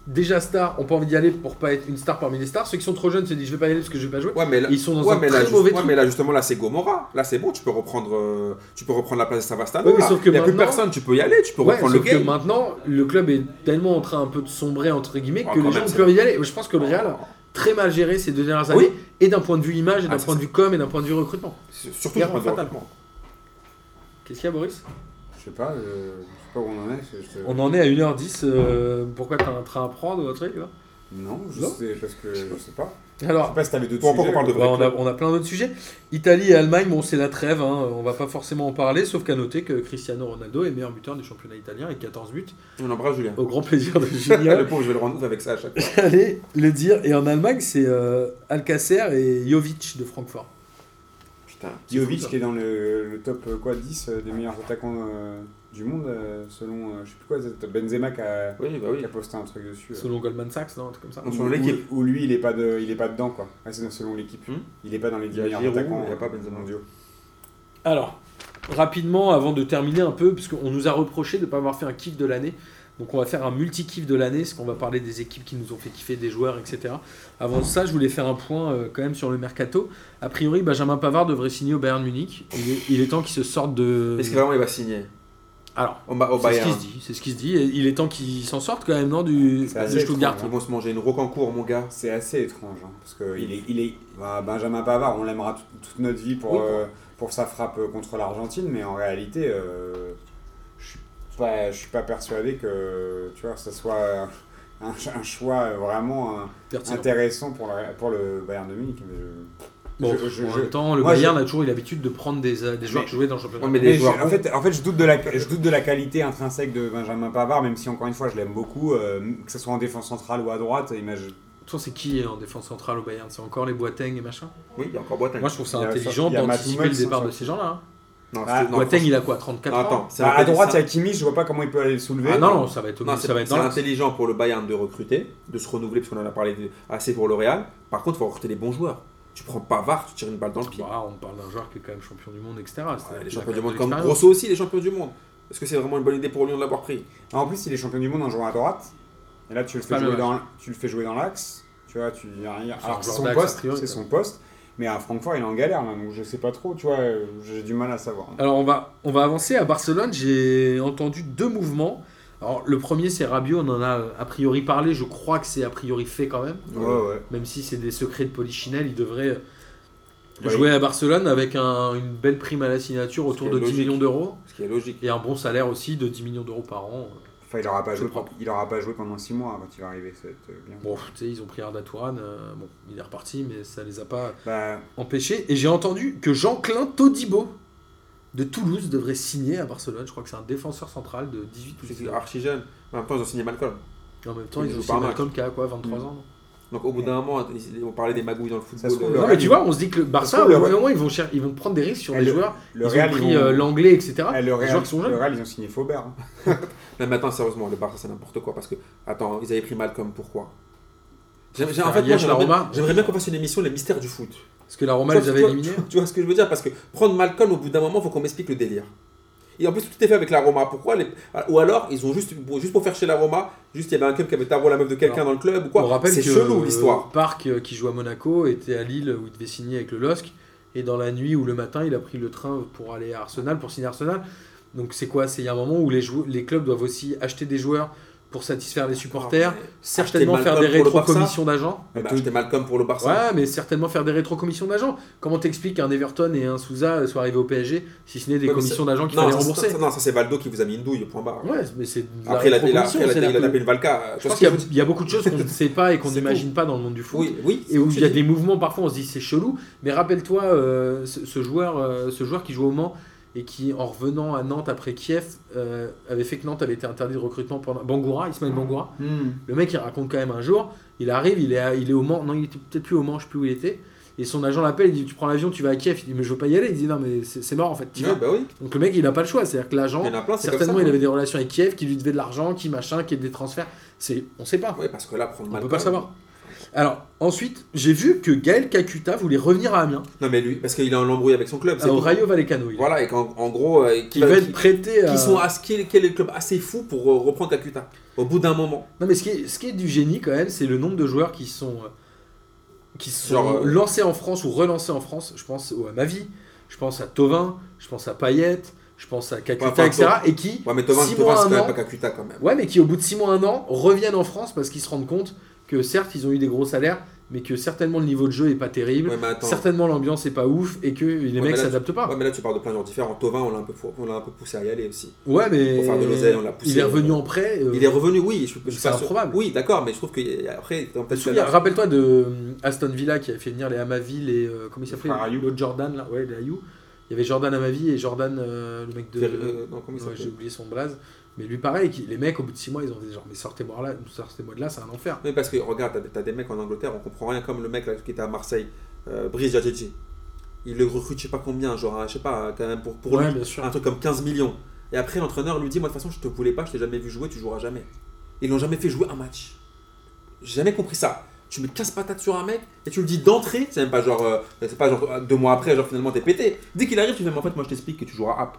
Speaker 1: déjà stars ont pas envie d'y aller pour pas être une star parmi les stars. Ceux qui sont trop jeunes se disent je vais pas y aller parce que je vais pas jouer.
Speaker 2: Ouais, mais là,
Speaker 1: Ils sont dans
Speaker 2: ouais,
Speaker 1: un
Speaker 2: mais
Speaker 1: très
Speaker 2: là, juste-
Speaker 1: mauvais
Speaker 2: ouais,
Speaker 1: truc.
Speaker 2: mais là, justement, là, c'est Gomorra. Là, c'est bon, tu peux reprendre, euh, tu peux reprendre la place de Savastano.
Speaker 1: Ouais, mais
Speaker 2: là.
Speaker 1: sauf que
Speaker 2: il n'y a plus
Speaker 1: maintenant-
Speaker 2: personne, tu peux y aller, tu peux
Speaker 1: Ouais,
Speaker 2: reprendre
Speaker 1: sauf
Speaker 2: le
Speaker 1: que
Speaker 2: game.
Speaker 1: maintenant, le club est tellement en train un peu de sombrer, entre guillemets,
Speaker 2: Ouais,
Speaker 1: que
Speaker 2: Ah, quand
Speaker 1: les
Speaker 2: même,
Speaker 1: gens ne
Speaker 2: c'est Ah.
Speaker 1: peuvent y aller. Je pense que le Real, très mal géré ces deux dernières années, et d'un point de vue image, et
Speaker 2: Ah,
Speaker 1: d'un
Speaker 2: c'est
Speaker 1: point de
Speaker 2: ça.
Speaker 1: vue com, et d'un point de vue recrutement.
Speaker 2: Surtout,
Speaker 1: Erreur
Speaker 2: je prends
Speaker 1: fatale.
Speaker 2: le recrutement.
Speaker 1: Qu'est-ce qu'il y a, Boris
Speaker 3: Je sais pas, euh, je sais pas où on en est. je- je-
Speaker 1: On en est à 1h10. euh, pourquoi t'as un train à prendre ou un truc là
Speaker 3: Non, je
Speaker 1: Non.
Speaker 3: sais, parce que je sais pas. Je
Speaker 1: Alors,
Speaker 3: sais pas si t'avais d'autres
Speaker 2: Bon, pourquoi
Speaker 3: sujets.
Speaker 2: on parle de
Speaker 1: Bah, on, a, on a plein d'autres sujets. Italie et Allemagne, bon, c'est la trêve, hein, on va pas forcément en parler, sauf qu'à noter que Cristiano Ronaldo est meilleur buteur du championnat italien avec 14 buts,
Speaker 2: On embrasse Julien.
Speaker 1: au grand plaisir de [laughs]
Speaker 2: le
Speaker 1: Julien.
Speaker 2: pauvre, je vais le rendre ouf avec ça à chaque fois.
Speaker 1: Allez le dire. Et en Allemagne, c'est euh, Alcacer et Jovic de Francfort.
Speaker 2: Putain.
Speaker 3: Djovic
Speaker 1: fou,
Speaker 2: hein.
Speaker 3: qui est dans le, le top euh, quoi 10 euh, des meilleurs attaquants euh, du monde euh, selon euh, je sais plus quoi c'est Benzema qui a,
Speaker 2: Oui, bah oui.
Speaker 3: qui a posté un truc dessus. euh,
Speaker 1: Selon Goldman Sachs, non, un truc comme ça.
Speaker 2: Non,
Speaker 3: où-
Speaker 2: selon l'équipe.
Speaker 3: Où, où lui il est pas de, il est pas dedans quoi. Ah, c'est selon l'équipe.
Speaker 2: Hmm.
Speaker 3: Il est pas dans les 10
Speaker 2: Il y a
Speaker 3: meilleurs
Speaker 2: Giroud,
Speaker 3: attaquants.
Speaker 2: il y a
Speaker 3: euh,
Speaker 2: pas Benzema.
Speaker 3: mondiaux.
Speaker 1: Alors, rapidement, avant de terminer un peu, parce qu'on nous a reproché de ne pas avoir fait un kiff de l'année. Donc on va faire un multi-kiff de l'année, parce qu'on va parler des équipes qui nous ont fait kiffer, des joueurs, etc. Avant ça, je voulais faire un point euh, quand même sur le mercato. A priori, Benjamin Pavard devrait signer au Bayern Munich. Il est, il est temps qu'il se sorte de...
Speaker 2: Est-ce que vraiment il va signer
Speaker 1: Alors,
Speaker 2: au, Ba- au
Speaker 1: c'est ce qui
Speaker 2: Bayern
Speaker 1: se dit, c'est ce qui se dit. Et il est temps qu'il s'en sorte quand même, non, du,
Speaker 3: C'est assez
Speaker 1: de Stuttgart.
Speaker 2: Ils vont se manger une rocancourt, mon gars.
Speaker 3: C'est assez étrange hein, parce
Speaker 2: Hmm.
Speaker 3: que il est, il est bah, Benjamin Pavard on l'aimera tout- toute notre vie pour
Speaker 2: Oui.
Speaker 3: euh, pour sa frappe euh, contre l'Argentine mais en réalité euh, je suis pas je suis pas persuadé que tu vois ce soit euh, un, un choix euh, vraiment. euh,
Speaker 1: Pertinent.
Speaker 3: intéressant pour, la- pour le Bayern de Munich. Mais je-
Speaker 1: Bon,
Speaker 3: Je- je-
Speaker 1: en
Speaker 3: je-
Speaker 1: même temps, le
Speaker 3: moi,
Speaker 1: Bayern a toujours eu l'habitude de prendre des, euh, des joueurs
Speaker 3: Mais-
Speaker 1: qui jouaient dans le championnat.
Speaker 2: Ouais, mais
Speaker 3: Mais
Speaker 2: les
Speaker 3: je-
Speaker 2: joueurs.
Speaker 3: en, fait, en fait, je doute, de la, je doute de la qualité intrinsèque de Benjamin Pavard, même si encore une fois, je l'aime beaucoup, euh, que ce soit en défense centrale ou à droite. il m'a- je-
Speaker 1: Toi, c'est qui euh, en défense centrale au Bayern C'est encore les Boateng et machin
Speaker 2: Oui, il y a encore Boateng.
Speaker 1: Moi, je trouve ça
Speaker 3: Il y a-
Speaker 1: intelligent
Speaker 3: il y a
Speaker 1: d'anticiper
Speaker 3: Matt
Speaker 1: le
Speaker 3: Hummels,
Speaker 1: départ
Speaker 3: hein,
Speaker 1: de ces gens-là. hein.
Speaker 2: Non,
Speaker 3: Ah,
Speaker 2: c'est- non,
Speaker 1: Boateng,
Speaker 2: franchement-
Speaker 1: il a quoi 34
Speaker 2: Non,
Speaker 1: ans
Speaker 2: Attends, c'est
Speaker 3: Bah, à
Speaker 2: intelligent-
Speaker 3: droite, il
Speaker 2: ça-
Speaker 3: y a Kimmich, je vois pas comment il peut aller le soulever.
Speaker 1: Ah non, non, ça va être, au-
Speaker 2: Non,
Speaker 1: ça va
Speaker 2: c'est
Speaker 1: être
Speaker 2: c'est
Speaker 1: dans l'axe.
Speaker 2: intelligent pour le Bayern de recruter, de se renouveler, parce qu'on en a parlé de- assez pour le Real. Par contre, il faut recruter les bons joueurs. Tu prends Pavard, tu tires une balle dans le pied.
Speaker 1: Bah, on parle d'un joueur qui est quand même champion du monde, etc.
Speaker 2: Ouais,
Speaker 1: C'est-à-dire
Speaker 2: les
Speaker 1: qu'il Ah, a
Speaker 2: champions
Speaker 1: quand
Speaker 2: du
Speaker 1: même
Speaker 2: monde,
Speaker 1: de
Speaker 2: comme
Speaker 1: l'expérience.
Speaker 2: Grosso aussi, les champions du monde. Est-ce que c'est vraiment une bonne idée pour Lyon de l'avoir pris
Speaker 3: Ah, en plus, il est champion du monde en jouant à droite. Et là, tu le
Speaker 1: pas
Speaker 3: fais, jouer
Speaker 1: mal.
Speaker 3: dans, tu le fais jouer dans l'axe. Tu vois, tu y arrives.
Speaker 1: C'est un
Speaker 3: Alors, c'est
Speaker 1: joueur
Speaker 3: son
Speaker 1: d'axe, a
Speaker 3: poste.
Speaker 1: priori,
Speaker 3: C'est
Speaker 1: quoi.
Speaker 3: son poste. Mais à Francfort, il est en galère, là, donc je sais pas trop, tu vois, euh, j'ai du mal à savoir.
Speaker 1: Alors on va, on va avancer. À Barcelone, j'ai entendu deux mouvements. Alors le premier, c'est Rabiot, on en a euh, a priori parlé. Je crois que c'est a priori fait quand même.
Speaker 3: Ouais, ouais.
Speaker 1: Même si c'est des secrets de Polichinelle, il devrait euh,
Speaker 3: Bah,
Speaker 1: jouer à Barcelone avec un- une belle prime à la signature autour
Speaker 2: qui
Speaker 1: de
Speaker 2: est
Speaker 1: 10
Speaker 2: logique.
Speaker 1: millions d'euros.
Speaker 2: Ce qui est logique.
Speaker 1: Et un bon salaire aussi de 10 millions d'euros par an.
Speaker 3: Enfin, il aura pas
Speaker 1: C'est
Speaker 3: joué,
Speaker 1: propre.
Speaker 3: il aura pas joué pendant 6 mois quand il va arriver, c'est euh, bien.
Speaker 1: Bon, tu sais, ils ont pris Arda Touran, euh, bon, il est reparti, mais ça les a pas
Speaker 3: Bah,
Speaker 1: empêché. Et j'ai entendu que Jean-Clin Todibo de Toulouse devrait signer à Barcelone. Je crois que c'est un défenseur central de 18 ou
Speaker 2: C'est
Speaker 1: 19
Speaker 2: c'est
Speaker 1: ans.
Speaker 2: archi jeune. En même temps, ils ont signé Malcolm.
Speaker 1: Et En même temps,
Speaker 2: Il
Speaker 1: ils
Speaker 2: joue
Speaker 1: ont
Speaker 2: pas un
Speaker 1: signé
Speaker 2: match.
Speaker 1: Malcolm qui a quoi,
Speaker 3: Mm.
Speaker 1: 23 ans non
Speaker 2: Donc au bout d'un moment, ils- on parlait des magouilles dans le football.
Speaker 3: se trouve,
Speaker 2: euh,
Speaker 3: le
Speaker 1: Non, mais
Speaker 3: Real,
Speaker 1: tu
Speaker 3: ils-
Speaker 1: vois, on se dit que le Barça,
Speaker 3: trouve, le
Speaker 1: au bout d'un
Speaker 3: Real-
Speaker 1: moment, ils vont, cher- ils vont prendre des risques sur
Speaker 3: Eh,
Speaker 1: les joueurs.
Speaker 3: le
Speaker 1: ils
Speaker 3: Real,
Speaker 1: ont
Speaker 3: ils
Speaker 1: pris
Speaker 3: vont-
Speaker 1: euh, l'anglais, etc.
Speaker 3: Eh, le,
Speaker 1: les
Speaker 3: Real,
Speaker 1: joueurs qui sont jeunes.
Speaker 3: le Real, ils ont signé Faubert. hein.
Speaker 2: Non, mais attends, sérieusement, le Barça, c'est n'importe quoi. Parce que, attends, ils avaient pris Malcolm, pourquoi J'ai- j'ai-
Speaker 1: Faire
Speaker 2: En fait, moi,
Speaker 1: Liège, la
Speaker 2: j'aimerais bien-
Speaker 1: Roma.
Speaker 2: j'aimerais bien qu'on fasse une émission Les mystères du foot.
Speaker 1: Parce que la Roma
Speaker 2: Tu
Speaker 1: les
Speaker 2: vois-
Speaker 1: avait
Speaker 2: tu vois-
Speaker 1: éliminés.
Speaker 2: Tu vois ce que je veux dire Parce que prendre Malcolm, au bout d'un moment, faut qu'on m'explique le délire. Et en plus, tout est fait avec la Roma. Pourquoi les- Ou alors, ils ont juste, pour- juste pour faire chez la Roma, juste il y avait un club qui avait tarot la meuf de quelqu'un dans le club ou
Speaker 1: on
Speaker 2: quoi.
Speaker 1: rappelle
Speaker 2: C'est
Speaker 1: que
Speaker 2: chelou l'histoire.
Speaker 1: euh, Park, euh, qui joue à Monaco, était à Lille où il devait signer avec le LOSC. Et dans la nuit ou le matin, il a pris le train pour aller à Arsenal, pour signer à Arsenal. Donc c'est quoi C'est il y a un moment où les, jou- les clubs doivent aussi acheter des joueurs pour satisfaire les supporters,
Speaker 2: Ah, mais
Speaker 1: certainement faire des
Speaker 2: Malcolm pour le Barça.
Speaker 1: rétro-commissions d'agents.
Speaker 2: Eh ben, Acheter Malcolm pour le Barça.
Speaker 1: Ouais, mais certainement faire des rétro-commissions d'agents. Comment t'expliques qu'un Everton et un Souza soient arrivés au PSG si ce n'est des
Speaker 2: Ouais, mais
Speaker 1: commissions d'agents qu'il
Speaker 2: Non,
Speaker 1: fallait
Speaker 2: ça,
Speaker 1: rembourser
Speaker 2: c'est- ça- non, ça c'est Valdo qui vous a mis une douille, point barre.
Speaker 1: Ouais, mais c'est de la
Speaker 2: Après, il a, il a-
Speaker 1: rétro-commission,
Speaker 2: il a-
Speaker 1: c'est-à-dire
Speaker 2: il a
Speaker 1: que-
Speaker 2: tapé une Valka.
Speaker 1: Je pense qu'il y a- il y, a beaucoup de choses
Speaker 2: [laughs]
Speaker 1: qu'on ne sait pas et qu'on
Speaker 2: C'est
Speaker 1: n'imagine pas dans le monde du foot.
Speaker 2: Oui, oui.
Speaker 1: Et où il y a des mouvements, parfois on se dit c'est chelou, mais rappelle-toi euh, ce, ce joueur, euh, ce joueur qui joue au Mans et qui, en revenant à Nantes après Kiev, euh, avait fait que Nantes avait été interdit de recrutement pendant. Bangoura, Ismaël Bangoura. Le mec il raconte quand même un jour, il arrive, il est, à- il est au Mans, non il était peut-être plus au Mans, je sais plus où il était, et son agent l'appelle, il dit tu prends l'avion, tu vas à Kiev, il dit mais je veux pas y aller, il dit non mais c'est c'est mort en fait, tu
Speaker 2: Ouais,
Speaker 1: vas.
Speaker 2: bah oui.
Speaker 1: Donc le mec il a pas le choix, c'est-à-dire que l'agent,
Speaker 2: Il y en a plein, c'est comme ça.
Speaker 1: certainement il avait des relations avec Kiev, qui lui devait de l'argent, qui machin, qui a des transferts, c'est, on sait pas.
Speaker 2: Ouais, parce que là, prendre
Speaker 1: On peut
Speaker 2: Malcolm.
Speaker 1: pas savoir. Alors, ensuite, j'ai vu que Gaël Kakuta voulait revenir à Amiens,
Speaker 2: Non, mais lui, parce qu'il est en embrouille avec son club. c'est
Speaker 1: au
Speaker 2: tout.
Speaker 1: Rayo Vallecano. il est.
Speaker 2: Voilà, et qu'en en gros, euh, qui
Speaker 1: Qui
Speaker 2: va-
Speaker 1: va être
Speaker 2: qui-
Speaker 1: prêté à.
Speaker 2: qui sont à quel, quel est le club assez fou pour euh, reprendre Kakuta au bout d'un moment
Speaker 1: Non, mais ce qui, est, ce qui est du génie quand même, c'est le nombre de joueurs qui sont, euh, qui sont
Speaker 2: Genre, euh,
Speaker 1: lancés en France ou relancés en France. Je pense au- à Mavi, je pense à Tovin, je pense à Payet, je pense à Kakuta,
Speaker 2: Ouais, enfin,
Speaker 1: etc. Et qui,
Speaker 2: ouais mais Thomas,
Speaker 1: six
Speaker 2: Thomas,
Speaker 1: mois,
Speaker 2: c'est quand
Speaker 1: un
Speaker 2: même
Speaker 1: an-
Speaker 2: pas Kakuta quand même
Speaker 1: ouais, mais qui au bout de 6 mois, 1 an, reviennent en France parce qu'ils se rendent compte que certes, ils ont eu des gros salaires, mais que certainement le niveau de jeu est pas terrible,
Speaker 2: Ouais, mais attends.
Speaker 1: certainement l'ambiance est pas ouf et que les
Speaker 2: mais
Speaker 1: mecs
Speaker 2: là,
Speaker 1: s'adaptent pas.
Speaker 2: Ouais, mais là, tu parles de plein de genres différents. Tovin, on l'a un, peu fou- on l'a un peu poussé à y aller aussi.
Speaker 1: Ouais, mais
Speaker 2: Pour faire de l'oseille, on l'a poussé.
Speaker 1: il est revenu en prêt. euh,
Speaker 2: Il est revenu, oui. Je, suis- je suis
Speaker 1: C'est
Speaker 2: pas sûr.
Speaker 1: improbable.
Speaker 2: Oui, d'accord, mais je trouve euh, qu'après, en
Speaker 1: te
Speaker 2: fait,
Speaker 1: souviens- Rappelle-toi de euh, Aston Villa qui avait fait venir les Amavi, les euh, comment il s'appelait
Speaker 3: frères Ayew.
Speaker 1: l'autre Jordan là, ouais, les Ayew. Il y avait Jordan Amavi et Jordan euh, le mec de
Speaker 2: Euh, non, comment il
Speaker 1: Ouais,
Speaker 2: s'appelle
Speaker 1: j'ai oublié son blaze, mais lui pareil, qui- les mecs au bout de 6 mois, ils ont dit genre mais sortez-moi là, sortez-moi de là, c'est un enfer.
Speaker 2: Mais parce que regarde, t'as- t'as des mecs en Angleterre, on comprend rien, comme le mec là, qui était à Marseille, euh, Brice Jadjedji. Il le recrute, je sais pas combien, genre, hein, je sais pas, quand même, pour, pour
Speaker 1: Ouais,
Speaker 2: lui,
Speaker 1: bien sûr. Ah,
Speaker 2: un truc comme 15 millions. Et après, l'entraîneur lui dit Moi, de toute façon, je te voulais pas, je t'ai jamais vu jouer, tu joueras jamais. Ils l'ont jamais fait jouer un match. J'ai jamais compris ça. Tu mets 15 patates sur un mec et tu le dis d'entrée, c'est même pas genre, euh, c'est pas genre euh, deux mois après, genre finalement t'es pété. Dès qu'il arrive, tu fais Mais en fait, moi je t'explique que tu joueras app.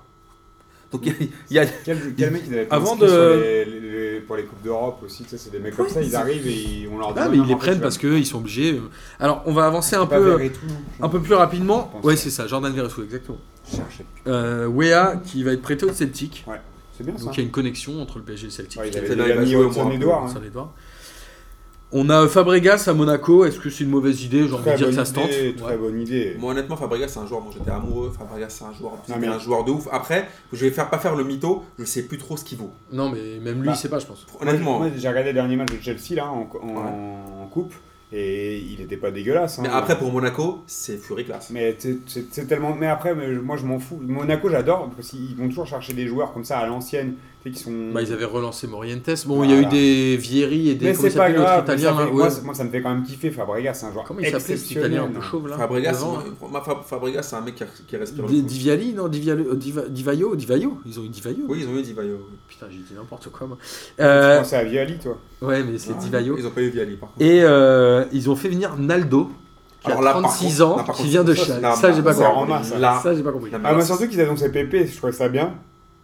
Speaker 2: Donc il y a- il y a,
Speaker 3: Quel, quel mec ils avaient pas
Speaker 1: Avant
Speaker 3: inscrit
Speaker 1: de-
Speaker 3: sur les- les- les- pour les Coupes d'Europe aussi, tu sais, c'est des mecs comme
Speaker 2: Ouais,
Speaker 3: ça, ils
Speaker 2: c'est-
Speaker 3: arrivent et ils- on leur dit.
Speaker 1: Ah mais ils les prennent parce qu'ils sont obligés. euh. Alors on va avancer un peu, euh, un peu plus rapidement.
Speaker 3: Je pense,
Speaker 1: Ouais
Speaker 3: ouais.
Speaker 1: c'est ça, Jordan Veretout exactement.
Speaker 3: Cherchez.
Speaker 1: Euh, Wea qui va être prêté au Celtic,
Speaker 3: C'est bien ça.
Speaker 1: donc il y a une connexion entre le PSG et le Celtic.
Speaker 3: Ouais, ils
Speaker 1: qui est
Speaker 3: avaient
Speaker 2: C'est là,
Speaker 3: déjà
Speaker 2: il va
Speaker 3: mis
Speaker 2: jouer au
Speaker 3: Hudson
Speaker 2: Monaco,
Speaker 3: Edouard. hein.
Speaker 1: sur les doigts. On a Fabregas à Monaco. Est-ce que c'est une mauvaise idée J'ai envie de
Speaker 3: Très
Speaker 1: dire que ça
Speaker 3: bonne
Speaker 1: se tente.
Speaker 3: idée,
Speaker 1: Ouais.
Speaker 3: Très bonne idée.
Speaker 2: Moi honnêtement Fabregas c'est un joueur dont j'étais amoureux, Fabregas c'est un joueur,
Speaker 3: Non,
Speaker 2: c'était
Speaker 3: mais-
Speaker 2: un joueur de ouf. Après, je vais faire pas faire le mytho, je sais plus trop ce qu'il vaut.
Speaker 1: Non, mais même lui,
Speaker 3: Bah.
Speaker 1: il sait pas, je pense.
Speaker 2: Honnêtement.
Speaker 3: Moi, j'ai regardé le dernier match de Chelsea là en, en- en coupe et il était pas dégueulasse. hein.
Speaker 2: mais après pour Monaco, c'est Fury classe.
Speaker 3: Mais t'es- c'est c'est tellement. Mais après, mais je- moi je m'en fous. Monaco, j'adore parce qu'ils vont toujours chercher des joueurs comme ça à l'ancienne, tu sais, qui sont.
Speaker 1: Bah, ils avaient relancé Morientes. Bon,
Speaker 3: Mm. Voilà.
Speaker 1: il y a eu des Vieri et des.
Speaker 3: mais
Speaker 1: comment
Speaker 3: c'est pas
Speaker 1: s'appelle
Speaker 3: grave.
Speaker 1: l'autre
Speaker 3: mais
Speaker 1: italien
Speaker 3: ça
Speaker 1: là
Speaker 3: fait-
Speaker 1: ouais.
Speaker 3: moi, c'est- moi, ça me fait quand même kiffer. Fabregas, c'est un joueur
Speaker 1: Comment il s'appelait cet
Speaker 3: exceptionnel.
Speaker 1: italien un peu chauve là
Speaker 2: Fabregas,
Speaker 1: devant, hein?
Speaker 2: c'est- moi, Fa- Fabregas c'est un mec qui, qui respire
Speaker 1: Di-
Speaker 2: le foot.
Speaker 1: Diviali, non Diviali- euh, Diva- Divaio, Divaio, ils ont eu Divaio.
Speaker 2: Oui, ils ont eu Divayo.
Speaker 1: Putain, j'ai dit n'importe quoi moi.
Speaker 3: Tu
Speaker 1: Euh,
Speaker 3: pensais à Viali, toi
Speaker 1: ouais, mais c'est
Speaker 2: Ah,
Speaker 1: Divaio.
Speaker 2: Ils ont pas eu Viali par contre.
Speaker 1: Et euh, ils ont fait venir Naldo, qui
Speaker 2: Alors
Speaker 1: a
Speaker 2: là, par
Speaker 1: 36
Speaker 2: contre-
Speaker 1: ans,
Speaker 2: là, par
Speaker 1: qui
Speaker 2: contre,
Speaker 1: vient de
Speaker 2: ça,
Speaker 1: Châle.
Speaker 2: c'est
Speaker 1: Ça, j'ai pas
Speaker 2: un-
Speaker 3: ça,
Speaker 1: compris.
Speaker 3: en masse,
Speaker 2: Là,
Speaker 1: Ça, j'ai pas compris.
Speaker 2: Non, mais
Speaker 3: Ah,
Speaker 2: alors,
Speaker 3: moi, surtout qu'ils annoncent Pépé, je trouvais ça bien.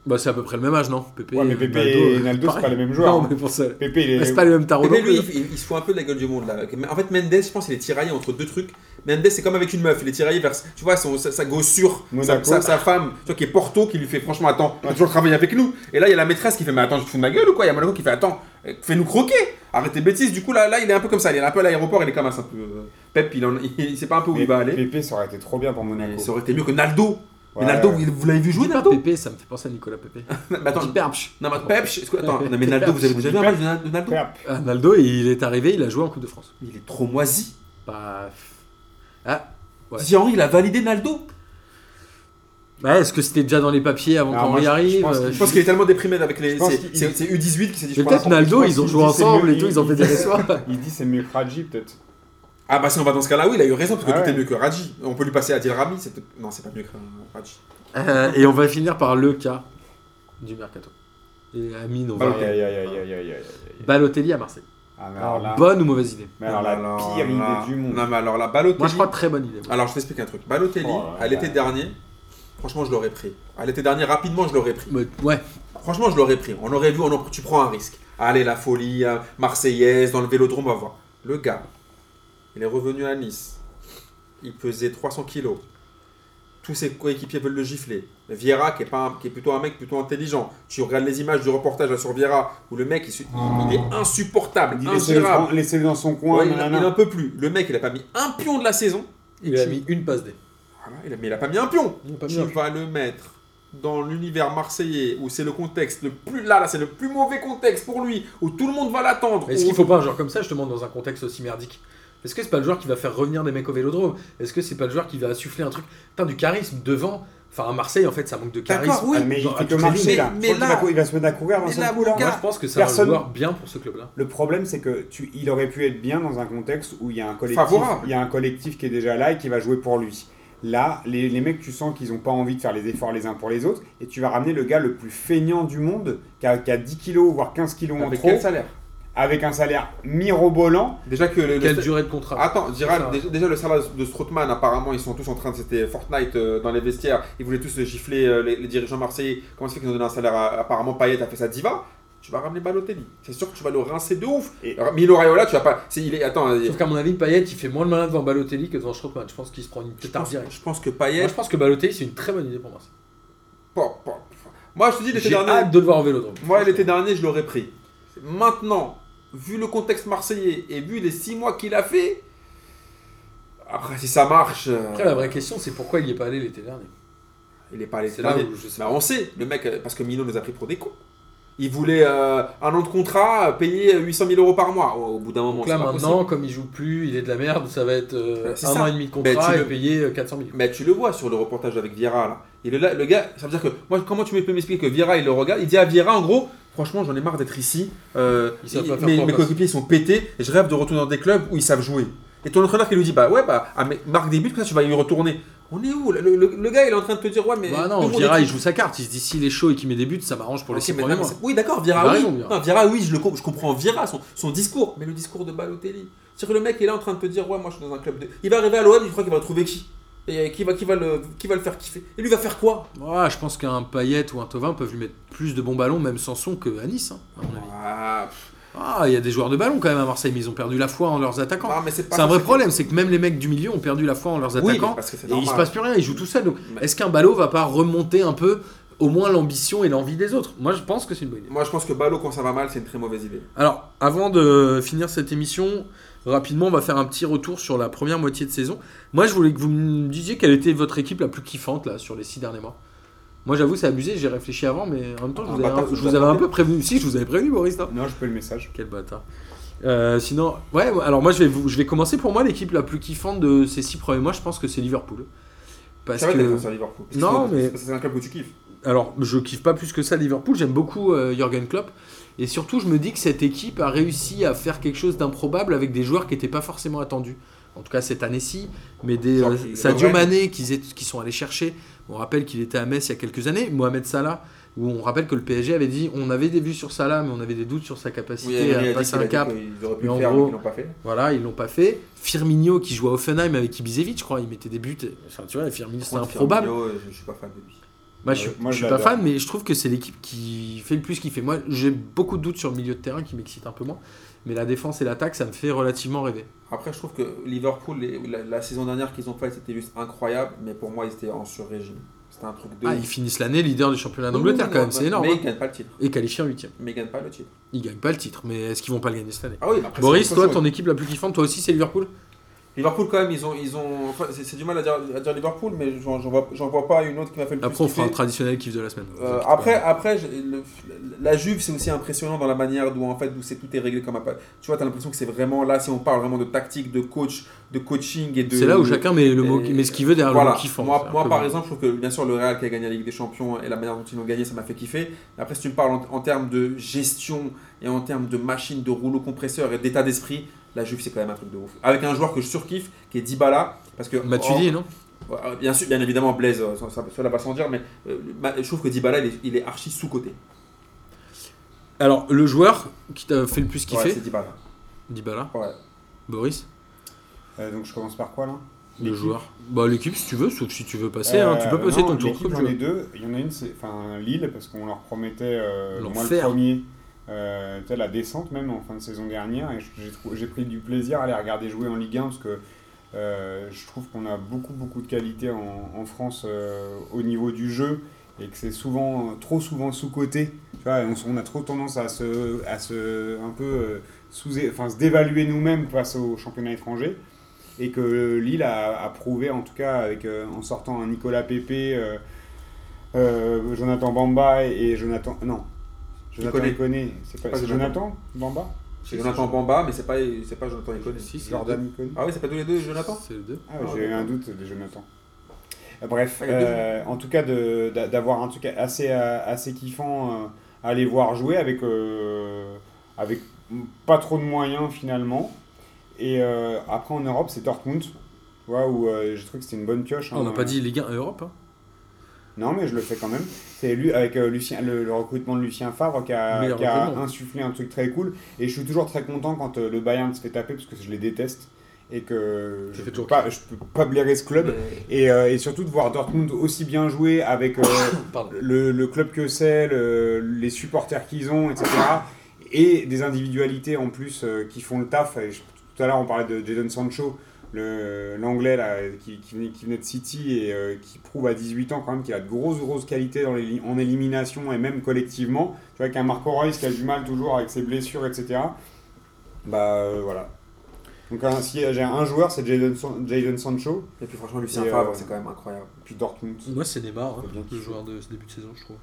Speaker 1: Bah, c'est à peu près le même âge, non Pépé,
Speaker 3: Ouais, mais
Speaker 1: euh,
Speaker 3: Pépé
Speaker 1: Naldo,
Speaker 3: et
Speaker 1: euh,
Speaker 3: Naldo, c'est
Speaker 1: pareil.
Speaker 3: pas les mêmes joueurs.
Speaker 1: Non, mais pour ça.
Speaker 3: Pépé, il
Speaker 1: mais
Speaker 3: est.
Speaker 1: C'est pas le même tarot.
Speaker 2: mais
Speaker 1: non plus.
Speaker 2: lui,
Speaker 1: hein.
Speaker 2: il, il se fout un peu de la gueule du monde là. Mais En fait, Mendes, je pense, il est tiraillé entre deux trucs. Mendes, c'est comme avec une meuf, il est tiraillé vers, tu vois, son, sa, sa gossure, sa,
Speaker 3: Monaco.
Speaker 2: sa- sa femme, tu vois, qui est Porto, qui lui fait franchement, attends, on a toujours travaillé avec nous. Et là, il y a la maîtresse qui fait, mais attends, je te fous de ma gueule ou quoi Il y a Monaco qui fait, attends, euh, fais-nous croquer, arrête tes bêtises. Du coup, là, là, il est un peu comme ça, il est un peu à l'aéroport, il est comme ça, un peu. euh, Pep, il, en, [laughs] il sait pas un peu où
Speaker 3: Mais
Speaker 2: il va aller.
Speaker 3: Pépé, ça aurait été trop bien pour Monaco.
Speaker 2: Mais ça aurait été mieux que Naldo.
Speaker 3: Ouais.
Speaker 2: Mais Naldo, vous- vous l'avez vu
Speaker 1: Je
Speaker 2: jouer,
Speaker 1: dis pas
Speaker 2: Naldo
Speaker 1: Pépé, ça me fait penser à Nicolas Pépé.
Speaker 2: Mais Attends,
Speaker 1: Dis Perpch.
Speaker 2: non, mais Pep, je- est-ce que- attends, non, mais Naldo, vous avez déjà vu un match de Na- de Naldo
Speaker 3: Pep.
Speaker 1: Ah, Naldo, il est arrivé, il a joué en Coupe de France.
Speaker 2: Mais il est trop moisi.
Speaker 1: Bah. Ah, Ouais.
Speaker 2: Thierry Henry, il a validé Naldo.
Speaker 1: Ouais, est-ce que c'était déjà dans les papiers avant
Speaker 3: Ah,
Speaker 1: qu'on
Speaker 3: moi,
Speaker 1: y
Speaker 3: je- je
Speaker 1: arrive
Speaker 3: pense qu'il-
Speaker 1: Euh,
Speaker 2: Je pense qu'il est tellement déprimé avec les.
Speaker 3: Je pense
Speaker 2: C'est
Speaker 3: qu'il-
Speaker 2: c'est- c'est U18 qui s'est dit. je
Speaker 1: Mais
Speaker 2: prends la
Speaker 1: peut-être
Speaker 2: France.
Speaker 1: Naldo,
Speaker 3: pense
Speaker 1: ils ont
Speaker 3: qu'il
Speaker 1: joué
Speaker 3: dit,
Speaker 1: ensemble
Speaker 3: c'est
Speaker 1: et tout,
Speaker 3: mieux,
Speaker 1: ils ont fait
Speaker 3: il-
Speaker 1: des récits.
Speaker 3: [laughs] Il dit c'est mieux que Radji, peut-être.
Speaker 2: Ah bah si on va dans ce cas-là, oui, il a eu raison parce que
Speaker 3: Ah
Speaker 2: tout
Speaker 3: ouais.
Speaker 2: est mieux que Raji. On peut lui passer à Adil Rami. c'est peut-être- Non, c'est pas mieux que Raji.
Speaker 1: Euh, et on va finir par le cas du mercato. Et Amine, on va.
Speaker 3: Aïe, aïe, aïe, aïe, aïe, aïe, aïe, aïe.
Speaker 1: Balotelli à Marseille.
Speaker 3: Ah, mais
Speaker 1: Alors,
Speaker 3: alors là.
Speaker 1: bonne ou mauvaise idée
Speaker 3: Mais alors la
Speaker 2: Alors
Speaker 3: pire
Speaker 2: là-
Speaker 3: idée du monde.
Speaker 2: Non, mais alors la Balotelli.
Speaker 1: Moi, je crois très bonne idée. ouais.
Speaker 2: Alors je t'explique un truc. Balotelli,
Speaker 3: Oh là là.
Speaker 2: à l'été dernier, franchement, je l'aurais pris. À l'été dernier, rapidement, je l'aurais pris.
Speaker 1: Mais- Ouais,
Speaker 2: Franchement, je l'aurais pris. On aurait vu, on en- tu prends un risque. Allez, la folie, euh, Marseillaise, dans le vélodrome, on va voir. Le gars, il est revenu à Nice. Il pesait 300 kilos. Tous ses coéquipiers veulent le gifler. Vieira, qui est, pas un- qui est plutôt un mec plutôt intelligent. Tu regardes les images du reportage là, sur Vieira, où le mec, il, se- il est insupportable,
Speaker 3: Il dit laissez-le
Speaker 2: ingérable.
Speaker 3: laissez-le dans son coin.
Speaker 2: Ouais, il
Speaker 3: nanana.
Speaker 2: n'en peut plus. Le mec, il a pas mis un pion de la saison.
Speaker 1: il a mis une passe D.
Speaker 2: Voilà, il a- mais il a pas mis un pion
Speaker 1: Il a pas mis
Speaker 2: tu
Speaker 1: un-
Speaker 2: vas le mettre dans l'univers marseillais où c'est le contexte le plus là, là c'est le plus mauvais contexte pour lui où tout le monde va l'attendre.
Speaker 1: Mais Est-ce
Speaker 2: où-
Speaker 1: qu'il faut pas un joueur comme ça, justement, dans un contexte aussi merdique Est-ce que c'est pas le joueur qui va faire revenir des mecs au vélodrome Est-ce que c'est pas le joueur qui va insuffler un truc Putain, du charisme devant. Enfin, à Marseille, en fait, ça manque de charisme.
Speaker 2: D'accord, oui.
Speaker 3: Ah, mais il
Speaker 1: Genre,
Speaker 3: fait
Speaker 1: à
Speaker 3: que
Speaker 1: toutes les
Speaker 3: marcher
Speaker 1: lignes.
Speaker 3: là.
Speaker 2: Mais-
Speaker 3: Je crois qu'il
Speaker 2: mais là-
Speaker 3: va cou- il va se mettre à courir dans
Speaker 2: mais
Speaker 3: son
Speaker 2: là,
Speaker 3: coup là.
Speaker 2: mon gars-
Speaker 1: Moi, je pense que c'est un
Speaker 3: Personne-
Speaker 1: joueur bien pour ce club-là.
Speaker 3: Le problème, c'est que tu, il aurait pu être bien dans un contexte où il y a un collectif,
Speaker 2: Favorable.
Speaker 3: il y a un collectif qui est déjà là et qui va jouer pour lui. Là, les, les mecs, tu sens qu'ils n'ont pas envie de faire les efforts les uns pour les autres, et tu vas ramener le gars le plus feignant du monde, qui a, qui a 10 kilos, voire 15 kilos en
Speaker 2: avec
Speaker 3: trop,
Speaker 2: quel salaire
Speaker 3: avec un salaire mirobolant.
Speaker 2: Déjà que le, le-
Speaker 1: Quelle durée de contrat
Speaker 2: Attends, Gérald,
Speaker 1: Ça.
Speaker 2: déjà, déjà le salaire de Strootman, apparemment, ils sont tous en train de. C'était Fortnite euh, dans les vestiaires. Ils voulaient tous gifler euh, les, les dirigeants marseillais. Comment ça fait qu'ils ont donné un salaire à- Apparemment, Payet a fait sa diva. Tu vas ramener Balotelli. C'est sûr que tu vas le rincer de ouf.
Speaker 3: Et-
Speaker 2: Alors, Milo Raiola, tu vas pas. c'est- il est, attends, il-
Speaker 1: Sauf qu'à mon avis, Payet, il fait moins le malin devant Balotelli que devant Strootman. Je pense qu'il se prend une
Speaker 2: je,
Speaker 1: tête
Speaker 2: pense,
Speaker 1: directe.
Speaker 2: je pense que Payet.
Speaker 1: Moi, je pense que Balotelli, c'est une très bonne idée pour moi.
Speaker 2: Bon, bon. Moi, je te dis, l'été
Speaker 1: J'ai
Speaker 2: dernier.
Speaker 1: hâte de le voir au Vélodrome.
Speaker 2: Moi, l'été dernier, je l'aurais pris. Maintenant, vu le contexte marseillais et vu les six mois qu'il a fait, Après, si ça marche, euh,
Speaker 1: Après, la vraie question, c'est pourquoi il n'y est pas allé l'été dernier
Speaker 2: il est pas allé
Speaker 1: C'est là où je sais
Speaker 2: Bah, on sait, le mec, euh, parce que Mino nous a pris pour des cons. Il voulait euh, un an de contrat, euh, payer 800 000 euros par mois. Au, au bout d'un moment,
Speaker 1: Donc
Speaker 2: c'est
Speaker 1: là,
Speaker 2: pas
Speaker 1: maintenant,
Speaker 2: possible.
Speaker 1: comme il joue plus, il est de la merde, ça va être euh,
Speaker 2: Ouais, c'est
Speaker 1: un
Speaker 2: ça.
Speaker 1: an et demi de
Speaker 2: Mais
Speaker 1: contrat
Speaker 2: tu
Speaker 1: et
Speaker 2: le-
Speaker 1: payer euh, 400 000.
Speaker 2: Mais tu le vois sur le reportage avec Vieira, là. Il est là, le gars, ça veut dire que, moi, comment tu peux m'expliquer que Vieira, il le regarde Il dit à Vieira, en gros, franchement, j'en ai marre d'être ici. euh,
Speaker 1: Ils savent
Speaker 2: il-
Speaker 1: pas faire
Speaker 2: mes,
Speaker 1: quoi,
Speaker 2: mes
Speaker 1: parce-
Speaker 2: coéquipiers sont pétés, et je rêve de retourner dans des clubs où ils savent jouer. Et ton entraîneur qui lui dit, bah ouais, bah, ah, mais marque des buts, comme ça, tu vas y retourner. On est où là le, le- le gars, il est en train de te dire, ouais, mais.
Speaker 1: Bah
Speaker 2: tout
Speaker 1: non,
Speaker 2: le monde
Speaker 1: Vira,
Speaker 2: est-
Speaker 1: il joue sa carte. Il se dit s'il est chaud et qu'il met des buts, ça m'arrange pour les
Speaker 2: Ok,
Speaker 1: 6
Speaker 2: mais
Speaker 1: premiers
Speaker 2: non,
Speaker 1: mois.
Speaker 2: c'est- Oui, d'accord,
Speaker 1: Il a
Speaker 2: Vira, oui.
Speaker 1: raison, Vira.
Speaker 2: Non, Vira, oui, je, le com- je comprends Vira, son, son discours, mais le discours de Balotelli. C'est que le mec, il est là en train de te dire, ouais, moi je suis dans un club de. Il va arriver à l'OM, je crois qu'il va trouver qui Et euh, qui va, qui, va le, qui va le faire kiffer Et lui va faire quoi
Speaker 1: Ouais, je pense qu'un Payet ou un Tovin peuvent lui mettre plus de bons ballons, même sans son, qu'à Nice, hein, à mon avis.
Speaker 2: Ah, pff,
Speaker 1: Ah, il y a des joueurs de ballon quand même à Marseille, mais ils ont perdu la foi en leurs attaquants.
Speaker 2: ah, mais c'est pas.
Speaker 1: C'est un vrai problème, c'est que même les mecs du milieu ont perdu la foi en leurs
Speaker 2: Oui, mais
Speaker 1: attaquants.
Speaker 2: parce que c'est
Speaker 1: Et il se
Speaker 2: normal.
Speaker 1: passe plus rien, ils jouent tout seuls. Donc,
Speaker 2: Mais-
Speaker 1: est-ce qu'un ballot va pas remonter un peu au moins l'ambition et l'envie des autres Moi, je pense que c'est une bonne idée.
Speaker 2: Moi je pense que Balo, quand ça va mal, c'est une très mauvaise idée.
Speaker 1: Alors, avant de finir cette émission, rapidement, on va faire un petit retour sur la première moitié de saison. Moi, je voulais que vous me disiez quelle était votre équipe la plus kiffante là sur les six derniers mois. Moi, j'avoue, c'est abusé. J'ai réfléchi avant, mais en même temps, je
Speaker 2: Ah,
Speaker 1: vous,
Speaker 2: bah,
Speaker 1: avais, un,
Speaker 2: t'as-
Speaker 1: je
Speaker 2: t'as
Speaker 1: vous avais un
Speaker 2: pas
Speaker 1: peu prévenu. Si, je vous avais prévenu, Boris. non
Speaker 3: Non, je peux le message.
Speaker 1: Quel bâtard. Euh, sinon, ouais, alors moi, je vais, vous- je vais commencer. Pour moi, l'équipe la plus kiffante de ces six premiers mois, je pense que c'est Liverpool. Parce
Speaker 2: C'est vrai
Speaker 1: que,
Speaker 2: que... Liverpool. Parce
Speaker 1: Non,
Speaker 2: que-
Speaker 1: mais-
Speaker 2: parce que C'est un club que tu kiffes.
Speaker 1: alors, je kiffe pas plus que ça Liverpool. J'aime beaucoup euh, Jürgen Klopp. Et surtout, je me dis que cette équipe a réussi à faire quelque chose d'improbable avec des joueurs qui n'étaient pas forcément attendus. En tout cas, cette année-ci. Mais des
Speaker 2: Genre,
Speaker 1: euh,
Speaker 2: il-
Speaker 1: Sadio
Speaker 2: Abraham.
Speaker 1: Mané qu'ils aient- qu'ils sont allés chercher. On rappelle qu'il était à Metz il y a quelques années. Mohamed Salah, où on rappelle que le PSG avait dit on avait des vues sur Salah, mais on avait des doutes sur sa capacité à passer euh, un cap.
Speaker 2: Ils auraient
Speaker 1: Mais
Speaker 2: pu
Speaker 1: en
Speaker 2: le faire,
Speaker 1: gros-
Speaker 2: mais ils l'ont pas fait.
Speaker 1: Voilà, ils l'ont pas fait. Firmino qui joue à Offenheim avec Ibisevic, je crois, il mettait des buts. Enfin, tu vois, Firmino, c'était
Speaker 2: Contre
Speaker 1: improbable.
Speaker 2: Firmino, euh, Je je suis pas fan de lui.
Speaker 1: Moi, je,
Speaker 2: Euh,
Speaker 1: suis-
Speaker 3: Moi,
Speaker 1: je
Speaker 3: je
Speaker 1: suis pas
Speaker 3: l'adore.
Speaker 1: fan, mais je trouve que c'est l'équipe qui fait le plus kiffer. Moi, j'ai beaucoup de doutes sur le milieu de terrain qui m'excite un peu moins. Mais la défense et l'attaque, ça me fait relativement rêver.
Speaker 2: Après, je trouve que Liverpool, les- la, la saison dernière qu'ils ont faite, c'était juste incroyable, mais pour moi, ils étaient en sur-régime. C'était un truc de.
Speaker 1: Ah, ils finissent l'année leader du championnat d'Angleterre, quand même, c'est énorme.
Speaker 2: bah, Mais
Speaker 1: hein.
Speaker 2: ils gagnent pas le titre.
Speaker 1: Et qualifié en 8
Speaker 2: Mais ils gagnent pas le titre.
Speaker 1: Ils gagnent pas le titre, mais est-ce qu'ils vont pas le gagner cette année
Speaker 2: Ah oui, après,
Speaker 1: Boris,
Speaker 2: c'est-
Speaker 1: toi, ton équipe la plus kiffante, toi aussi, c'est Liverpool
Speaker 2: Liverpool, quand même, ils ont. Ils ont... enfin, c'est, c'est du mal à dire, à dire Liverpool, mais j'en, j'en vois, j'en vois pas une autre qui m'a fait le plus.
Speaker 1: Après, on fera un
Speaker 2: kiffer.
Speaker 1: traditionnel kiff de la semaine.
Speaker 2: Euh, après, après j'ai- le- la Juve, c'est aussi impressionnant dans la manière d'où en fait, d'où c'est tout est réglé comme un pa- Tu vois, t'as l'impression que c'est vraiment là, si on parle vraiment de tactique, de coach, de coaching et de.
Speaker 1: C'est là où chacun met, le mot,
Speaker 2: et-
Speaker 1: met ce qu'il veut derrière Ah,
Speaker 2: Voilà.
Speaker 1: le mot kiffant.
Speaker 2: Moi,
Speaker 1: C'est un
Speaker 2: moi
Speaker 1: peu
Speaker 2: par
Speaker 1: bizarre.
Speaker 2: exemple, je trouve que bien sûr le Real qui a gagné la Ligue des Champions et la manière dont ils l'ont gagné, ça m'a fait kiffer. Mais Après, si tu me parles en, en termes de gestion et en termes de machine, de rouleau compresseur et d'état d'esprit, la Juve c'est quand même un truc de ouf. Avec un joueur que je surkiffe, qui est Dybala, parce que
Speaker 1: Matuidi, non
Speaker 2: Oh, ouais, bien sûr, bien évidemment Blaise, euh, ça, ça- cela va sans dire, mais euh, ma- je trouve que Dybala il est, il est archi sous côté.
Speaker 1: Alors, le joueur qui t'a fait le plus kiffer,
Speaker 2: c'est Dybala.
Speaker 1: Dybala,
Speaker 2: Ouais.
Speaker 1: Boris,
Speaker 3: Euh, donc je commence par quoi là
Speaker 1: le joueur. Bah, l'équipe, si tu veux, sauf si tu veux passer, hein, tu peux
Speaker 3: Euh,
Speaker 1: passer
Speaker 3: non,
Speaker 1: ton tour.
Speaker 3: l'équipe,
Speaker 1: comme tu
Speaker 3: J'en ai
Speaker 1: veux.
Speaker 3: deux. Il y en a une, c'est enfin, Lille, parce qu'on leur promettait, euh, moi le
Speaker 1: L'enfer.
Speaker 3: premier, euh, tu sais, la descente même en fin de saison dernière. Et j'ai trou- j'ai pris du plaisir à les regarder jouer en Ligue 1 parce que euh, je trouve qu'on a beaucoup, beaucoup de qualité en, en France euh, au niveau du jeu et que c'est souvent, trop souvent sous-côté. Tu vois, on, s- on a trop tendance à se, à se un peu euh, sous, enfin, se dévaluer nous-mêmes face au championnat étranger et que euh, Lille a, a prouvé, en tout cas avec, euh, en sortant un Nicolas Pepe, euh, euh, Jonathan Bamba et, et Jonathan. Non, Jonathan
Speaker 2: Iconé.
Speaker 3: Iconé. C'est pas,
Speaker 2: Pas
Speaker 3: c'est Jonathan Bamba
Speaker 2: C'est Jonathan Bamba, mais c'est pas, c'est pas Jonathan Iconé.
Speaker 1: Si, si,
Speaker 3: Jordan Iconé
Speaker 2: Ah oui, c'est pas tous les deux Jonathan
Speaker 1: C'est le deux.
Speaker 3: Ah, j'ai eu un doute de Jonathan. Euh, Bref,
Speaker 2: Ah, il y a deux
Speaker 3: euh, en tout cas, de- d'a- d'avoir un truc assez, euh, assez kiffant euh, à les voir jouer avec, euh, avec pas trop de moyens finalement. Et euh, après en Europe, c'est Dortmund, tu vois, où euh, j'ai trouvé que c'était une bonne pioche.
Speaker 1: Ah, on n'a
Speaker 3: hein.
Speaker 1: pas dit Ligue 1 Europe. hein.
Speaker 3: Non, mais je le fais quand même. C'est lui avec euh, Lucien, le, le recrutement de Lucien Favre qui a,
Speaker 1: Meilleur
Speaker 3: qui a
Speaker 1: recrutement.
Speaker 3: insufflé un truc très cool. Et je suis toujours très content quand euh, le Bayern se fait taper parce que je les déteste et que
Speaker 1: Tu
Speaker 3: je
Speaker 1: fais
Speaker 3: peux
Speaker 1: toujours
Speaker 3: pas, je peux pas blairer ce club.
Speaker 2: Mais-
Speaker 3: Et, euh, et surtout de voir Dortmund aussi bien jouer avec euh, [coughs]
Speaker 1: Pardon.
Speaker 3: le, le club que c'est, le- les supporters qu'ils ont, etc. Et des individualités en plus euh, qui font le taf. Et je- tout à l'heure, on parlait de Jadon Sancho, le- l'anglais là, qui, qui venait, qui venait de City et euh, qui prouve à 18 ans quand même qu'il a de grosses, grosses qualités dans les li- en élimination et même collectivement. Tu vois, qu'un Marco Reus qui a du mal toujours avec ses blessures, etc. Bah euh, voilà. Donc, euh, si euh, j'ai un joueur, c'est Jadon, San- Jadon Sancho,
Speaker 2: Et puis franchement, Lucien
Speaker 3: Et, euh,
Speaker 2: Favre, c'est quand même incroyable.
Speaker 3: puis Dortmund.
Speaker 1: Moi, c'est Neymar, hein,
Speaker 3: Faut bien qu'il
Speaker 1: le
Speaker 3: faut.
Speaker 1: joueur de ce début de saison, je trouve.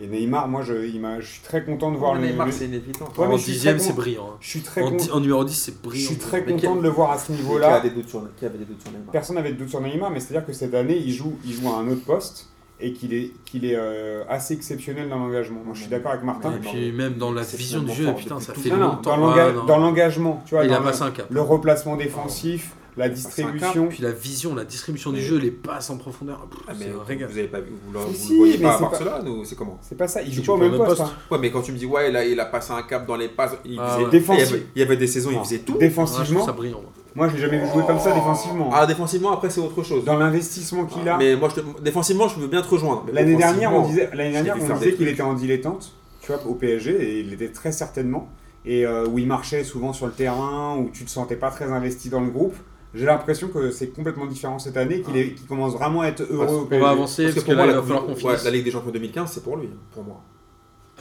Speaker 3: Et Neymar, moi, je, il m'a- je suis très content de voir le.
Speaker 2: Neymar,
Speaker 3: le-
Speaker 2: c'est inévitable.
Speaker 3: Ouais, mais
Speaker 1: en
Speaker 3: je suis
Speaker 1: dixième,
Speaker 3: très
Speaker 1: c'est
Speaker 3: con-
Speaker 1: brillant. hein.
Speaker 3: Je suis très,
Speaker 1: En,
Speaker 3: con-
Speaker 1: di- en numéro 10, c'est
Speaker 3: je
Speaker 1: brillant.
Speaker 3: suis très
Speaker 2: Mais
Speaker 3: content
Speaker 2: quel-
Speaker 3: de le voir à ce
Speaker 2: Qui
Speaker 3: niveau-là.
Speaker 2: avait des doutes sur, qui avait des doutes sur
Speaker 1: Ah,
Speaker 2: Neymar.
Speaker 3: Personne n'avait de doute sur Neymar, mais c'est-à-dire que cette année, il joue, il joue à un autre poste et qu'il est, qu'il est euh, assez exceptionnel dans l'engagement. Moi, je suis d'accord avec Martin.
Speaker 1: Et puis, même dans la
Speaker 2: C'est
Speaker 1: vision du
Speaker 2: finalement
Speaker 1: jeu,
Speaker 2: fort
Speaker 1: putain,
Speaker 2: depuis
Speaker 1: ça
Speaker 2: tout
Speaker 1: fait
Speaker 3: Non, non, dans
Speaker 1: longtemps.
Speaker 3: l'enga-
Speaker 1: Ah, non.
Speaker 3: dans l'engagement, tu vois,
Speaker 1: Il
Speaker 3: dans
Speaker 1: a
Speaker 3: le-
Speaker 1: passé un cap.
Speaker 3: le replacement défensif, la
Speaker 2: passé un cap,
Speaker 3: distribution.
Speaker 1: Puis la vision, la distribution du
Speaker 2: Mais-
Speaker 1: jeu, les passes en profondeur, pff,
Speaker 2: Ah, mais
Speaker 1: c'est un
Speaker 2: vous
Speaker 1: régal.
Speaker 2: vous avez pas vu, vous, le-
Speaker 3: Si,
Speaker 2: vous
Speaker 3: si,
Speaker 2: le voyez
Speaker 3: mais
Speaker 2: pas à
Speaker 3: c'est pas-
Speaker 2: Barcelone ou c'est comment
Speaker 3: C'est pas ça, il
Speaker 1: Il
Speaker 3: joue
Speaker 1: joue
Speaker 3: pas au
Speaker 1: pas
Speaker 3: même poste. hein.
Speaker 2: Ouais, mais quand tu me dis, ouais, là, il a passé un cap dans les passes, il
Speaker 1: Ah,
Speaker 2: faisait
Speaker 1: ouais.
Speaker 3: Défensif.
Speaker 2: Il y, avait, il y avait des saisons, il
Speaker 3: Non.
Speaker 2: faisait tout.
Speaker 1: Ah, je trouve
Speaker 3: Défensivement,
Speaker 1: ça Oh. brillant. moi.
Speaker 3: moi je l'ai jamais vu jouer comme ça défensivement.
Speaker 2: Ah, défensivement, après, c'est autre chose.
Speaker 3: Dans l'investissement qu'il
Speaker 1: Ah,
Speaker 3: a,
Speaker 2: Mais moi, je te- défensivement, je veux bien te rejoindre. mais
Speaker 3: l'année dernière on
Speaker 2: offensivement,
Speaker 3: disait, l'année dernière,
Speaker 2: vu
Speaker 3: on
Speaker 2: faire
Speaker 3: disait
Speaker 2: des
Speaker 3: qu'il
Speaker 2: trucs.
Speaker 3: était en dilettante, tu vois, au PSG et il était très certainement et euh, où il marchait souvent sur le terrain où tu te sentais pas très investi dans le groupe. J'ai l'impression que c'est complètement différent cette année, qu'il est- qu'il commence vraiment à être heureux au
Speaker 1: On
Speaker 3: PSG.
Speaker 1: Ah. va avancer parce,
Speaker 2: Parce que
Speaker 1: que
Speaker 2: pour
Speaker 1: là,
Speaker 2: moi,
Speaker 1: il
Speaker 2: la,
Speaker 1: va falloir qu'on
Speaker 2: ouais,
Speaker 1: finisse.
Speaker 2: la Ligue des Champions 2015, c'est pour lui, pour moi.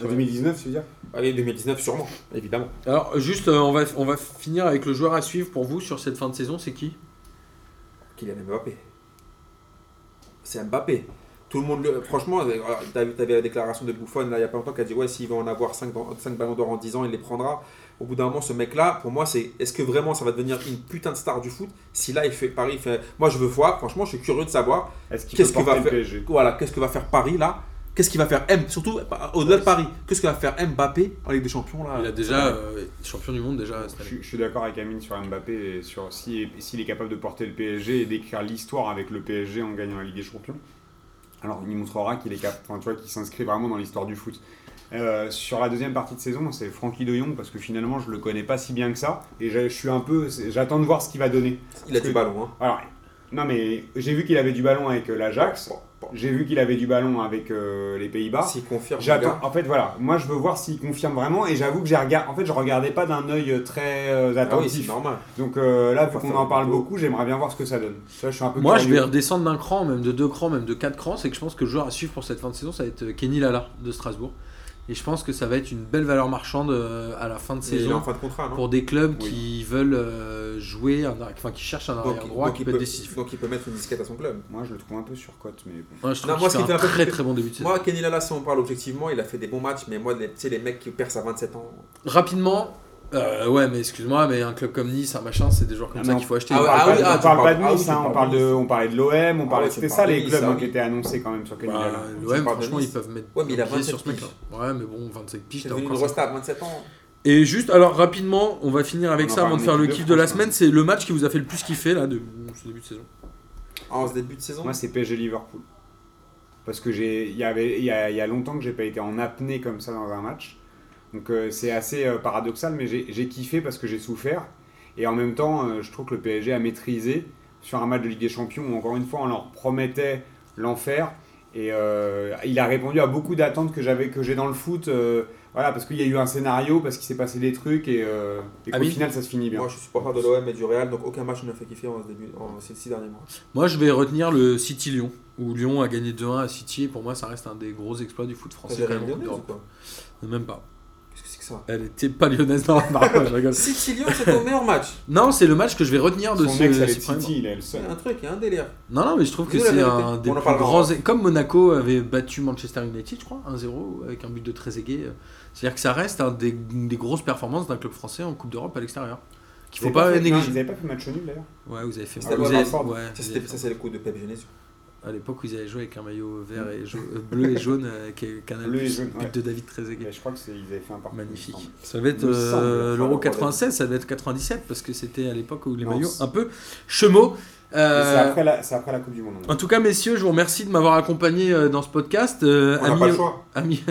Speaker 3: En 2019, tu veux dire
Speaker 2: Allez, 2019, sûrement, évidemment.
Speaker 1: Alors, juste, euh, on, va, on va finir avec le joueur à suivre pour vous sur cette fin de saison, c'est qui
Speaker 2: Kylian Mbappé. C'est Mbappé. Tout le monde le. Franchement, euh, alors, t'as vu, t'avais la déclaration de Buffon là, il y a pas longtemps qui a dit Ouais, s'il va en avoir 5, ballons d'or en 10 ans, il les prendra. Au bout d'un moment, ce mec-là, pour moi, c'est est-ce que vraiment ça va devenir une putain de star du foot Si là, il fait Paris, il fait. Moi, je veux voir, franchement, je suis curieux de savoir.
Speaker 3: Est-ce qu'il
Speaker 2: Qu'est-ce
Speaker 3: peut
Speaker 2: que va
Speaker 3: porter le
Speaker 2: faire-
Speaker 3: PSG
Speaker 2: Voilà, qu'est-ce que va faire Paris là Qu'est-ce qu'il va faire M Surtout bah, au-delà de Paris, qu'est-ce que va faire Mbappé en Ligue des Champions là
Speaker 1: Il a déjà euh, champion du monde déjà cette
Speaker 3: Je,
Speaker 1: année.
Speaker 3: suis- je suis d'accord avec Amine sur Mbappé et sur si- s'il est capable de porter le PSG et d'écrire l'histoire avec le PSG en gagnant la Ligue des Champions. Alors il montrera qu'il est capable, enfin, tu vois, qu'il s'inscrit vraiment dans l'histoire du foot. Euh, sur la deuxième partie de saison, c'est Francky De Jong parce que finalement je le connais pas si bien que ça et je, je suis un peu, c'est- j'attends de voir ce qu'il va donner.
Speaker 2: Il a du ballon, hein.
Speaker 3: Alors non mais j'ai vu qu'il avait du ballon avec euh, l'Ajax,
Speaker 2: Bon, bon.
Speaker 3: j'ai vu qu'il avait du ballon avec euh, les Pays-Bas.
Speaker 2: Ah, S'il confirme, le
Speaker 3: J'attends.
Speaker 2: gars,
Speaker 3: En fait, voilà. Moi, je veux voir s'il confirme vraiment. Et j'avoue que j'ai regardé. En fait, je regardais pas d'un œil euh, très
Speaker 2: ah
Speaker 3: euh,
Speaker 2: oui, c'est
Speaker 3: attentif.
Speaker 2: normal.
Speaker 3: Donc euh, là, vu
Speaker 2: Pas
Speaker 3: qu'on
Speaker 2: faire
Speaker 3: en parle
Speaker 2: le dos.
Speaker 3: beaucoup, j'aimerais bien voir ce que ça donne. Tu vois, je suis un peu
Speaker 1: Moi, je
Speaker 3: curieux.
Speaker 1: vais redescendre d'un cran, même de deux crans, même de quatre crans. C'est que je pense que le joueur à suivre pour cette fin de saison, ça va être euh, Kenny Lala de Strasbourg. Et je pense que ça va être une belle valeur marchande euh, à la fin de
Speaker 2: Et Il est en
Speaker 1: saison
Speaker 2: fin de contrat, non
Speaker 1: pour des clubs
Speaker 3: Oui.
Speaker 1: qui veulent euh, jouer, un arri- enfin qui cherchent un arrière droit qui
Speaker 2: il
Speaker 1: peut être décisif.
Speaker 2: donc il peut mettre une disquette à son club.
Speaker 3: Moi, je le trouve un peu surcote, mais bon.
Speaker 1: Moi, je trouve
Speaker 2: Non, moi,
Speaker 1: que
Speaker 2: ce
Speaker 1: c'est
Speaker 2: qui
Speaker 1: un
Speaker 2: fait un peu
Speaker 1: très
Speaker 2: plus-
Speaker 1: très bon début de saison.
Speaker 2: Moi, Kenny Lala, si on parle objectivement, il a fait des bons matchs, mais moi, les- tu sais, les mecs qui percent à 27 ans.
Speaker 1: Rapidement, euh, ouais, mais excuse-moi, mais un club comme Nice, un machin, c'est des joueurs comme
Speaker 3: Ah,
Speaker 1: ça
Speaker 3: non.
Speaker 1: qu'il faut acheter.
Speaker 2: Ah
Speaker 3: on
Speaker 2: ouais,
Speaker 3: parle,
Speaker 2: ah
Speaker 3: pas,
Speaker 2: oui,
Speaker 3: on
Speaker 2: ah, tu
Speaker 3: parle
Speaker 2: parles-
Speaker 3: pas de
Speaker 2: ah oui,
Speaker 3: Nice,
Speaker 2: tu
Speaker 3: hein, on
Speaker 2: parles
Speaker 3: parle
Speaker 2: de
Speaker 3: de,
Speaker 2: Nice.
Speaker 3: on parlait de l'OM, on
Speaker 2: Ah
Speaker 3: parlait.
Speaker 2: ouais, tu
Speaker 3: C'était
Speaker 2: parles
Speaker 3: ça
Speaker 2: de
Speaker 3: les
Speaker 2: Nice,
Speaker 3: clubs
Speaker 2: ah
Speaker 3: hein,
Speaker 2: oui.
Speaker 3: qui étaient annoncés quand même sur Kenny
Speaker 1: Bah,
Speaker 3: Lala.
Speaker 1: L'OM,
Speaker 2: parle de
Speaker 1: franchement,
Speaker 2: Nice.
Speaker 1: ils peuvent mettre
Speaker 2: Ouais, mais il a
Speaker 1: leur pied sur ce
Speaker 2: 27
Speaker 1: mec-là. Ouais, mais bon, 27 piges, t'as
Speaker 2: C'est devenu une
Speaker 1: encore ça.
Speaker 2: rosta à 27 ans.
Speaker 1: Et juste, alors rapidement, on va finir avec
Speaker 3: On
Speaker 1: ça
Speaker 3: va
Speaker 1: avant de
Speaker 3: parler
Speaker 1: faire le
Speaker 3: d'équipe de
Speaker 1: kiff de la
Speaker 3: France,
Speaker 1: semaine.
Speaker 3: hein.
Speaker 1: C'est le match qui vous a fait le plus kiffer là de ce début de saison.
Speaker 2: En ce début de saison.
Speaker 3: Moi, c'est PSG Liverpool. Parce que j'ai, il y avait, il y a, il y a longtemps que j'ai pas été en apnée comme ça dans un match. Donc euh, c'est assez euh, paradoxal, mais j'ai j'ai kiffé parce que j'ai souffert. Et en même temps, euh, je trouve que le PSG a maîtrisé sur un match de Ligue des Champions où encore une fois on leur promettait l'enfer. Et euh, il a répondu à beaucoup d'attentes que j'avais, que j'ai dans le foot. euh, voilà, parce qu'il y a eu un scénario, parce qu'il s'est passé des trucs et, euh, et qu'au
Speaker 1: Amine
Speaker 3: final ça se finit bien.
Speaker 2: Moi, je suis supporter de l'OM et du Real, donc aucun match ne m'a fait kiffer en ce début, en ces six derniers mois.
Speaker 1: Moi, je vais retenir le City-Lyon, où Lyon a gagné 2-1 à City. Et pour moi, ça reste un des gros exploits du foot français.
Speaker 2: T'as
Speaker 1: quand
Speaker 2: jamais
Speaker 1: même, en Coupe
Speaker 2: lyonnaise ou
Speaker 1: d'Europe.
Speaker 2: quoi
Speaker 1: Même pas.
Speaker 2: Qu'est-ce que c'est
Speaker 1: [laughs]
Speaker 2: que ça
Speaker 1: Elle était pas lyonnaise [laughs] dans la marque, je rigole.
Speaker 2: City Lyon, c'est ton
Speaker 1: [laughs]
Speaker 2: meilleur match.
Speaker 1: Non, c'est le match que je vais retenir de
Speaker 3: Son
Speaker 1: ce,
Speaker 3: mec, ça
Speaker 1: ce
Speaker 3: allait de
Speaker 1: premier
Speaker 3: City, il est le
Speaker 2: C'est
Speaker 3: seul.
Speaker 2: un truc, il y a un délire.
Speaker 1: Non, non, mais je trouve que
Speaker 2: Dis-nous la
Speaker 1: c'est
Speaker 2: vérité.
Speaker 1: un des
Speaker 2: On en
Speaker 1: plus
Speaker 2: parlera
Speaker 1: grands.
Speaker 2: après.
Speaker 1: Comme Monaco avait battu Manchester United, je crois, 1-0 avec un but de Trezeguet. euh, C'est-à-dire que ça reste un des, une des grosses performances d'un club français en Coupe d'Europe à l'extérieur. Qu'il faut
Speaker 3: Ils
Speaker 1: pas
Speaker 3: avaient fait- non, Ils
Speaker 1: négliger.
Speaker 3: n'avaient pas fait match nul d'ailleurs.
Speaker 1: Ouais, vous avez fait.
Speaker 2: Ah,
Speaker 1: vous
Speaker 2: ouais,
Speaker 1: avez-
Speaker 3: Brentford.
Speaker 1: ouais,
Speaker 2: Ça,
Speaker 1: vous
Speaker 2: c'était-
Speaker 1: avez-
Speaker 2: ça, c'est le coup de Pep Genesio.
Speaker 1: À l'époque, ils avaient joué avec un maillot vert et jaune, euh, bleu et jaune, euh, qui est Canal
Speaker 3: Mm. Bleu et
Speaker 1: Plus,
Speaker 3: jaune,
Speaker 1: but
Speaker 3: ouais.
Speaker 1: de David Trezeguet.
Speaker 3: Et je crois que c'est- ils avaient fait un parcours. il me
Speaker 1: Magnifique.
Speaker 3: semble.
Speaker 1: Ça devait être
Speaker 3: Il me semble,
Speaker 1: euh,
Speaker 2: enfin,
Speaker 1: l'Euro
Speaker 2: le
Speaker 1: 96, ça devait être 97, parce que c'était à l'époque où les
Speaker 3: Non,
Speaker 1: maillots
Speaker 3: c'est-
Speaker 1: un peu chemaux.
Speaker 3: Et
Speaker 1: Euh,
Speaker 3: C'est après, la- c'est après la Coupe du Monde.
Speaker 1: en tout cas, messieurs, je vous remercie de m'avoir accompagné euh, dans ce podcast. Euh,
Speaker 2: On n'a
Speaker 1: amis-
Speaker 2: pas le choix.
Speaker 1: [laughs] Amis,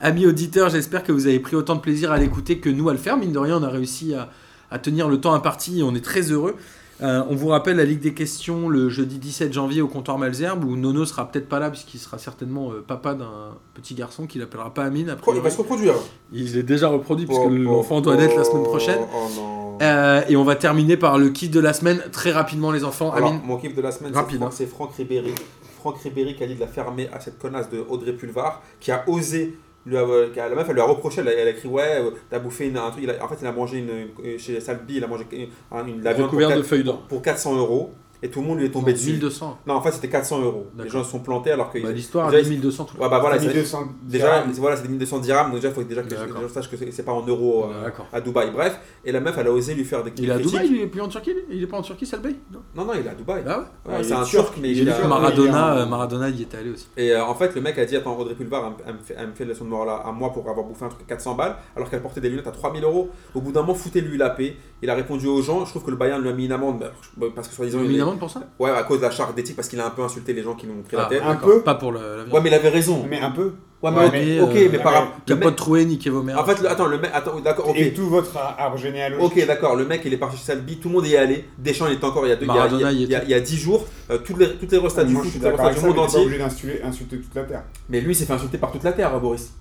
Speaker 1: amis auditeurs, j'espère que vous avez pris autant de plaisir à l'écouter que nous à le faire. Mine de rien, on a réussi à, à tenir le temps imparti et on est très heureux. Euh, on vous rappelle la Ligue des questions le jeudi 17 janvier au comptoir Malzerbe où Nono sera peut-être pas là puisqu'il sera certainement euh, papa d'un petit garçon qu'il appellera pas Amine.
Speaker 2: Quoi,
Speaker 1: Après,
Speaker 2: Il va se reproduire.
Speaker 1: il est déjà reproduit puisque
Speaker 2: Oh,
Speaker 1: l'enfant
Speaker 2: oh,
Speaker 1: doit naître la semaine
Speaker 2: oh,
Speaker 1: prochaine.
Speaker 2: Oh non.
Speaker 1: Euh, et on va terminer par le kiff de la semaine. Très rapidement les enfants.
Speaker 2: Alors,
Speaker 1: Amine,
Speaker 2: mon kiff de la semaine, c'est
Speaker 1: Rapide,
Speaker 2: Franck-
Speaker 1: hein.
Speaker 2: c'est Franck Ribéry. Franck Ribéry qui a dit de la fermer à cette connasse de Audrey Pulvar, qui a osé lui a- euh, la meuf, elle lui a reproché, elle a, elle a écrit Ouais, euh, t'as bouffé une- un truc. il a- en fait, il a mangé une, une- chez Salbi, il a mangé une, une, de la viande pour,
Speaker 1: Recouvert de
Speaker 2: quatre-
Speaker 1: feuilles d'or.
Speaker 2: pour 400 euros. Et tout le monde lui est tombé dessus.
Speaker 1: 1200.
Speaker 2: Non, en fait, c'était 400 euros. Les
Speaker 1: D'accord.
Speaker 2: gens se sont plantés alors que.
Speaker 1: Bah, l'histoire
Speaker 2: déjà,
Speaker 1: a
Speaker 2: ils-
Speaker 1: dit 1200 tout le
Speaker 3: Ah
Speaker 2: Ouais, bah voilà, c'est-
Speaker 3: 1200
Speaker 2: Déjà,
Speaker 3: dirhams.
Speaker 2: c'est- voilà, c'est des 1200 dirhams, donc déjà, il faut que- déjà que les
Speaker 1: D'accord.
Speaker 2: gens sachent que c'est c'est pas en euros
Speaker 1: Ah,
Speaker 2: euh,
Speaker 1: d'accord.
Speaker 2: à Dubaï. Bref, et la meuf, elle a osé lui faire des
Speaker 1: Il est à
Speaker 2: critiques.
Speaker 1: Dubaï, il est plus en Turquie lui Il est pas en Turquie, Salbei Non.
Speaker 2: Non, non, il est à Dubaï.
Speaker 1: Ah ouais
Speaker 2: Ouais,
Speaker 3: Ouais, il
Speaker 2: c'est
Speaker 3: est
Speaker 2: un
Speaker 3: turc,
Speaker 2: turc, mais
Speaker 1: J'ai
Speaker 2: il
Speaker 1: vu
Speaker 2: a-
Speaker 1: que
Speaker 3: il
Speaker 2: hein.
Speaker 3: est
Speaker 1: Maradona,
Speaker 3: en-
Speaker 1: euh, Maradona y est allé aussi.
Speaker 2: Et euh, en fait, le mec a dit Attends, Audrey Pulvar, elle, me- elle me fait, elle me fait une leçon de morale à, à moi pour avoir bouffé un truc à 400 balles, alors qu'elle portait des lunettes à 3000 euros. Au bout d'un moment, foutez-lui la paix. Il a répondu aux gens Je trouve que le Bayern lui a mis une amende, bah, je- parce que soi-disant, il
Speaker 1: Évidemment
Speaker 2: est-
Speaker 1: pour ça
Speaker 2: Ouais, à cause de la charte d'éthique, parce qu'il a un peu insulté les gens qui lui ont pris la
Speaker 1: Ah,
Speaker 2: tête.
Speaker 3: Un
Speaker 1: d'accord.
Speaker 3: peu.
Speaker 1: Pas pour le- l'avion.
Speaker 2: Ouais, mais il avait raison.
Speaker 3: Mais un peu.
Speaker 2: Ouais, mais,
Speaker 3: Ouais,
Speaker 2: ok,
Speaker 1: mais,
Speaker 2: ok,
Speaker 1: euh,
Speaker 2: mais par
Speaker 3: ouais.
Speaker 2: rapport. le
Speaker 1: Capote
Speaker 2: mec-
Speaker 1: trouée, niquez vos mères.
Speaker 2: En fait, le- attends, le mec. Attends, d'accord, ok.
Speaker 3: Et tout votre arbre généalogique.
Speaker 2: Ok, d'accord, le mec il est parti chez Salbi, tout le monde y est allé. Deschamps il était encore il y a, deux, il y a- il y a,
Speaker 1: Maradona y
Speaker 2: il y a- il y a 10 jours. Euh, toutes les, toutes les restats du
Speaker 3: Moi,
Speaker 2: foot,
Speaker 3: je suis
Speaker 2: toutes les
Speaker 3: d'accord
Speaker 2: restats
Speaker 3: avec
Speaker 2: du
Speaker 3: ça, mais
Speaker 2: monde
Speaker 3: t'es pas
Speaker 2: entier.
Speaker 3: obligé d'insulter insulter toute la Terre.
Speaker 2: Mais lui il s'est fait insulter par toute la terre, hein, Boris.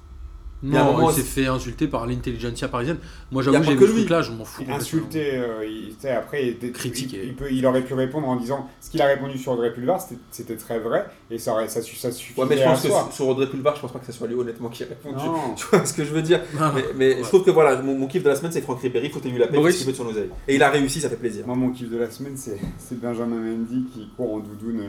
Speaker 2: il y a un moment,
Speaker 1: Non, il s'est
Speaker 2: c'est-
Speaker 1: fait insulter par l'intelligentsia parisienne. Moi,
Speaker 2: y a
Speaker 1: j'avoue,
Speaker 2: pas
Speaker 1: j'ai
Speaker 2: que
Speaker 1: vu ce
Speaker 2: lui.
Speaker 1: truc-là, je m'en fous. complètement.
Speaker 3: Insulter, euh, il, tu sais, après, il, était-
Speaker 1: Critiquer.
Speaker 3: Il, il peut, il aurait pu répondre en disant ce qu'il a répondu sur Audrey Pulvar, c'était- c'était très vrai et ça, aurait, ça, su- ça suffisait
Speaker 2: Ouais, mais je
Speaker 3: à
Speaker 2: pense que
Speaker 3: soi.
Speaker 2: sur Audrey Pulvar, je pense pas que ce soit lui honnêtement qui a répondu.
Speaker 3: Non.
Speaker 2: [laughs] Tu vois ce que je veux dire
Speaker 1: [laughs] Ah,
Speaker 2: Mais, mais
Speaker 1: Ouais.
Speaker 2: je trouve que voilà, mon, mon kiff de la semaine c'est Franck Ribéry, faut lui la paix,
Speaker 1: Boris.
Speaker 2: parce qu'il veut de son oseille. Et il a réussi, ça fait plaisir.
Speaker 3: Moi, mon kiff de la semaine, c'est c'est Benjamin Mendy qui court en doudoune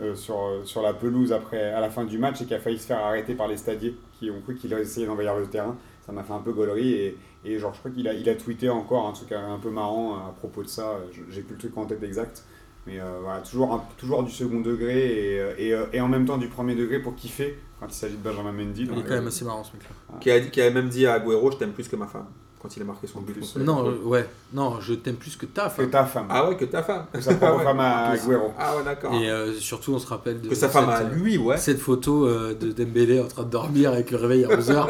Speaker 3: euh, sur, euh, sur la pelouse après, à la fin du match et qui a failli se faire arrêter par les stadiers qui ont cru qu'il a essayé d'envahir le terrain. Ça m'a fait un peu gaulerie et, et genre, je crois qu'il a, il a tweeté encore un truc un un peu marrant à propos de ça. Je- J'ai plus le truc en tête exact. Mais euh, voilà, toujours, un- toujours du second degré et, euh, et, euh, et en même temps du premier degré pour kiffer quand il s'agit de Benjamin Mendy.
Speaker 1: Il est
Speaker 3: Donc,
Speaker 1: quand même
Speaker 3: euh,
Speaker 1: assez marrant ce mec-là.
Speaker 2: Qui, a, dit- qui a même dit à Agüero, je t'aime plus que ma femme, quand il a marqué son but.
Speaker 3: Plus.
Speaker 2: contre-
Speaker 1: Non, euh, ouais, non, je t'aime plus que hein. ta
Speaker 3: que
Speaker 1: femme.
Speaker 3: ta femme.
Speaker 2: [laughs] Ah ouais, que ta femme.
Speaker 3: que sa propre
Speaker 2: ouais.
Speaker 3: femme à Agüero.
Speaker 2: Ah ouais, d'accord.
Speaker 1: Et euh, surtout, on se rappelle de
Speaker 2: Que sa femme
Speaker 1: cette,
Speaker 2: à
Speaker 1: [laughs]
Speaker 2: lui, ouais.
Speaker 1: cette photo euh, de Dembélé en train de dormir avec le réveil à
Speaker 2: [laughs]
Speaker 1: 11h.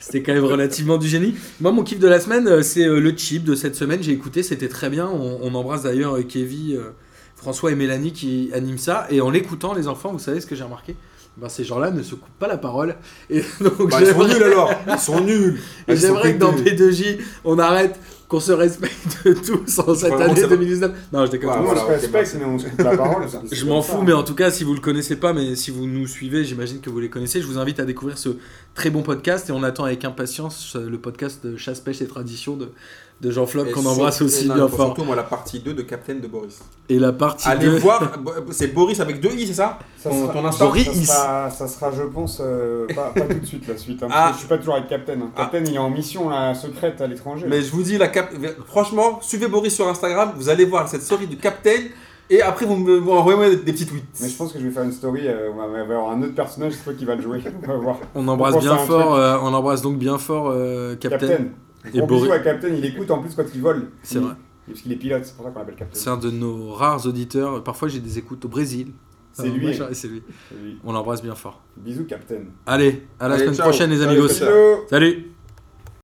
Speaker 1: C'était quand même relativement du génie. Moi, mon kiff de la semaine, euh, c'est euh, le chip de cette semaine. J'ai écouté, c'était très bien. On, on embrasse d'ailleurs euh, Kevin, euh, François et Mélanie qui animent ça. Et en l'écoutant, les enfants, vous savez ce que j'ai remarqué ben, Ces gens-là ne se coupent pas la parole. Et [laughs] donc,
Speaker 2: Bah, ils sont
Speaker 1: j'aimerais-
Speaker 2: nuls
Speaker 1: [laughs]
Speaker 2: alors Ils sont nuls
Speaker 1: Et
Speaker 2: Ils sont
Speaker 1: J'aimerais que dans
Speaker 2: pétés.
Speaker 1: P2J, on arrête, qu'on se respecte [laughs] tous en cette
Speaker 2: vraiment que
Speaker 1: année
Speaker 2: ça va-
Speaker 1: 2019. Non, je déconne.
Speaker 2: Ouais,
Speaker 3: Nous, on
Speaker 2: voilà,
Speaker 3: se
Speaker 2: ok,
Speaker 3: respecte,
Speaker 2: merci.
Speaker 3: mais on se coupe la parole. ça.
Speaker 1: Je m'en
Speaker 3: C'est comme
Speaker 1: fous,
Speaker 3: ça.
Speaker 1: mais en tout cas, si vous le connaissez pas, mais si vous nous suivez, j'imagine que vous les connaissez. Je vous invite à découvrir ce très bon podcast et on attend avec impatience euh, le podcast de Chasse, Pêche et Tradition de, de Jean Flop
Speaker 2: Et
Speaker 1: qu'on embrasse
Speaker 2: surtout- et
Speaker 1: aussi
Speaker 2: non,
Speaker 1: bien
Speaker 2: faut
Speaker 1: fort.
Speaker 2: Surtout, moi, la partie 2 de Captain de Boris.
Speaker 1: Et la partie
Speaker 2: Allez
Speaker 1: 2. [laughs]
Speaker 2: voir, bo- c'est Boris avec deux i, c'est ça
Speaker 3: Ça
Speaker 2: Ton-
Speaker 3: sera,
Speaker 2: ton instant.
Speaker 3: ça,
Speaker 1: Boris.
Speaker 3: sera, ça sera, je pense, euh, pas, pas tout de suite la suite. hein, parce
Speaker 2: Ah.
Speaker 3: que je suis pas toujours avec Captain.
Speaker 1: Ah.
Speaker 3: hein. Captain, il est en mission là, secrète à l'étranger.
Speaker 2: Mais je vous dis, la cap... franchement, suivez Boris sur Instagram, vous allez voir cette story du Captain, et après vous me vous envoyez des petits tweets.
Speaker 3: Mais je pense que je vais faire une story. euh, on va on va avoir un autre personnage cette fois qui va le jouer. [laughs] On va voir.
Speaker 1: On embrasse
Speaker 3: On pense
Speaker 1: bien
Speaker 3: à un
Speaker 1: fort, euh, on embrasse donc bien fort euh, Captain.
Speaker 3: Captain.
Speaker 1: Et
Speaker 3: Gros
Speaker 1: Boris.
Speaker 3: bisous à Captain. Il écoute en plus quand il vole.
Speaker 1: C'est
Speaker 3: Il-
Speaker 1: vrai.
Speaker 3: Parce qu'il est pilote, c'est pour ça qu'on l'appelle Captain.
Speaker 1: C'est un de nos rares auditeurs. Parfois, j'ai des écoutes au Brésil.
Speaker 3: C'est
Speaker 1: Alors,
Speaker 3: lui.
Speaker 1: machin, et C'est lui.
Speaker 3: Oui.
Speaker 1: On l'embrasse bien fort.
Speaker 3: Bisous Captain.
Speaker 1: Allez, à la
Speaker 2: Allez,
Speaker 1: semaine
Speaker 2: ciao.
Speaker 1: prochaine, les
Speaker 2: Allez,
Speaker 1: amigos.
Speaker 2: ciao.
Speaker 3: Bisous.
Speaker 1: Salut!